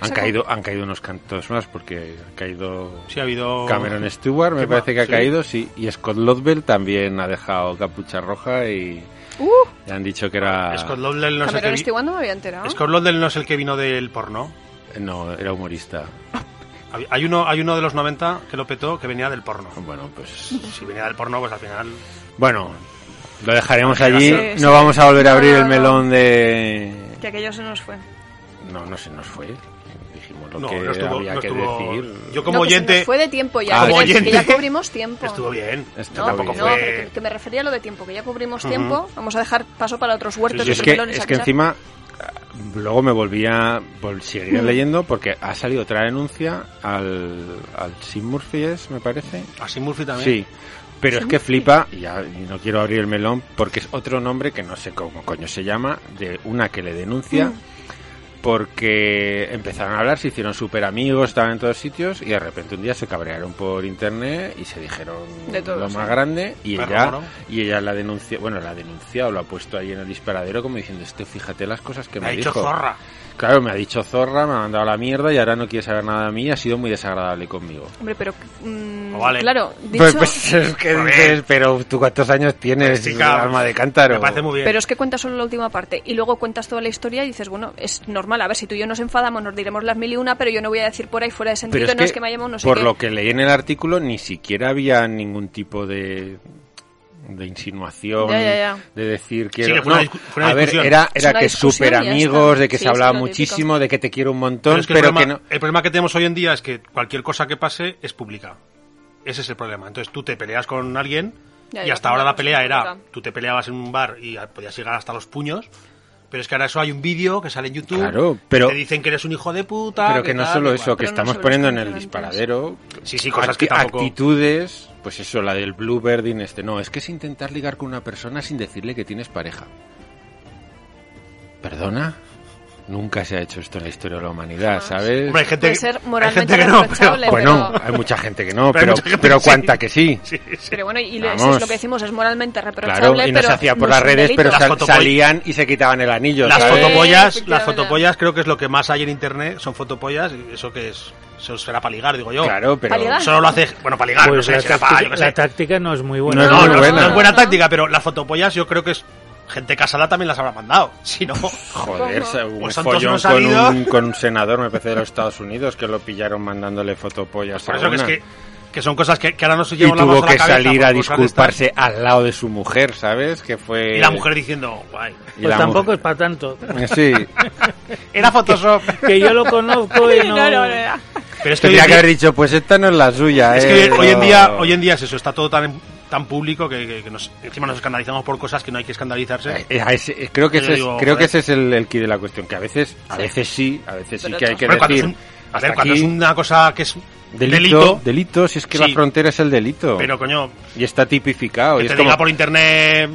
Han caído, han caído unos cantos más porque ha caído Sí, ha habido. Cameron Stewart, me Sí, parece que ha sí. caído, sí. Y Scott Lobdell también ha dejado capucha roja y Uh, le han dicho que era... Scott Lobdell no, es el que Cameron vi- Stewart no me había enterado. Scott Lobdell no es el que vino del porno. No, era humorista. Hay- Hay uno, hay uno de los 90 que lo petó que venía del porno. Bueno, pues... Si venía del porno, pues al final. Bueno, lo dejaremos allí. Sí, sí. No vamos a volver a abrir No, el no. melón de... Que aquello se nos fue. No, no se nos fue. Dijimos lo No, que no estuvo. había no que estuvo- decir. Yo como No, que se nos oyente. fue de tiempo ya, Ah, que como ya- que ya oyente. cubrimos tiempo. Estuvo bien. Esto No, Tampoco no, fue- pero que, que me refería a lo de tiempo, que ya cubrimos tiempo. Vamos a dejar paso para otros huertos Y y es otros que, melones, es a que pesar. encima, ah, luego me volvía, vol seguiré leyendo porque ha salido otra denuncia al, al Sim Murphy, ¿es? me parece. Así Murphy también. Sí, pero es que flipa, y ya- y no quiero abrir el melón porque es otro nombre que no sé cómo coño se llama, de una que le Mm. denuncia. Porque empezaron a hablar, se hicieron súper amigos, estaban en todos sitios y de repente un día se cabrearon por internet y se dijeron De todo, lo más sí. grande y Perro ella, moro. y ella la denuncia, bueno, la ha denunciado, lo ha puesto ahí en el disparadero como diciendo, este fíjate las cosas que Me me, ha dicho dijo". zorra. Claro, me ha dicho zorra, me ha mandado a la mierda y ahora no quiere saber nada de mí, ha sido muy desagradable conmigo. Hombre, pero... mm, Oh, vale. Claro, dicho... Pues, pues, es que Joder. dices, pero tú cuántos años tienes, Pues, Chica, alma de cántaro. Me parece muy bien. Pero es que cuentas solo la última parte y luego cuentas toda la historia y dices, bueno, es normal, a ver, si tú y yo nos enfadamos, nos diremos las mil y una, pero yo no voy a decir por ahí fuera de Pero sentido, es no que, es que me ha llamado no sé por qué. lo que leí en el artículo, ni siquiera había ningún tipo de de insinuación, Ya, ya, ya. de decir que... Sí, que fue una discu- fue una a ver, discusión. era, Es era una que discusión súper y ya amigos, está. de que Sí, se es lo hablaba típico. muchísimo, de que te quiero un montón, Pero pero, es que el, que problema, no... el problema que tenemos hoy en día es que cualquier cosa que pase es pública. Ese es el problema. Entonces tú te peleas con alguien Ya, y ya, hasta ahora claro, la pelea es era, pública. tú te peleabas en un bar y podías llegar hasta los puños, pero es que ahora eso hay un vídeo que sale en YouTube, Claro, que pero- te dicen que eres un hijo de puta. Pero que no tal, solo que eso, cual. que Pero no estamos solo poniendo en están el delante. disparadero. Sí, sí, cosas que acti- tampoco- Actitudes, pues eso, la del bluebirding este. No, es que es intentar ligar con una persona sin decirle que tienes pareja. ¿Perdona? Nunca se ha hecho esto en la historia de la Ah, humanidad, ¿sabes? Hombre, hay gente, Puede que- ser hay moralmente gente que no, pero- reprochable, bueno, pero... hay mucha gente que Pues no, Pero hay pero, mucha gente pero que cuánta sí. que sí. Pero bueno, y lo- Vamos. eso es lo que decimos, es moralmente Claro, reprochable, y no pero se hacía por no es las un redes, delito. pero Las sal- fotopoll- salían y se quitaban el anillo, Las ¿sabes? fotopollas, las efectivamente. fotopollas creo que es lo que más hay en internet, son fotopollas, y eso que es, eso será para ligar, digo yo. Claro, pero... Para ligar. Solo lo hace, bueno, para ligar, no Pues sé, la, será táctica, para, yo qué sé. la táctica no es muy buena. No es No, muy no, buena. no es buena No, no. táctica, pero las fotopollas yo creo que es gente casada también las habrá mandado. Si no, Joder, ¿Cómo? se- un Pues son todos follón unos con salidos. un, con un senador, me parece, de los Estados Unidos, que lo pillaron mandándole fotopollas por a eso que es una. que, que son cosas que, que ahora no se Y llevan la mano tuvo a la que cabeza pues, salir por a cosas de disculparse al lado de su mujer, ¿sabes? Que fue... estas. Y la mujer diciendo, guay, y Pues la tampoco mujer. es para tanto. Sí, era Photoshop. Que yo lo conozco y no... No, no, no, no. pero es que, hoy tendría en que haber día- dicho, pues esta no es la suya, es eh, que hoy, en día, no. hoy en día es eso, está todo tan, tan público que, que- que nos, encima nos escandalizamos por cosas que no hay que escandalizarse. Eh, eh, ese- eh, creo que Yo ese es, digo, creo joder. que ese es el, el quid de la cuestión, que a veces, a Sí. veces sí, a veces sí Pero que hay que Hombre, cuando es decir... un- a hasta ver, cuando aquí, es una cosa que es delito, delito, delito, si es que Sí. la frontera es el delito. pero coño, y está tipificado. que y te es como, diga por internet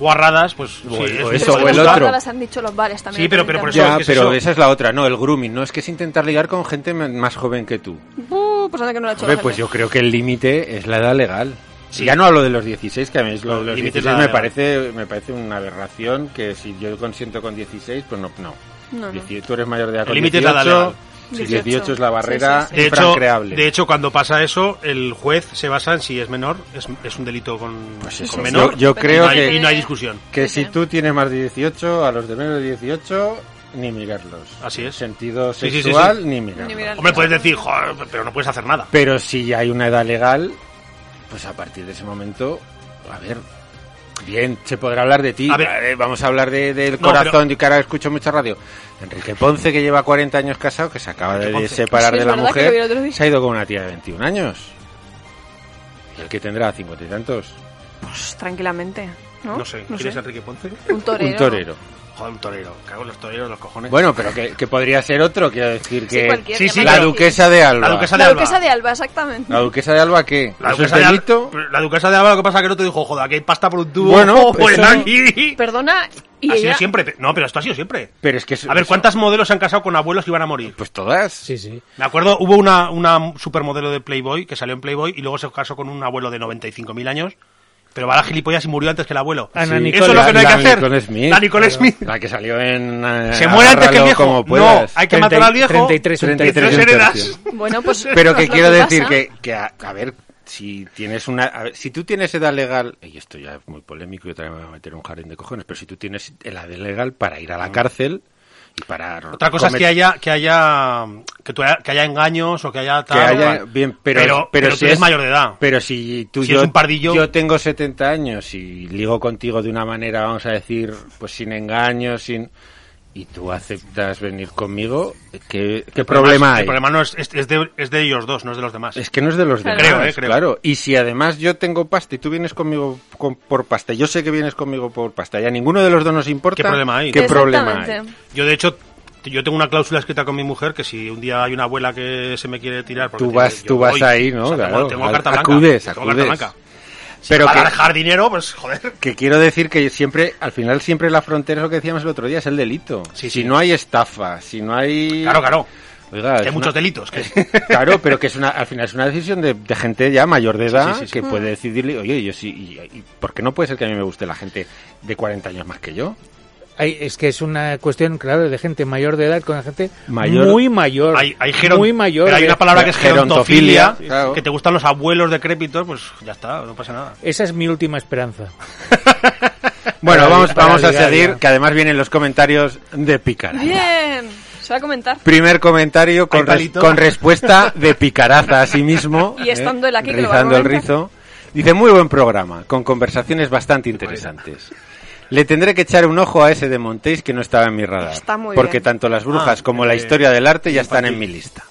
guarradas, pues sí, O- o un eso, poco o el gusta. otro. las han dicho los bares también. Sí, pero- pero por Ya, ¿qué es pero eso? esa es la otra, ¿no? El grooming, ¿no? Es que es intentar ligar con gente ma- más joven que tú. Uh, pues anda que no lo ha hecho Hombre, la pues gente. yo creo que el límite es la edad legal. Sí. Ya no hablo de los 16, que a mí es lo de los límite 16 es la me edad parece, me parece una aberración, que si yo consiento con 16, pues no. no. No, no. 18, tú eres mayor de edad El con límite es la edad 18, legal. 18, 18 es la barrera Sí, sí, De hecho, infranqueable. de hecho, cuando pasa eso, el juez se basa en si es menor, es, es un delito con, Pues con eso, menor. yo- yo y creo no hay- que- Y no hay discusión. que si tú tienes más de 18, a los de menos de 18, ni mirarlos. Así es. Sentido Sí, sí, sí, sexual, sí. ni mirarlos. Ni mirarlos. Hombre, puedes decir, "Joder, pero no puedes hacer nada. Pero si ya hay una edad legal, pues a partir de ese momento, a ver, bien, se podrá hablar de ti. A ver. eh, vamos a hablar de- del No, corazón, pero- de que ahora escucho mucha radio. Enrique Ponce, que lleva 40 años casado, que se acaba de Enrique Ponce. separar Sí, es de la verdad que lo vi el mujer, otro día. se ha ido con una tía de 21 años. Y El que tendrá 50 y tantos, Pues tranquilamente, ¿no? No, sé, ¿quién es Enrique Ponce? Un torero. un torero. Joder, un torero. Cago en los toreros, los cojones. Bueno, pero que, que podría ser otro, quiero decir Sí, que cualquier, Sí, sí, llamadlo la claro. así. duquesa de Alba. la duquesa de La Alba. duquesa de Alba, exactamente. ¿La duquesa de Alba qué? ¿Eso La es duquesa de Alba- delito? pero la duquesa de Alba lo que pasa es que no te dijo, joder, aquí hay pasta por un tubo. Bueno, pues eso- aquí. Perdona, y Ha sido ella... siempre. pe- No, pero esto ha sido siempre. Pero es que es- A ver, eso- ¿cuántas modelos se han casado con abuelos que iban a morir? Pues todas. Sí, sí. Me acuerdo, hubo una, una supermodelo de Playboy que salió en Playboy y luego se casó con un abuelo de 95.000 años, pero va la gilipollas y murió antes que el abuelo. Ana Sí. Nicole- Eso es lo que no hay que la hacer. Ah, Nicole Smith. La Nicole Smith. La que salió en... eh, Se muere antes que el Agárralo viejo. como No, puedas. hay que Treinta y- matar al viejo. 33, 33 33 heredas. tercio. Bueno, pues... Pero que lo quiero pasa- decir que, que a, a ver, si tienes una... a ver, si tú tienes edad legal... Y esto ya es muy polémico, yo también me voy a meter en un jardín de cojones. Pero si tú tienes edad legal para ir a la cárcel y para... Otra cosa es que haya, que haya, que, tú haya, que haya engaños o que haya Que tal. haya, cual. bien, pero, pero, pero si tú eres mayor de edad. Pero si tú Si yo, es un pardillo- yo tengo 70 años y ligo contigo de una manera, vamos a decir, pues sin engaños, sin y tú aceptas venir conmigo, ¿qué, qué problema Además, hay? El problema no es, es, es de, es de ellos dos, no es de los demás. Es que no es de los Claro. demás, Creo, eh, creo. claro. Y si además yo tengo pasta y tú vienes conmigo con- por pasta, yo sé que vienes conmigo por pasta y a ninguno de los dos nos importa, ¿Qué problema hay? ¿Qué problema hay? Exactamente. Yo, de hecho, t- yo tengo una cláusula escrita con mi mujer que si un día hay una abuela que se me quiere tirar. porque Tú tiene- vas- yo tú vas voy. ahí, ¿no? O sea, tengo- Claro, tengo carta al- blanca. acudes, Tengo carta acudes. blanca. Pero Para que, dejar dinero, pues joder. que quiero decir que siempre, al final siempre la frontera es lo que decíamos el otro día, es el delito. Sí, si sí. no hay estafa, si no hay... Claro, claro. Oiga, Que es hay muchos una- delitos. que- Claro, pero que es una, al final es una decisión de, de gente ya mayor de edad sí, sí, sí. que puede decidirle, oye, yo sí, y, y ¿por qué no puede ser que a mí me guste la gente de 40 años más que yo? Hay- es que es una cuestión, claro, de gente mayor de edad con gente Mayor. muy mayor. Hay, hay geron- muy mayor. pero hay de- una palabra que es Gerontofilia, gerontofilia, claro. que te gustan los abuelos decrépitos, pues ya está, no pasa nada. Esa es mi última esperanza. Pues Bueno, Para- vamos, para vamos a ligar, seguir, ya. que además vienen los comentarios de picarazas. Bien, se va a comentar. Primer comentario Ay, con, res- palito. con respuesta de picaraza a sí mismo. ¿eh? Y estando él aquí, que lo va a Rizando el comentar. rizo. Dice, muy buen programa, con conversaciones bastante interesantes. Le tendré que echar un ojo a ese de Montéis que no estaba en mi radar. Está muy porque bien. tanto las brujas Ah, como eh, la historia del arte ya están en infantil. mi lista.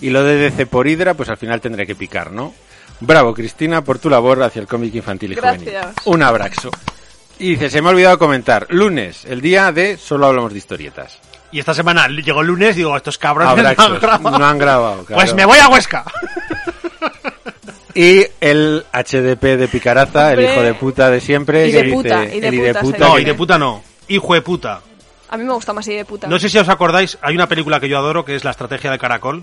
Y lo de DC por Hidra, pues al final tendré que picar, ¿no? Bravo, Cristina, por tu labor hacia el cómic infantil y juvenil. Gracias. Un abrazo. Y dice, se me ha olvidado comentar, lunes, el día de solo hablamos de historietas. Y esta semana llegó el lunes, digo, estos cabrones no han Abraxos, grabado. no han grabado. claro. Pues me voy a Huesca. Y el HDP de Picaraza, el Hombre. hijo de puta de siempre. Y que de puta, y de el hideputa puta, que- No, Sí. y de puta no. Hijo de puta. A mí me gusta más ir de puta. No sé si os acordáis, hay una película que yo adoro que es La estrategia de Caracol,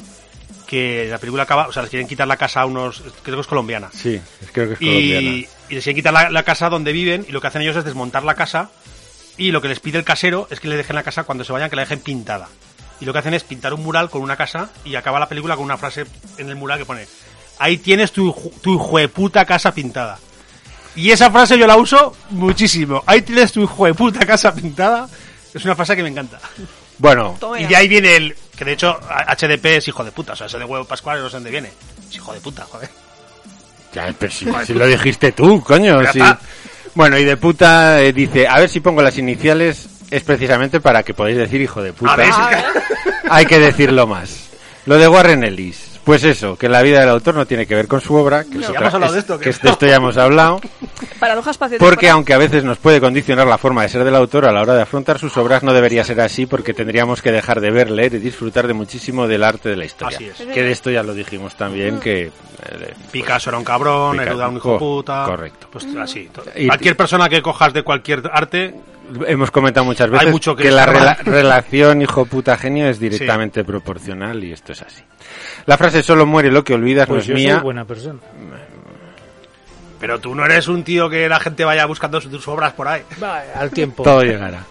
que la película acaba, o sea, les quieren quitar la casa a unos, creo que es colombiana. Sí, creo que es y, colombiana. y les quitan la, la casa donde viven y lo que hacen ellos es desmontar la casa y lo que les pide el casero es que le dejen la casa cuando se vayan que la dejen pintada y lo que hacen es pintar un mural con una casa y acaba la película con una frase en el mural que pone ahí tienes tu, ju- tu jueputa casa pintada y esa frase yo la uso muchísimo ahí tienes tu jueputa casa pintada es una frase que me encanta Bueno, Toma y ya. de ahí viene el que de hecho a- HDP es hijo de puta o sea ese de huevo pascual no sé dónde viene es hijo de puta joder ya, pero si, si lo dijiste tú, coño. Ya sí. está. Bueno, y de puta eh, dice, a ver si pongo las iniciales, es precisamente Ah, ¿eh? para que podáis decir hijo de puta. A ver, si- A ver. Hay que decirlo más. Lo de Warren Ellis. Pues eso, que la vida del autor no tiene que ver con su obra, que, es Ya otra- hemos hablado de es- esto, que ¿qué? es- de esto ya hemos hablado, Paradoja espacio porque aunque a veces nos puede condicionar la forma de ser del autor a la hora de afrontar sus obras, no debería ser así porque tendríamos que dejar de ver, leer y disfrutar de muchísimo del arte de la historia. Así es. Que de esto ya lo dijimos también, que... eh, Picasso era un cabrón, Picasso, Oh, Neruda un hijo de puta. correcto. Pues así. Mm. to- Y- Cualquier persona que cojas de cualquier arte, Hemos comentado muchas veces Hay mucho que que, la escarbar. rela- relación hijo puta genio es directamente proporcional y esto es así. La frase solo muere lo que olvidas Pues yo no es soy mía. buena persona. pero tú no eres un tío que la gente vaya buscando su- tus obras por ahí. Va, al tiempo. Todo llegará.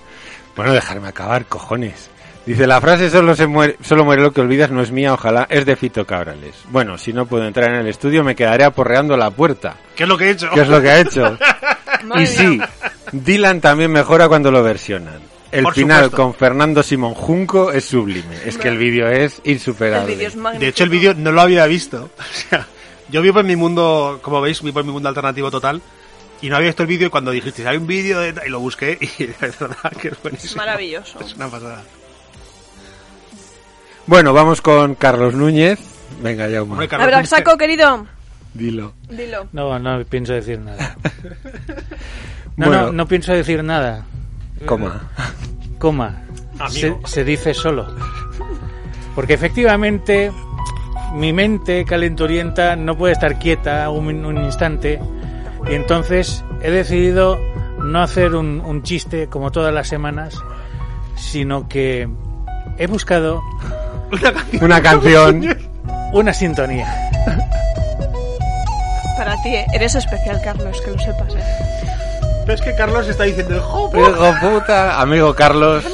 Bueno, dejarme acabar, cojones. Dice, la frase solo, se muere, solo muere lo que olvidas no es mía, ojalá, es de Fito Cabrales. Bueno, si no puedo entrar en el estudio me quedaré aporreando la puerta. ¿Qué es lo que he hecho? ¿Qué es lo que ha hecho? Madre y sí, mía. Dylan también mejora cuando lo versionan. El Por final supuesto. con Fernando Simón Junco es sublime. Es que el vídeo es El insuperable. vídeo es magnífico. De hecho, el vídeo no lo había visto. O sea, yo vivo en mi mundo, como veis, vivo en mi mundo alternativo total. Y no había visto el vídeo y cuando dijisteis, hay un vídeo, de tal", y lo busqué y de verdad que es Es buenísimo. maravilloso. Es una pasada. Bueno, vamos con Carlos Núñez. Venga, ya Hombre, Carlos, Habrá saco, querido. Dilo. Dilo. No, no pienso decir nada. No, Bueno. no, no pienso decir nada. Coma. Coma. Se, Amigo. se dice solo. Porque efectivamente mi mente calenturienta no puede estar quieta un, un instante. Y entonces he decidido no hacer un, un chiste como todas las semanas, sino que he buscado Una canción. una sintonía. Para ti, eh. eres especial, Carlos, que lo sepas. eh. Pero es que Carlos está diciendo, "Jo, pero Hijo puta, amigo Carlos,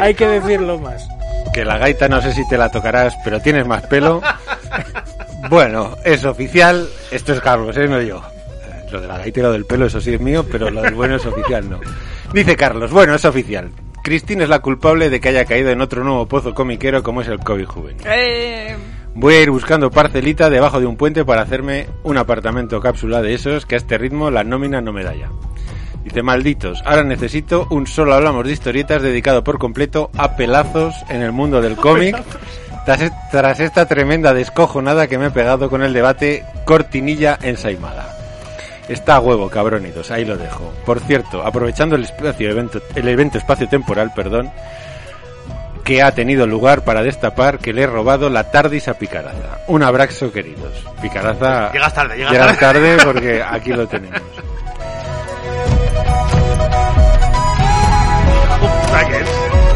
Hay que decirlo más. que la gaita no sé si te la tocarás, pero tienes más pelo. Bueno, es oficial. Esto es Carlos, ¿eh? no yo. Lo de la gaita y lo del pelo, eso sí es mío, pero lo del bueno es oficial, no. Dice Carlos, bueno, es oficial. Cristina es la culpable de que haya caído en otro nuevo pozo comiquero como es el COVID juvenil. Eh, Voy a ir buscando parcelita debajo de un puente para hacerme un apartamento cápsula de esos que a este ritmo la nómina no me da ya. Dice, malditos, ahora necesito un solo hablamos de historietas dedicado por completo a pelazos en el mundo del cómic. Tras, e- tras esta tremenda descojonada que me he pegado con el debate cortinilla ensaimada. Está a huevo, cabronitos, ahí lo dejo. Por cierto, aprovechando el espacio evento, el evento espacio temporal, perdón, que ha tenido lugar para destapar que le he robado la tardis a Picaraza. Un abrazo, queridos. Picaraza... Llegas tarde, llegas llegas tarde porque aquí lo tenemos. puta que es".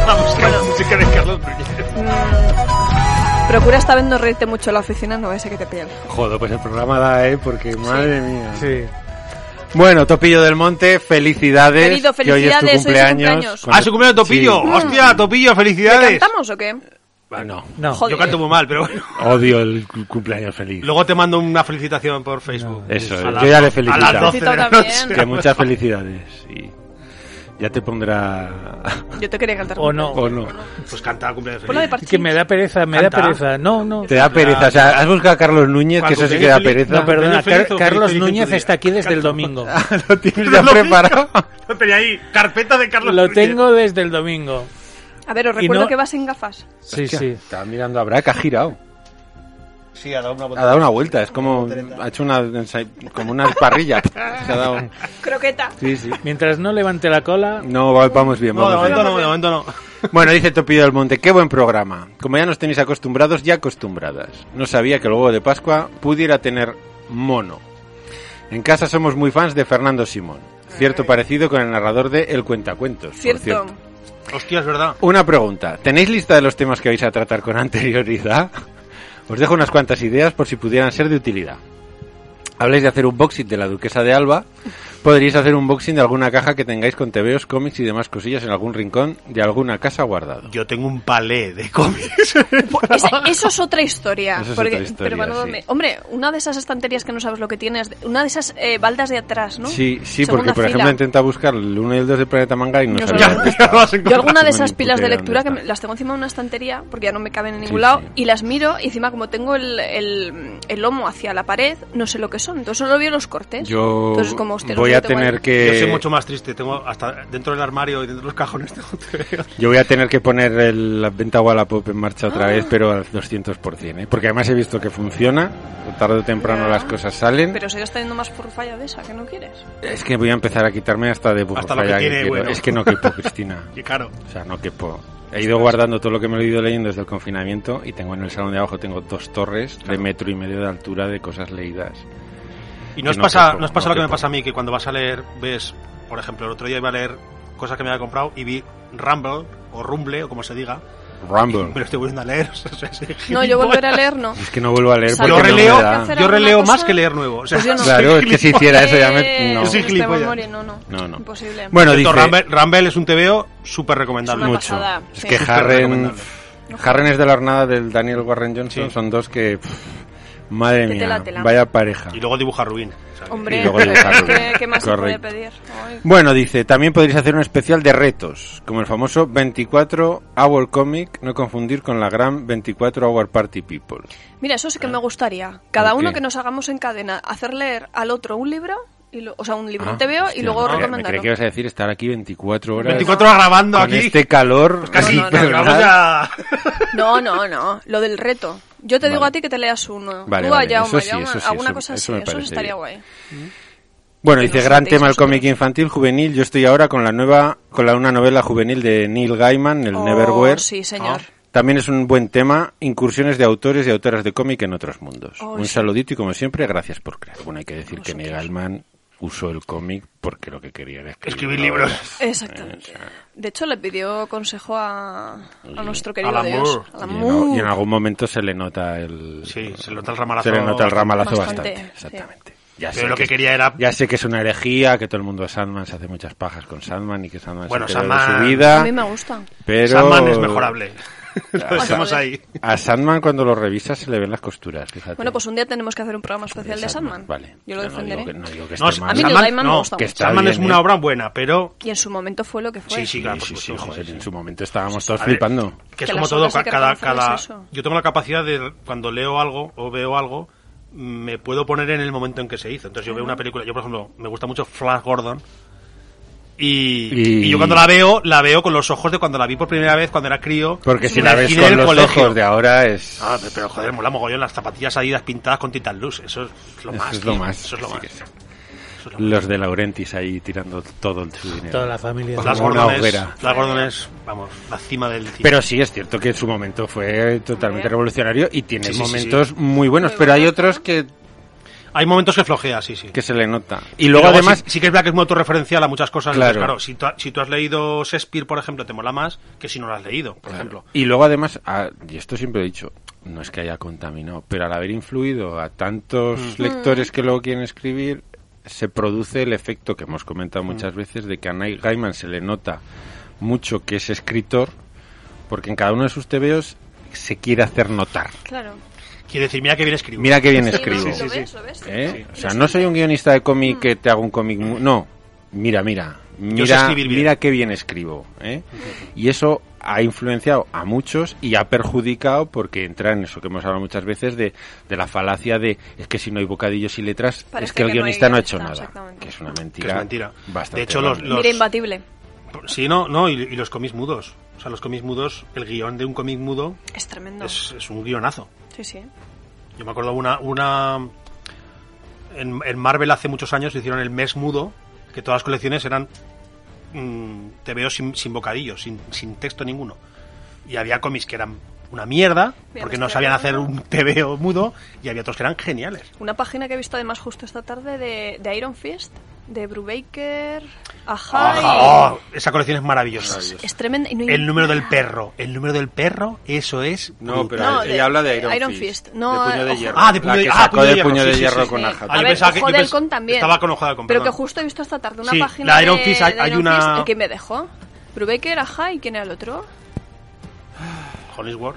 Vamos, que la música de Carlos Núñez. mm, procura esta vez no reírte mucho en la oficina, no ese que te pillan. Joder, pues el programa da, ¿eh? Porque madre mía. Sí. Bueno, Topillo del Monte, felicidades. Querido, que hoy es tu felicidades, hoy es tu cumpleaños. cumpleaños. Cuando- Ah, su cumpleaños Topillo. Sí. Mm. Hostia, Topillo, felicidades. ¿Cantamos o qué? Ah, no. No. Joder. Yo canto muy mal, pero bueno. Odio el cu- cumpleaños feliz. Luego te mando una felicitación por Facebook. No, eso A es. las- Yo ya le he a las felicitado. 12 de la Felicitado noche. Que muchas felicidades. Y ya te pondrá... Yo te quería cantar. O no. o no. Pues canta cumpleaños Ponlo de feliz. parchís. Es que me da pereza, me da Canta. pereza. No, no. Te da pereza. O sea, has buscado a Carlos Núñez, que Cuando eso sí te que da dice- pereza. No, perdona, Feliz, feliz, Car- feliz, Carlos feliz, Núñez feliz. está aquí desde el Canta. domingo. Lo tienes ya preparado. Lo tenía ahí, carpeta de Carlos Lo Núñez. tengo desde el domingo. A ver, os Y recuerdo no- que vas sin gafas. Sí, Hostia, sí. Estaba mirando a Braca, ha girado. Sí, ha dado una Ha dado una vuelta, es como. Ha hecho una. ensai- Como una parrilla. Se ha dado. Croqueta. Sí, sí. Mientras no levante la cola, No, va- vamos bien, No, de vamos momento bien. no, de momento no. Bueno, dice Topido del Monte, qué buen programa. Como ya nos tenéis acostumbrados y acostumbradas. No sabía que el huevo de Pascua pudiera tener mono. En casa somos muy fans de Fernando Simón. Cierto parecido con el narrador de El Cuentacuentos. por Cierto. cierto. Hostia, es verdad. Una pregunta. ¿Tenéis lista de los temas que vais a tratar con anterioridad? Os dejo unas cuantas ideas por si pudieran ser de utilidad. Habláis de hacer un boxing de la Duquesa de Alba. Podríais hacer un boxing de alguna caja que tengáis con tebeos, cómics y demás cosillas en algún rincón de alguna casa guardado. Yo tengo un palé de cómics. Ese- eso es otra historia. Eso es porque- otra historia, pero bueno, sí. me- hombre, una de esas estanterías que no sabes lo que tienes, una de esas eh, baldas de atrás, ¿no? Sí, sí, Segunda porque por fila. ejemplo intenta buscar el 1 y el 2 de Planeta Manga y no No sabía ya, sabía. dónde ya estaba. lo has Yo encontrado. alguna de No tengo esas ni pilas puta de idea lectura que dónde me- las tengo encima de una estantería porque ya no me caben en ningún Sí, lado sí. y las miro y encima como tengo el, el- el lomo hacia la pared, no sé lo que son. Entonces solo veo los cortes. Yo Entonces como Monster. Hunter, Voy a yo tengo ahí. tener Yo soy que. mucho más triste, tengo hasta dentro del armario y dentro de los cajones tengo TVOs. Yo voy a tener que poner el- la venta Wallapop en marcha otra Ah. vez, pero al 200%, ¿eh? Porque además he visto que funciona, tarde o temprano Ya. las cosas salen. Pero sigues teniendo más furfalla de esa que no quieres. Es que voy a empezar a quitarme hasta de Hasta lo que ya tiene, quiero. bueno. Es que no quepo, Cristina. Y claro, O sea, no quepo. He ido guardando todo lo que me lo he ido leyendo desde el confinamiento y tengo en el salón de abajo tengo dos torres de metro y medio de altura de cosas leídas. Y no os No pasa, quepo, no os pasa no lo que me quepo. pasa a mí, que cuando vas a leer, ves, por ejemplo, el otro día iba a leer cosas que me había comprado y vi Rumble o Rumble o como se diga, me lo Rumble. estoy volviendo a leer. o sea, es de No, yo volver a leer no. Es que no vuelvo a leer Yo porque Yo no me releo, da. hacer yo alguna releo más cosa? que leer nuevo. O sea, Pues yo no. Claro, es que si hiciera eso ya me... Eh, no. con esta gilipollas. memoria, no, no. No, no. Imposible. Bueno, Cierto, dice... Rumble, Rumble es un TVO súper recomendable. Es una mucho. pasada, Es sí. que Súper Harren... recomendable. Harren es de la hornada del Daniel Warren Johnson. Sí. Son dos que... pff, madre Que te la mía, tela. vaya pareja. Y luego dibuja Rubín. o sea, que- Hombre, luego dibujarlo. ¿qué, qué más se Correcto. puede pedir? Ay, Bueno, dice, también podríais hacer un especial de retos, como el famoso 24 Hour Comic, no confundir con la gran 24 Hour Party People. Mira, eso sí que me gustaría. Cada Ah. ¿Por uno qué? que nos hagamos en cadena, hacer leer al otro un libro, y lo- o sea, un libro, Ah, un TVO, y hostia, luego me cre- Me recomendarlo. creí que ibas a decir estar aquí 24 horas 24 horas grabando con aquí. este calor. Pues casi, No, no, no, Pero ¿verdad? vamos a... No, no, no. Lo del reto. Yo te digo Vale. a ti que te leas uno. Vale, Tú a vale, Jaume, eso sí, Jaume, eso sí, alguna eso- cosa eso así. me Eso parece estaría bien. guay. Bueno, dice, nos gran sentéis tema el vosotros. cómic infantil juvenil. Yo estoy ahora con la nueva, con la, una novela juvenil de Neil Gaiman, el Oh, Neverwhere. Ah. Sí, señor. También es un buen tema, incursiones de autores y autoras de cómic en otros mundos. Oh, un sí. saludito y como siempre, gracias por crear. Bueno, hay que decir que Neil Gaiman usó el cómic porque lo que quería era escribir, Escribir libros. novelas. Eh, Eh, Exactamente. De hecho, le pidió consejo a, a nuestro Al querido amor. Dios. Y Al en- amor. Y en algún momento se le nota el... Sí, se le nota el ramalazo. Se le nota el ramalazo Bastante, bastante. sí. Exactamente. Ya Pero lo que quería era... Ya sé que es una herejía, que todo el mundo a Sandman se hace muchas pajas con Sandman y que Sandman Bueno, se enteró Sandman- de su A vida, mí me gusta. pero... Sandman es mejorable. Claro. Lo dejamos ahí. A Sandman cuando lo revisas se le ven las costuras, fíjate. Bueno, pues un día tenemos que hacer un programa especial de Sandman. Vale. Yo lo No, no defenderé. digo que- No digo que No, esté mal. A mí Neil Sandman- Gaiman me no, gusta que mucho. está Sandman es bien, una ¿eh? obra buena, pero... Y en su momento fue lo que fue. Sí, sí, claro, por Sí, sí, supuesto, joder, sí, sí. en su momento estábamos todos A ver, flipando. Que es Que como las todo, obras hay ca- que cada, reconocer cada... es eso. Yo tengo la capacidad de, cuando leo algo o veo algo, me puedo poner en el momento en que se hizo. Entonces yo veo una película, yo por ejemplo, me gusta mucho Flash Gordon. Y, Y- y yo cuando la veo, la veo con los ojos de cuando la vi por primera vez, cuando era crío. Porque si en la el ves cine con del los colegio. ojos de ahora es... Ah, pe- pero joder, mola mogollón las zapatillas adidas pintadas con Titan Luz. Eso es lo Eso más. es lo tío. más, Eso es lo sí más. que sí. Eso es lo más. Los de Laurentis ahí tirando todo el su dinero. Toda la familia. Flash como una Gordon es- hoguera. Flash Gordon es, vamos, la cima del cine. Pero sí, es cierto que en su momento fue totalmente Hombre. revolucionario y tiene Sí, sí, sí, momentos muy buenos, pero hay otros que, Hay momentos que flojea, sí, sí. que se le nota. Y luego, además, sí, sí que es verdad que es muy autorreferencial a muchas cosas. Claro. Claro. claro, si tú, ha- si tú has leído Shakespeare, por ejemplo, te mola más que si no lo has leído, por ejemplo. Y luego además, ah, y esto siempre lo he dicho, no es que haya contaminado, pero al haber influido a tantos Mm. lectores que luego quieren escribir, se produce el efecto que hemos Mm. comentado muchas veces de que a Neil Gaiman se le nota mucho que es escritor, porque en cada uno de sus tebeos se quiere hacer notar. Claro. Quiere decir, mira que bien escribo. Mira qué bien Sí, escribo. ¿no? ¿Lo ves? ¿Lo ves? ¿eh? O sea, no soy un guionista de cómic que te hago un cómic. mu- No, mira, mira, sé mira, escribir bien. mira qué bien escribo. ¿eh? Y eso ha influenciado a muchos y ha perjudicado porque entra en eso que hemos hablado muchas veces de, de la falacia de es que si no hay bocadillos y letras es Parece que que el no hay guionista no, ha hecho guionista, nada. exactamente. Que es una mentira. Que es mentira. Bastante de hecho, los, grande. los- Mira, imbatible. Sí, no, no, y, y los cómics mudos. O sea, los cómics mudos, el guión de un cómic mudo Es tremendo. es, es un guionazo. Sí, sí. Yo me acuerdo una... una en, en Marvel hace muchos años hicieron el mes mudo, que todas las colecciones eran... mm, te veo sin, sin bocadillos, sin, sin texto ninguno. Y había cómics que eran una mierda, Bien, porque me no estoy sabían hacer un acordando. TVO mudo, y había otros que eran geniales. Una página que he visto además justo esta tarde de, de Iron Fist, de Brubaker, ajá. y- Ajá, Oh, esa colección es maravillosa. Es tremenda. y no hay- Ah, El número del perro, el número del perro, eso es. No, pero No, ella de- habla de Iron, Iron Fist. Fist. No, de puño de ojo. hierro. Ah, de puño la de- que ah, sacó puño de de puño hierro, de sí, sí, hierro sí. con Sí. Aja. Ah, A yo ver, pensaba que- ojo yo del pens- con también. estaba con ojo del con, Pero que perdón. justo he visto esta tarde una Sí, página. la Iron de- Fist, hay- de hay Iron una- Fist, el que me dejó. Brubaker, ajá, ¿y quién era el otro? Hollingsworth.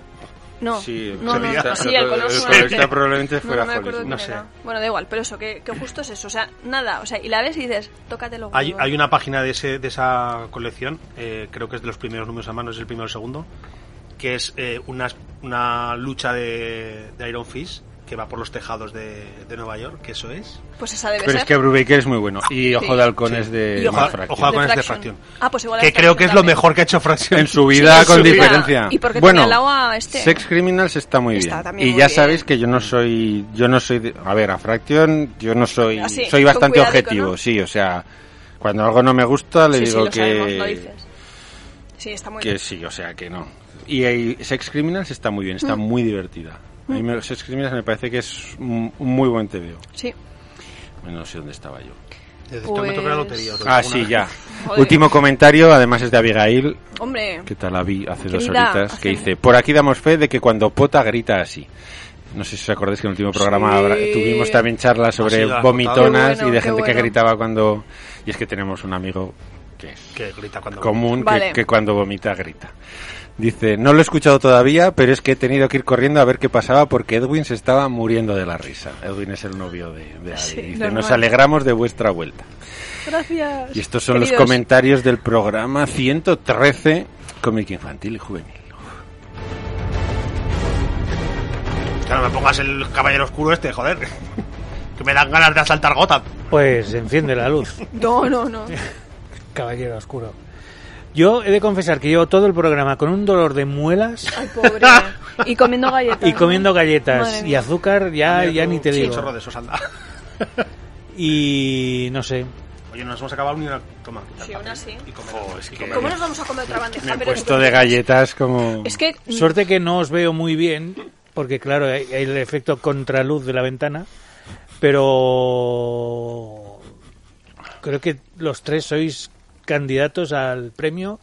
No. Sí, no, no, colorista- no, sí, el color suena- colorista probablemente No, no fuera me acuerdo Hollis. quién no sé. era. Bueno, da igual, pero eso, que, que justo es eso. O sea, nada. O sea, y la ves y dices, tócatelo. Hay, hay una página de, ese, de esa colección, eh, creo que es de los primeros números a mano, es el primero o el segundo, que es eh, una, una lucha de, de Iron Fist que va por los tejados de, de Nueva York, que eso es. Pues esa debe Pero ser. es que Brubaker es muy bueno. Y Ojo de Halcón Sí. es de Y Ojo- Matt Fraction. Ojo con De este Fraction. Fraction. Ah, pues igual Que de creo Fraction que es lo también. mejor que ha hecho Fraction. En su vida, en su con vida. diferencia. Y porque bueno, tenía al lado a este. Sex Criminals está muy Está bien. también Y muy ya bien. sabéis que yo no soy. yo no soy de- A ver, a Fraction, yo no soy. Así, soy Ah, con bastante cuidadico, objetivo, ¿no? sí. O sea, cuando algo no me gusta, le Sí, sí, digo lo que. sabemos, lo dices. Sí, está muy bien. que sí, o sea, que no. Y, eh, Sex Criminals está muy bien, Mm. está muy divertida. A mí me- Sex Criminals me parece que es un, un muy buen TVO. Sí. No sé dónde estaba yo. Desde este Pues momento que la lotería, o sea, Ah, una- sí, ya. Joder. Último comentario, además es de Abigail, Hombre, que tal la vi hace dos Querida, horitas, que hace- dice, por aquí damos fe de que cuando Pota grita así. No sé si os acordáis que en el último programa Sí. habrá- tuvimos también charlas Ha sobre sido la vomitonas Qué bueno, y de qué gente que bueno. gritaba cuando... Y es que tenemos un amigo que es Que grita cuando. común que- Vale. que, cuando vomita grita. Dice, no lo he escuchado todavía, pero es que he tenido que ir corriendo a ver qué pasaba porque Edwin se estaba muriendo de la risa. Edwin es el novio de, de Abby. Sí, Dice, normal. nos alegramos de vuestra vuelta. gracias. Y estos son los Queridos, comentarios del programa 113, cómic infantil y juvenil. Claro, me pongas el caballero oscuro este, joder. Que me dan ganas de asaltar Gotham. Pues enciende la luz, No, no, no. caballero oscuro. Yo he de confesar que llevo todo el programa con un dolor de muelas Ay, pobre. Y comiendo galletas. y comiendo galletas Madre y mía. azúcar, Ah, ya, ya ni te Sí, digo. chorro de esos, anda. Y no sé, Oye, no nos hemos acabado ni una. Toma. quita el Sí, papel. una sí. Y comer. Jo, es Y que- comer. ¿Cómo nos vamos a comer otra bandeja? Me he Pero- puesto de galletas como... Es que. Mm. Suerte que no os veo muy bien, porque claro, hay hay el efecto contraluz de la ventana, pero creo que los tres sois candidatos al premio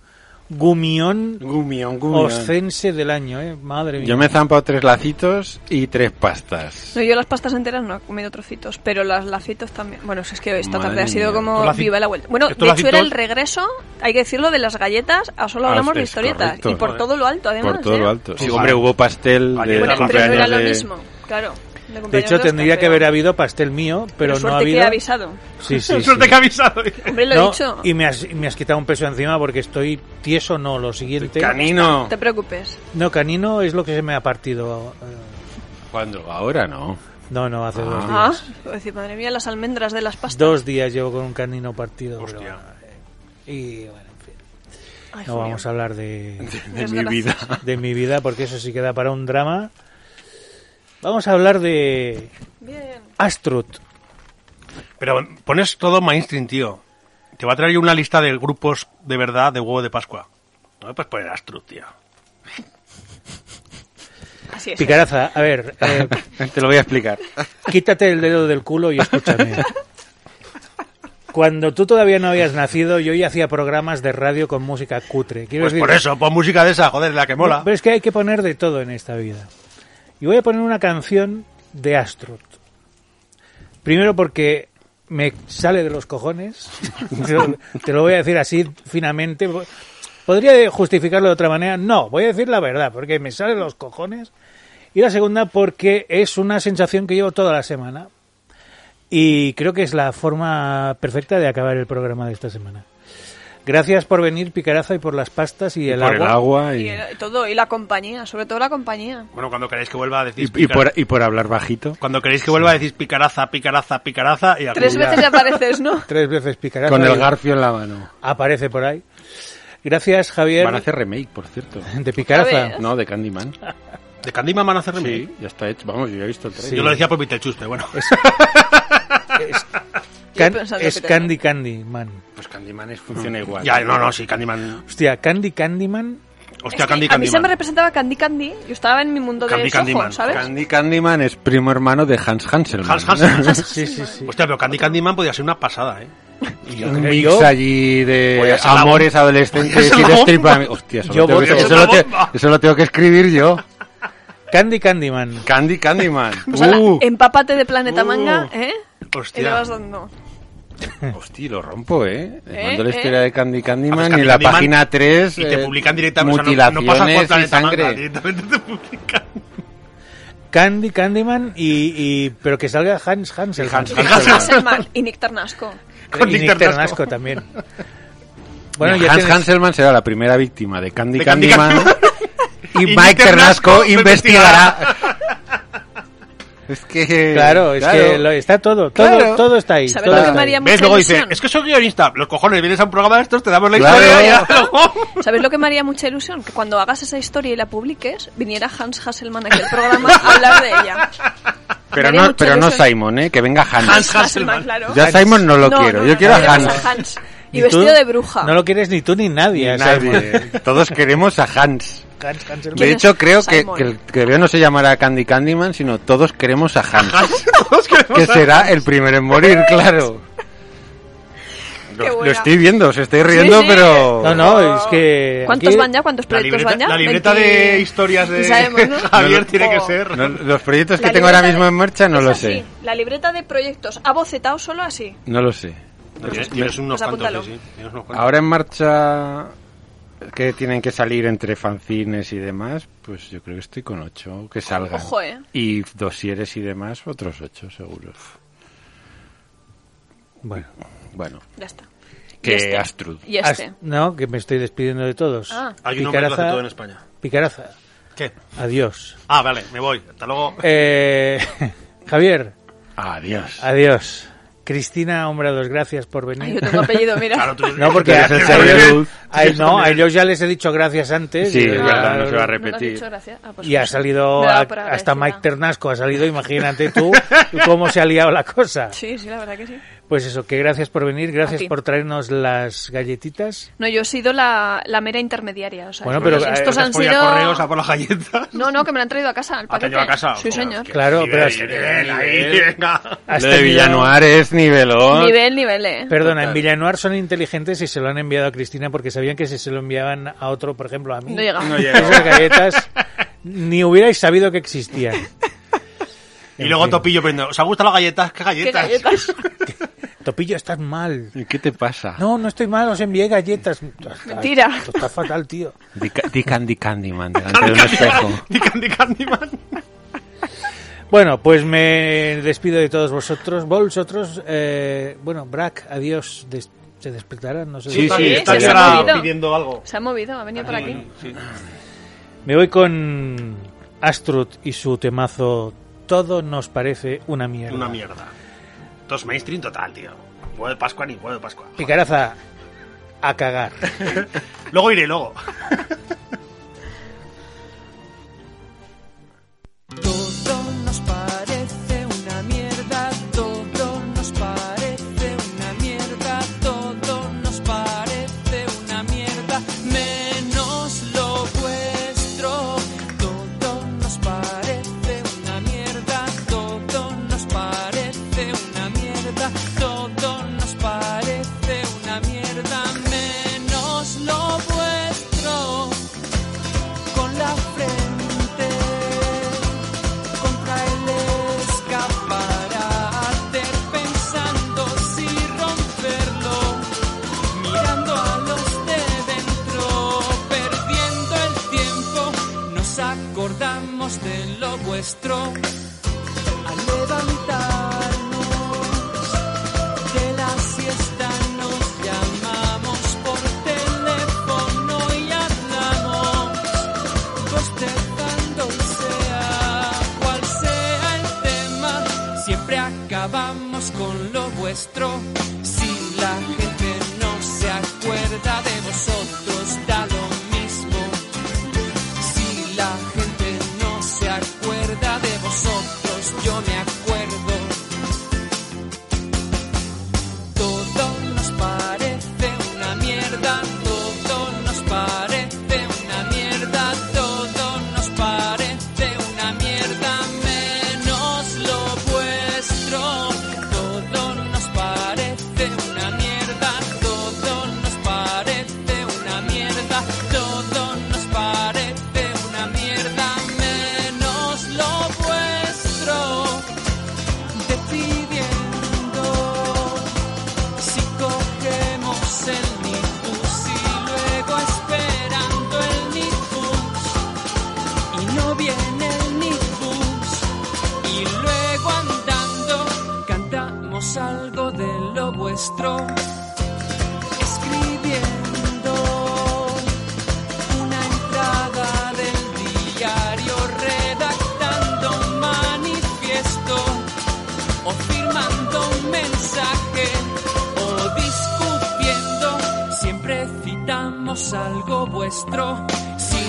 Gumión Gumión, gumión. Oscense del año, ¿eh? Madre mía. Yo me he zampado tres lacitos y tres pastas. No, yo las pastas enteras no he comido trocitos, pero las lacitos también. Bueno, si es que esta Madre tarde ha sido mía. como Estos laci- viva la vuelta. Bueno, de estos hecho era lacitos- el regreso, hay que decirlo, de las galletas, a solo Ah, hablamos de es historietas. correcto. Y por Joder. todo lo alto, además. Por todo ¿eh? lo alto. Sí, Ojalá. hombre, hubo pastel Ayer de era Bueno, pero Los no era cumpleaños lo de- mismo, claro. De hecho, tendría que haber habido pastel mío, pero, no ha suerte habido. que he avisado. Sí, sí, sí. Suerte que ha avisado. Hombre, lo he No, dicho. y me has, y me has quitado un peso encima porque estoy tieso, no, lo siguiente. Canino. No te preocupes. No, canino es lo que se me ha partido. eh, ¿Cuándo? Ahora no. No, no, hace dos días. Ah, puedo decir, madre mía, las almendras de las pastas. Dos días llevo con un canino partido. pero Hostia. bueno, eh, y bueno, en fin. Ay, No Julio. vamos a hablar de, De mi Desgracia. vida. de mi vida porque eso sí queda para un drama. Vamos a hablar de Bien. Astrut. Pero pones todo mainstream, tío. Te va a traer yo una lista de grupos de verdad de huevo de Pascua. No me puedes poner Astruz, tío. Así es. Picaraza, a ver, eh, Te lo voy a explicar. quítate el dedo del culo y escúchame. Cuando tú todavía no habías nacido, yo ya hacía programas de radio con música cutre. Quiero Pues decir, por eso, pon música de esa, joder, la que mola. Pero es que hay que poner de todo en esta vida. Y voy a poner una canción de Astrut. Primero porque me sale de los cojones. Yo Te lo voy a decir así finamente. Podría justificarlo de otra manera. No, voy a decir la verdad, porque me sale de los cojones. Y la segunda porque es una sensación que llevo toda la semana. Y creo que es la forma perfecta de acabar el programa de esta semana. Gracias por venir, Picaraza, y por las pastas y el por el agua. agua Y, y, eh, todo, y la compañía, sobre todo la compañía. Bueno, cuando queréis que vuelva a decir y- y por, e- y por hablar bajito. Cuando queréis que vuelva a decir picaraza, picaraza, picaraza y Tres algún día- veces ya apareces, ¿no? Tres veces Picaraza. Con el y- garfio en la mano. aparece por ahí. Gracias, Javier. Van a hacer remake, por cierto. De Picaraza. Javier. No, de Candyman. Ah, ¿De Candyman van a hacer remake? Sí, ya está hecho. Vamos, yo ya he visto el trailer. Sí. Yo lo decía por Vitelchus, pero bueno. Es, Can- pensando es que te- Candy Candy Man. Pues Candyman es- funciona igual. Ya, no, no, sí, Candyman. Hostia, Candy Candy Man. Es Hostia, que Candy a mí se me Candyman. representaba Candy Candy. Yo estaba en mi mundo Candy de Soho, Candyman. ¿sabes? Candy Candyman es primo hermano de Hans Hanselman. Hans Hansen. Sí, sí, sí. Hostia, pero Candy Candyman podía ser una pasada, ¿eh? Un creo mix yo- allí de Podía ser la amores adolescentes Podía ser y este la bomba. destripan. Hostia, eso, Yo lo tengo, voy a que- ser eso la lo te- bomba. eso lo tengo que escribir yo. Candy Candy Man. Candy Candyman. Pues ala, Uh, empápate de Planeta Uh. Manga, ¿eh? Y le Hostia. vas dando. Hostia, lo rompo, ¿eh? Le Eh, Mando la eh. historia de Candy Haces Candyman y Candy la Candyman página 3. Y te eh, publican directamente. o sea, no- no, Mutilaciones pasas por y Planeta sangre. Manga, directamente te publican. Candy Candyman y, y pero que salga Hans Hansel. Hans Y Hans Nick Hanselman. Hanselman y Nick Tarnasco. Con y Nick Nick Tarnasco. Ternasco también. Bueno, Mira, ya Hans tienes- Hanselman será la primera víctima de Candy De Candy Candyman. Candyman. y Y Mike Nick Ternasco Ternasco investigará. Es que. Claro, es que lo- está todo, todo, Claro. todo está ahí. ¿Sabes todo lo que está me ahí. haría mucha ¿Ves? Luego dice, ilusión? es que soy guionista. Los cojones, vienes a un programa de estos, te damos la Claro. historia y ya luego- ¿Sabes lo que me haría mucha ilusión? Que cuando hagas esa historia y la publiques, viniera Hans Hasselman aquí al programa a hablar de ella. Pero Vale, no, mucho pero no beso. Simon, ¿eh? Que venga Hans. Hans Hasselman. claro. Yo a Simon no lo No, quiero, no, yo no, no, quiero a queremos Hans. a Hans. Y Ni tú, vestido de bruja. No lo quieres ni tú ni nadie. Ni o sea, nadie. Todos queremos a Hans. Hans- Hans Hermann. De ¿Quién es hecho, creo que, Simon? que el que veo no se llamará Candy Candyman, sino todos queremos a Hans. Todos queremos que a- será el primero en morir, claro. Qué Lo, lo buena. estoy viendo, os estoy riendo, sí. pero... No, no, es que... ¿Cuántos aquí- van ya? ¿Cuántos La proyectos libreta, van ya? la libreta 20. de historias de Sí sabemos, ¿no? Javier No, tiene que no. ser. No, los proyectos que La tengo ahora libreta mismo de- en marcha no es lo así, sé. La libreta de proyectos ha bocetado solo así. No lo sé. Tienes- Tienes unos Pues cuantos, apúntalo. sí, sí, tienes unos cuantos. Ahora en marcha que tienen que salir entre fanzines y demás, pues yo creo que estoy con ocho que salgan. Ojo, eh. Y dosieres y demás, otros ocho seguros. Bueno, bueno, Ya está. que este. Astrud. Y As- este. No, que me estoy despidiendo de todos. Ah. Hay un hombre que lo hace Picaraza- todo en España. Picaraza, ¿Qué? adiós. Ah, vale, me voy. Hasta luego. Eh, Javier, Adiós. adiós. Cristina Hombrados, gracias por Ay, venir. yo tengo apellido, mira. Claro, tú- No, porque Te a, vas a a salir de ellos, luz. a- no, a ellos ya les he dicho gracias antes. Sí, y, es verdad, no se ¿Nunca va a has repetir. dicho gracias? Ah, pues y ha pues, salido, me daba a- por hasta agradecida. Mike Ternasco ha salido, imagínate tú cómo se ha liado la cosa. Sí, sí, la verdad que sí. Pues eso, que gracias por venir, gracias A ti. por traernos las galletitas. No, yo he sido la, la mera intermediaria. O sea, Bueno, pero, estos- eh, estos Gracias han por ir a sido. correos a por las galletas. No, no, que me lo han traído a casa. al Ah, te han paquete. llevado a casa. Sí, Joder, señor. qué Claro, nivel, pero has- nivel, ahí, venga. has Lo de tenido- Villanuar es nivelón. Nivel, nivel, eh. Perdona, en Villanuar son inteligentes y se lo han enviado a Cristina porque sabían que si se lo enviaban a otro, por ejemplo a mí, No llega. No llega. esas galletas ni hubierais sabido que existían. Y En luego fin. Topillo poniendo, ¿os han gustado las galletas? ¿Qué Qué galletas? galletas. Topillo, estás mal. ¿Qué te pasa? No, no estoy mal, os envié galletas. Mentira. Esto está fatal, tío. Di, ca- di Candy Candyman delante de un espejo. Ni Candy Candyman. Bueno, pues me despido de todos vosotros. Vosotros, eh, bueno, Brack, adiós. Des- se despertarán, no sé. Sí, Está- sí, está se ya ha movido. pidiendo algo. Se ha movido, ha venido por aquí. Me voy con Astrut y su temazo. Todo nos parece una mierda. Una mierda. Dos mainstream total, tío. Huevo de Pascua ni huevo de Pascua. Picaraza, a cagar. Luego iré, luego. Todo nos parece una mierda, todo nos parece una mierda, todo nos parece una mierda, menos lo vuestro. Todo nos parece una mierda, todo nos parece una mierda, todo nos parece una mierda, menos lo vuestro. Con la frente contra el escaparate pensando si romperlo mirando a los de dentro perdiendo el tiempo nos acordamos de lo vuestro al levantarnos de la siesta nos llamamos por teléfono y hablamos bostezando sea cual sea el tema, siempre acabamos con lo vuestro. Si la gente no se acuerda de vosotros, da lo mismo. Si la gente no se acuerda de vosotros, yo me acuerdo. Todo nos parece una mierda, todo nos parece una mierda, todo nos parece una mierda, menos lo vuestro. Todo nos parece una mierda, todo nos parece una mierda. hagamos algo vuestro. Si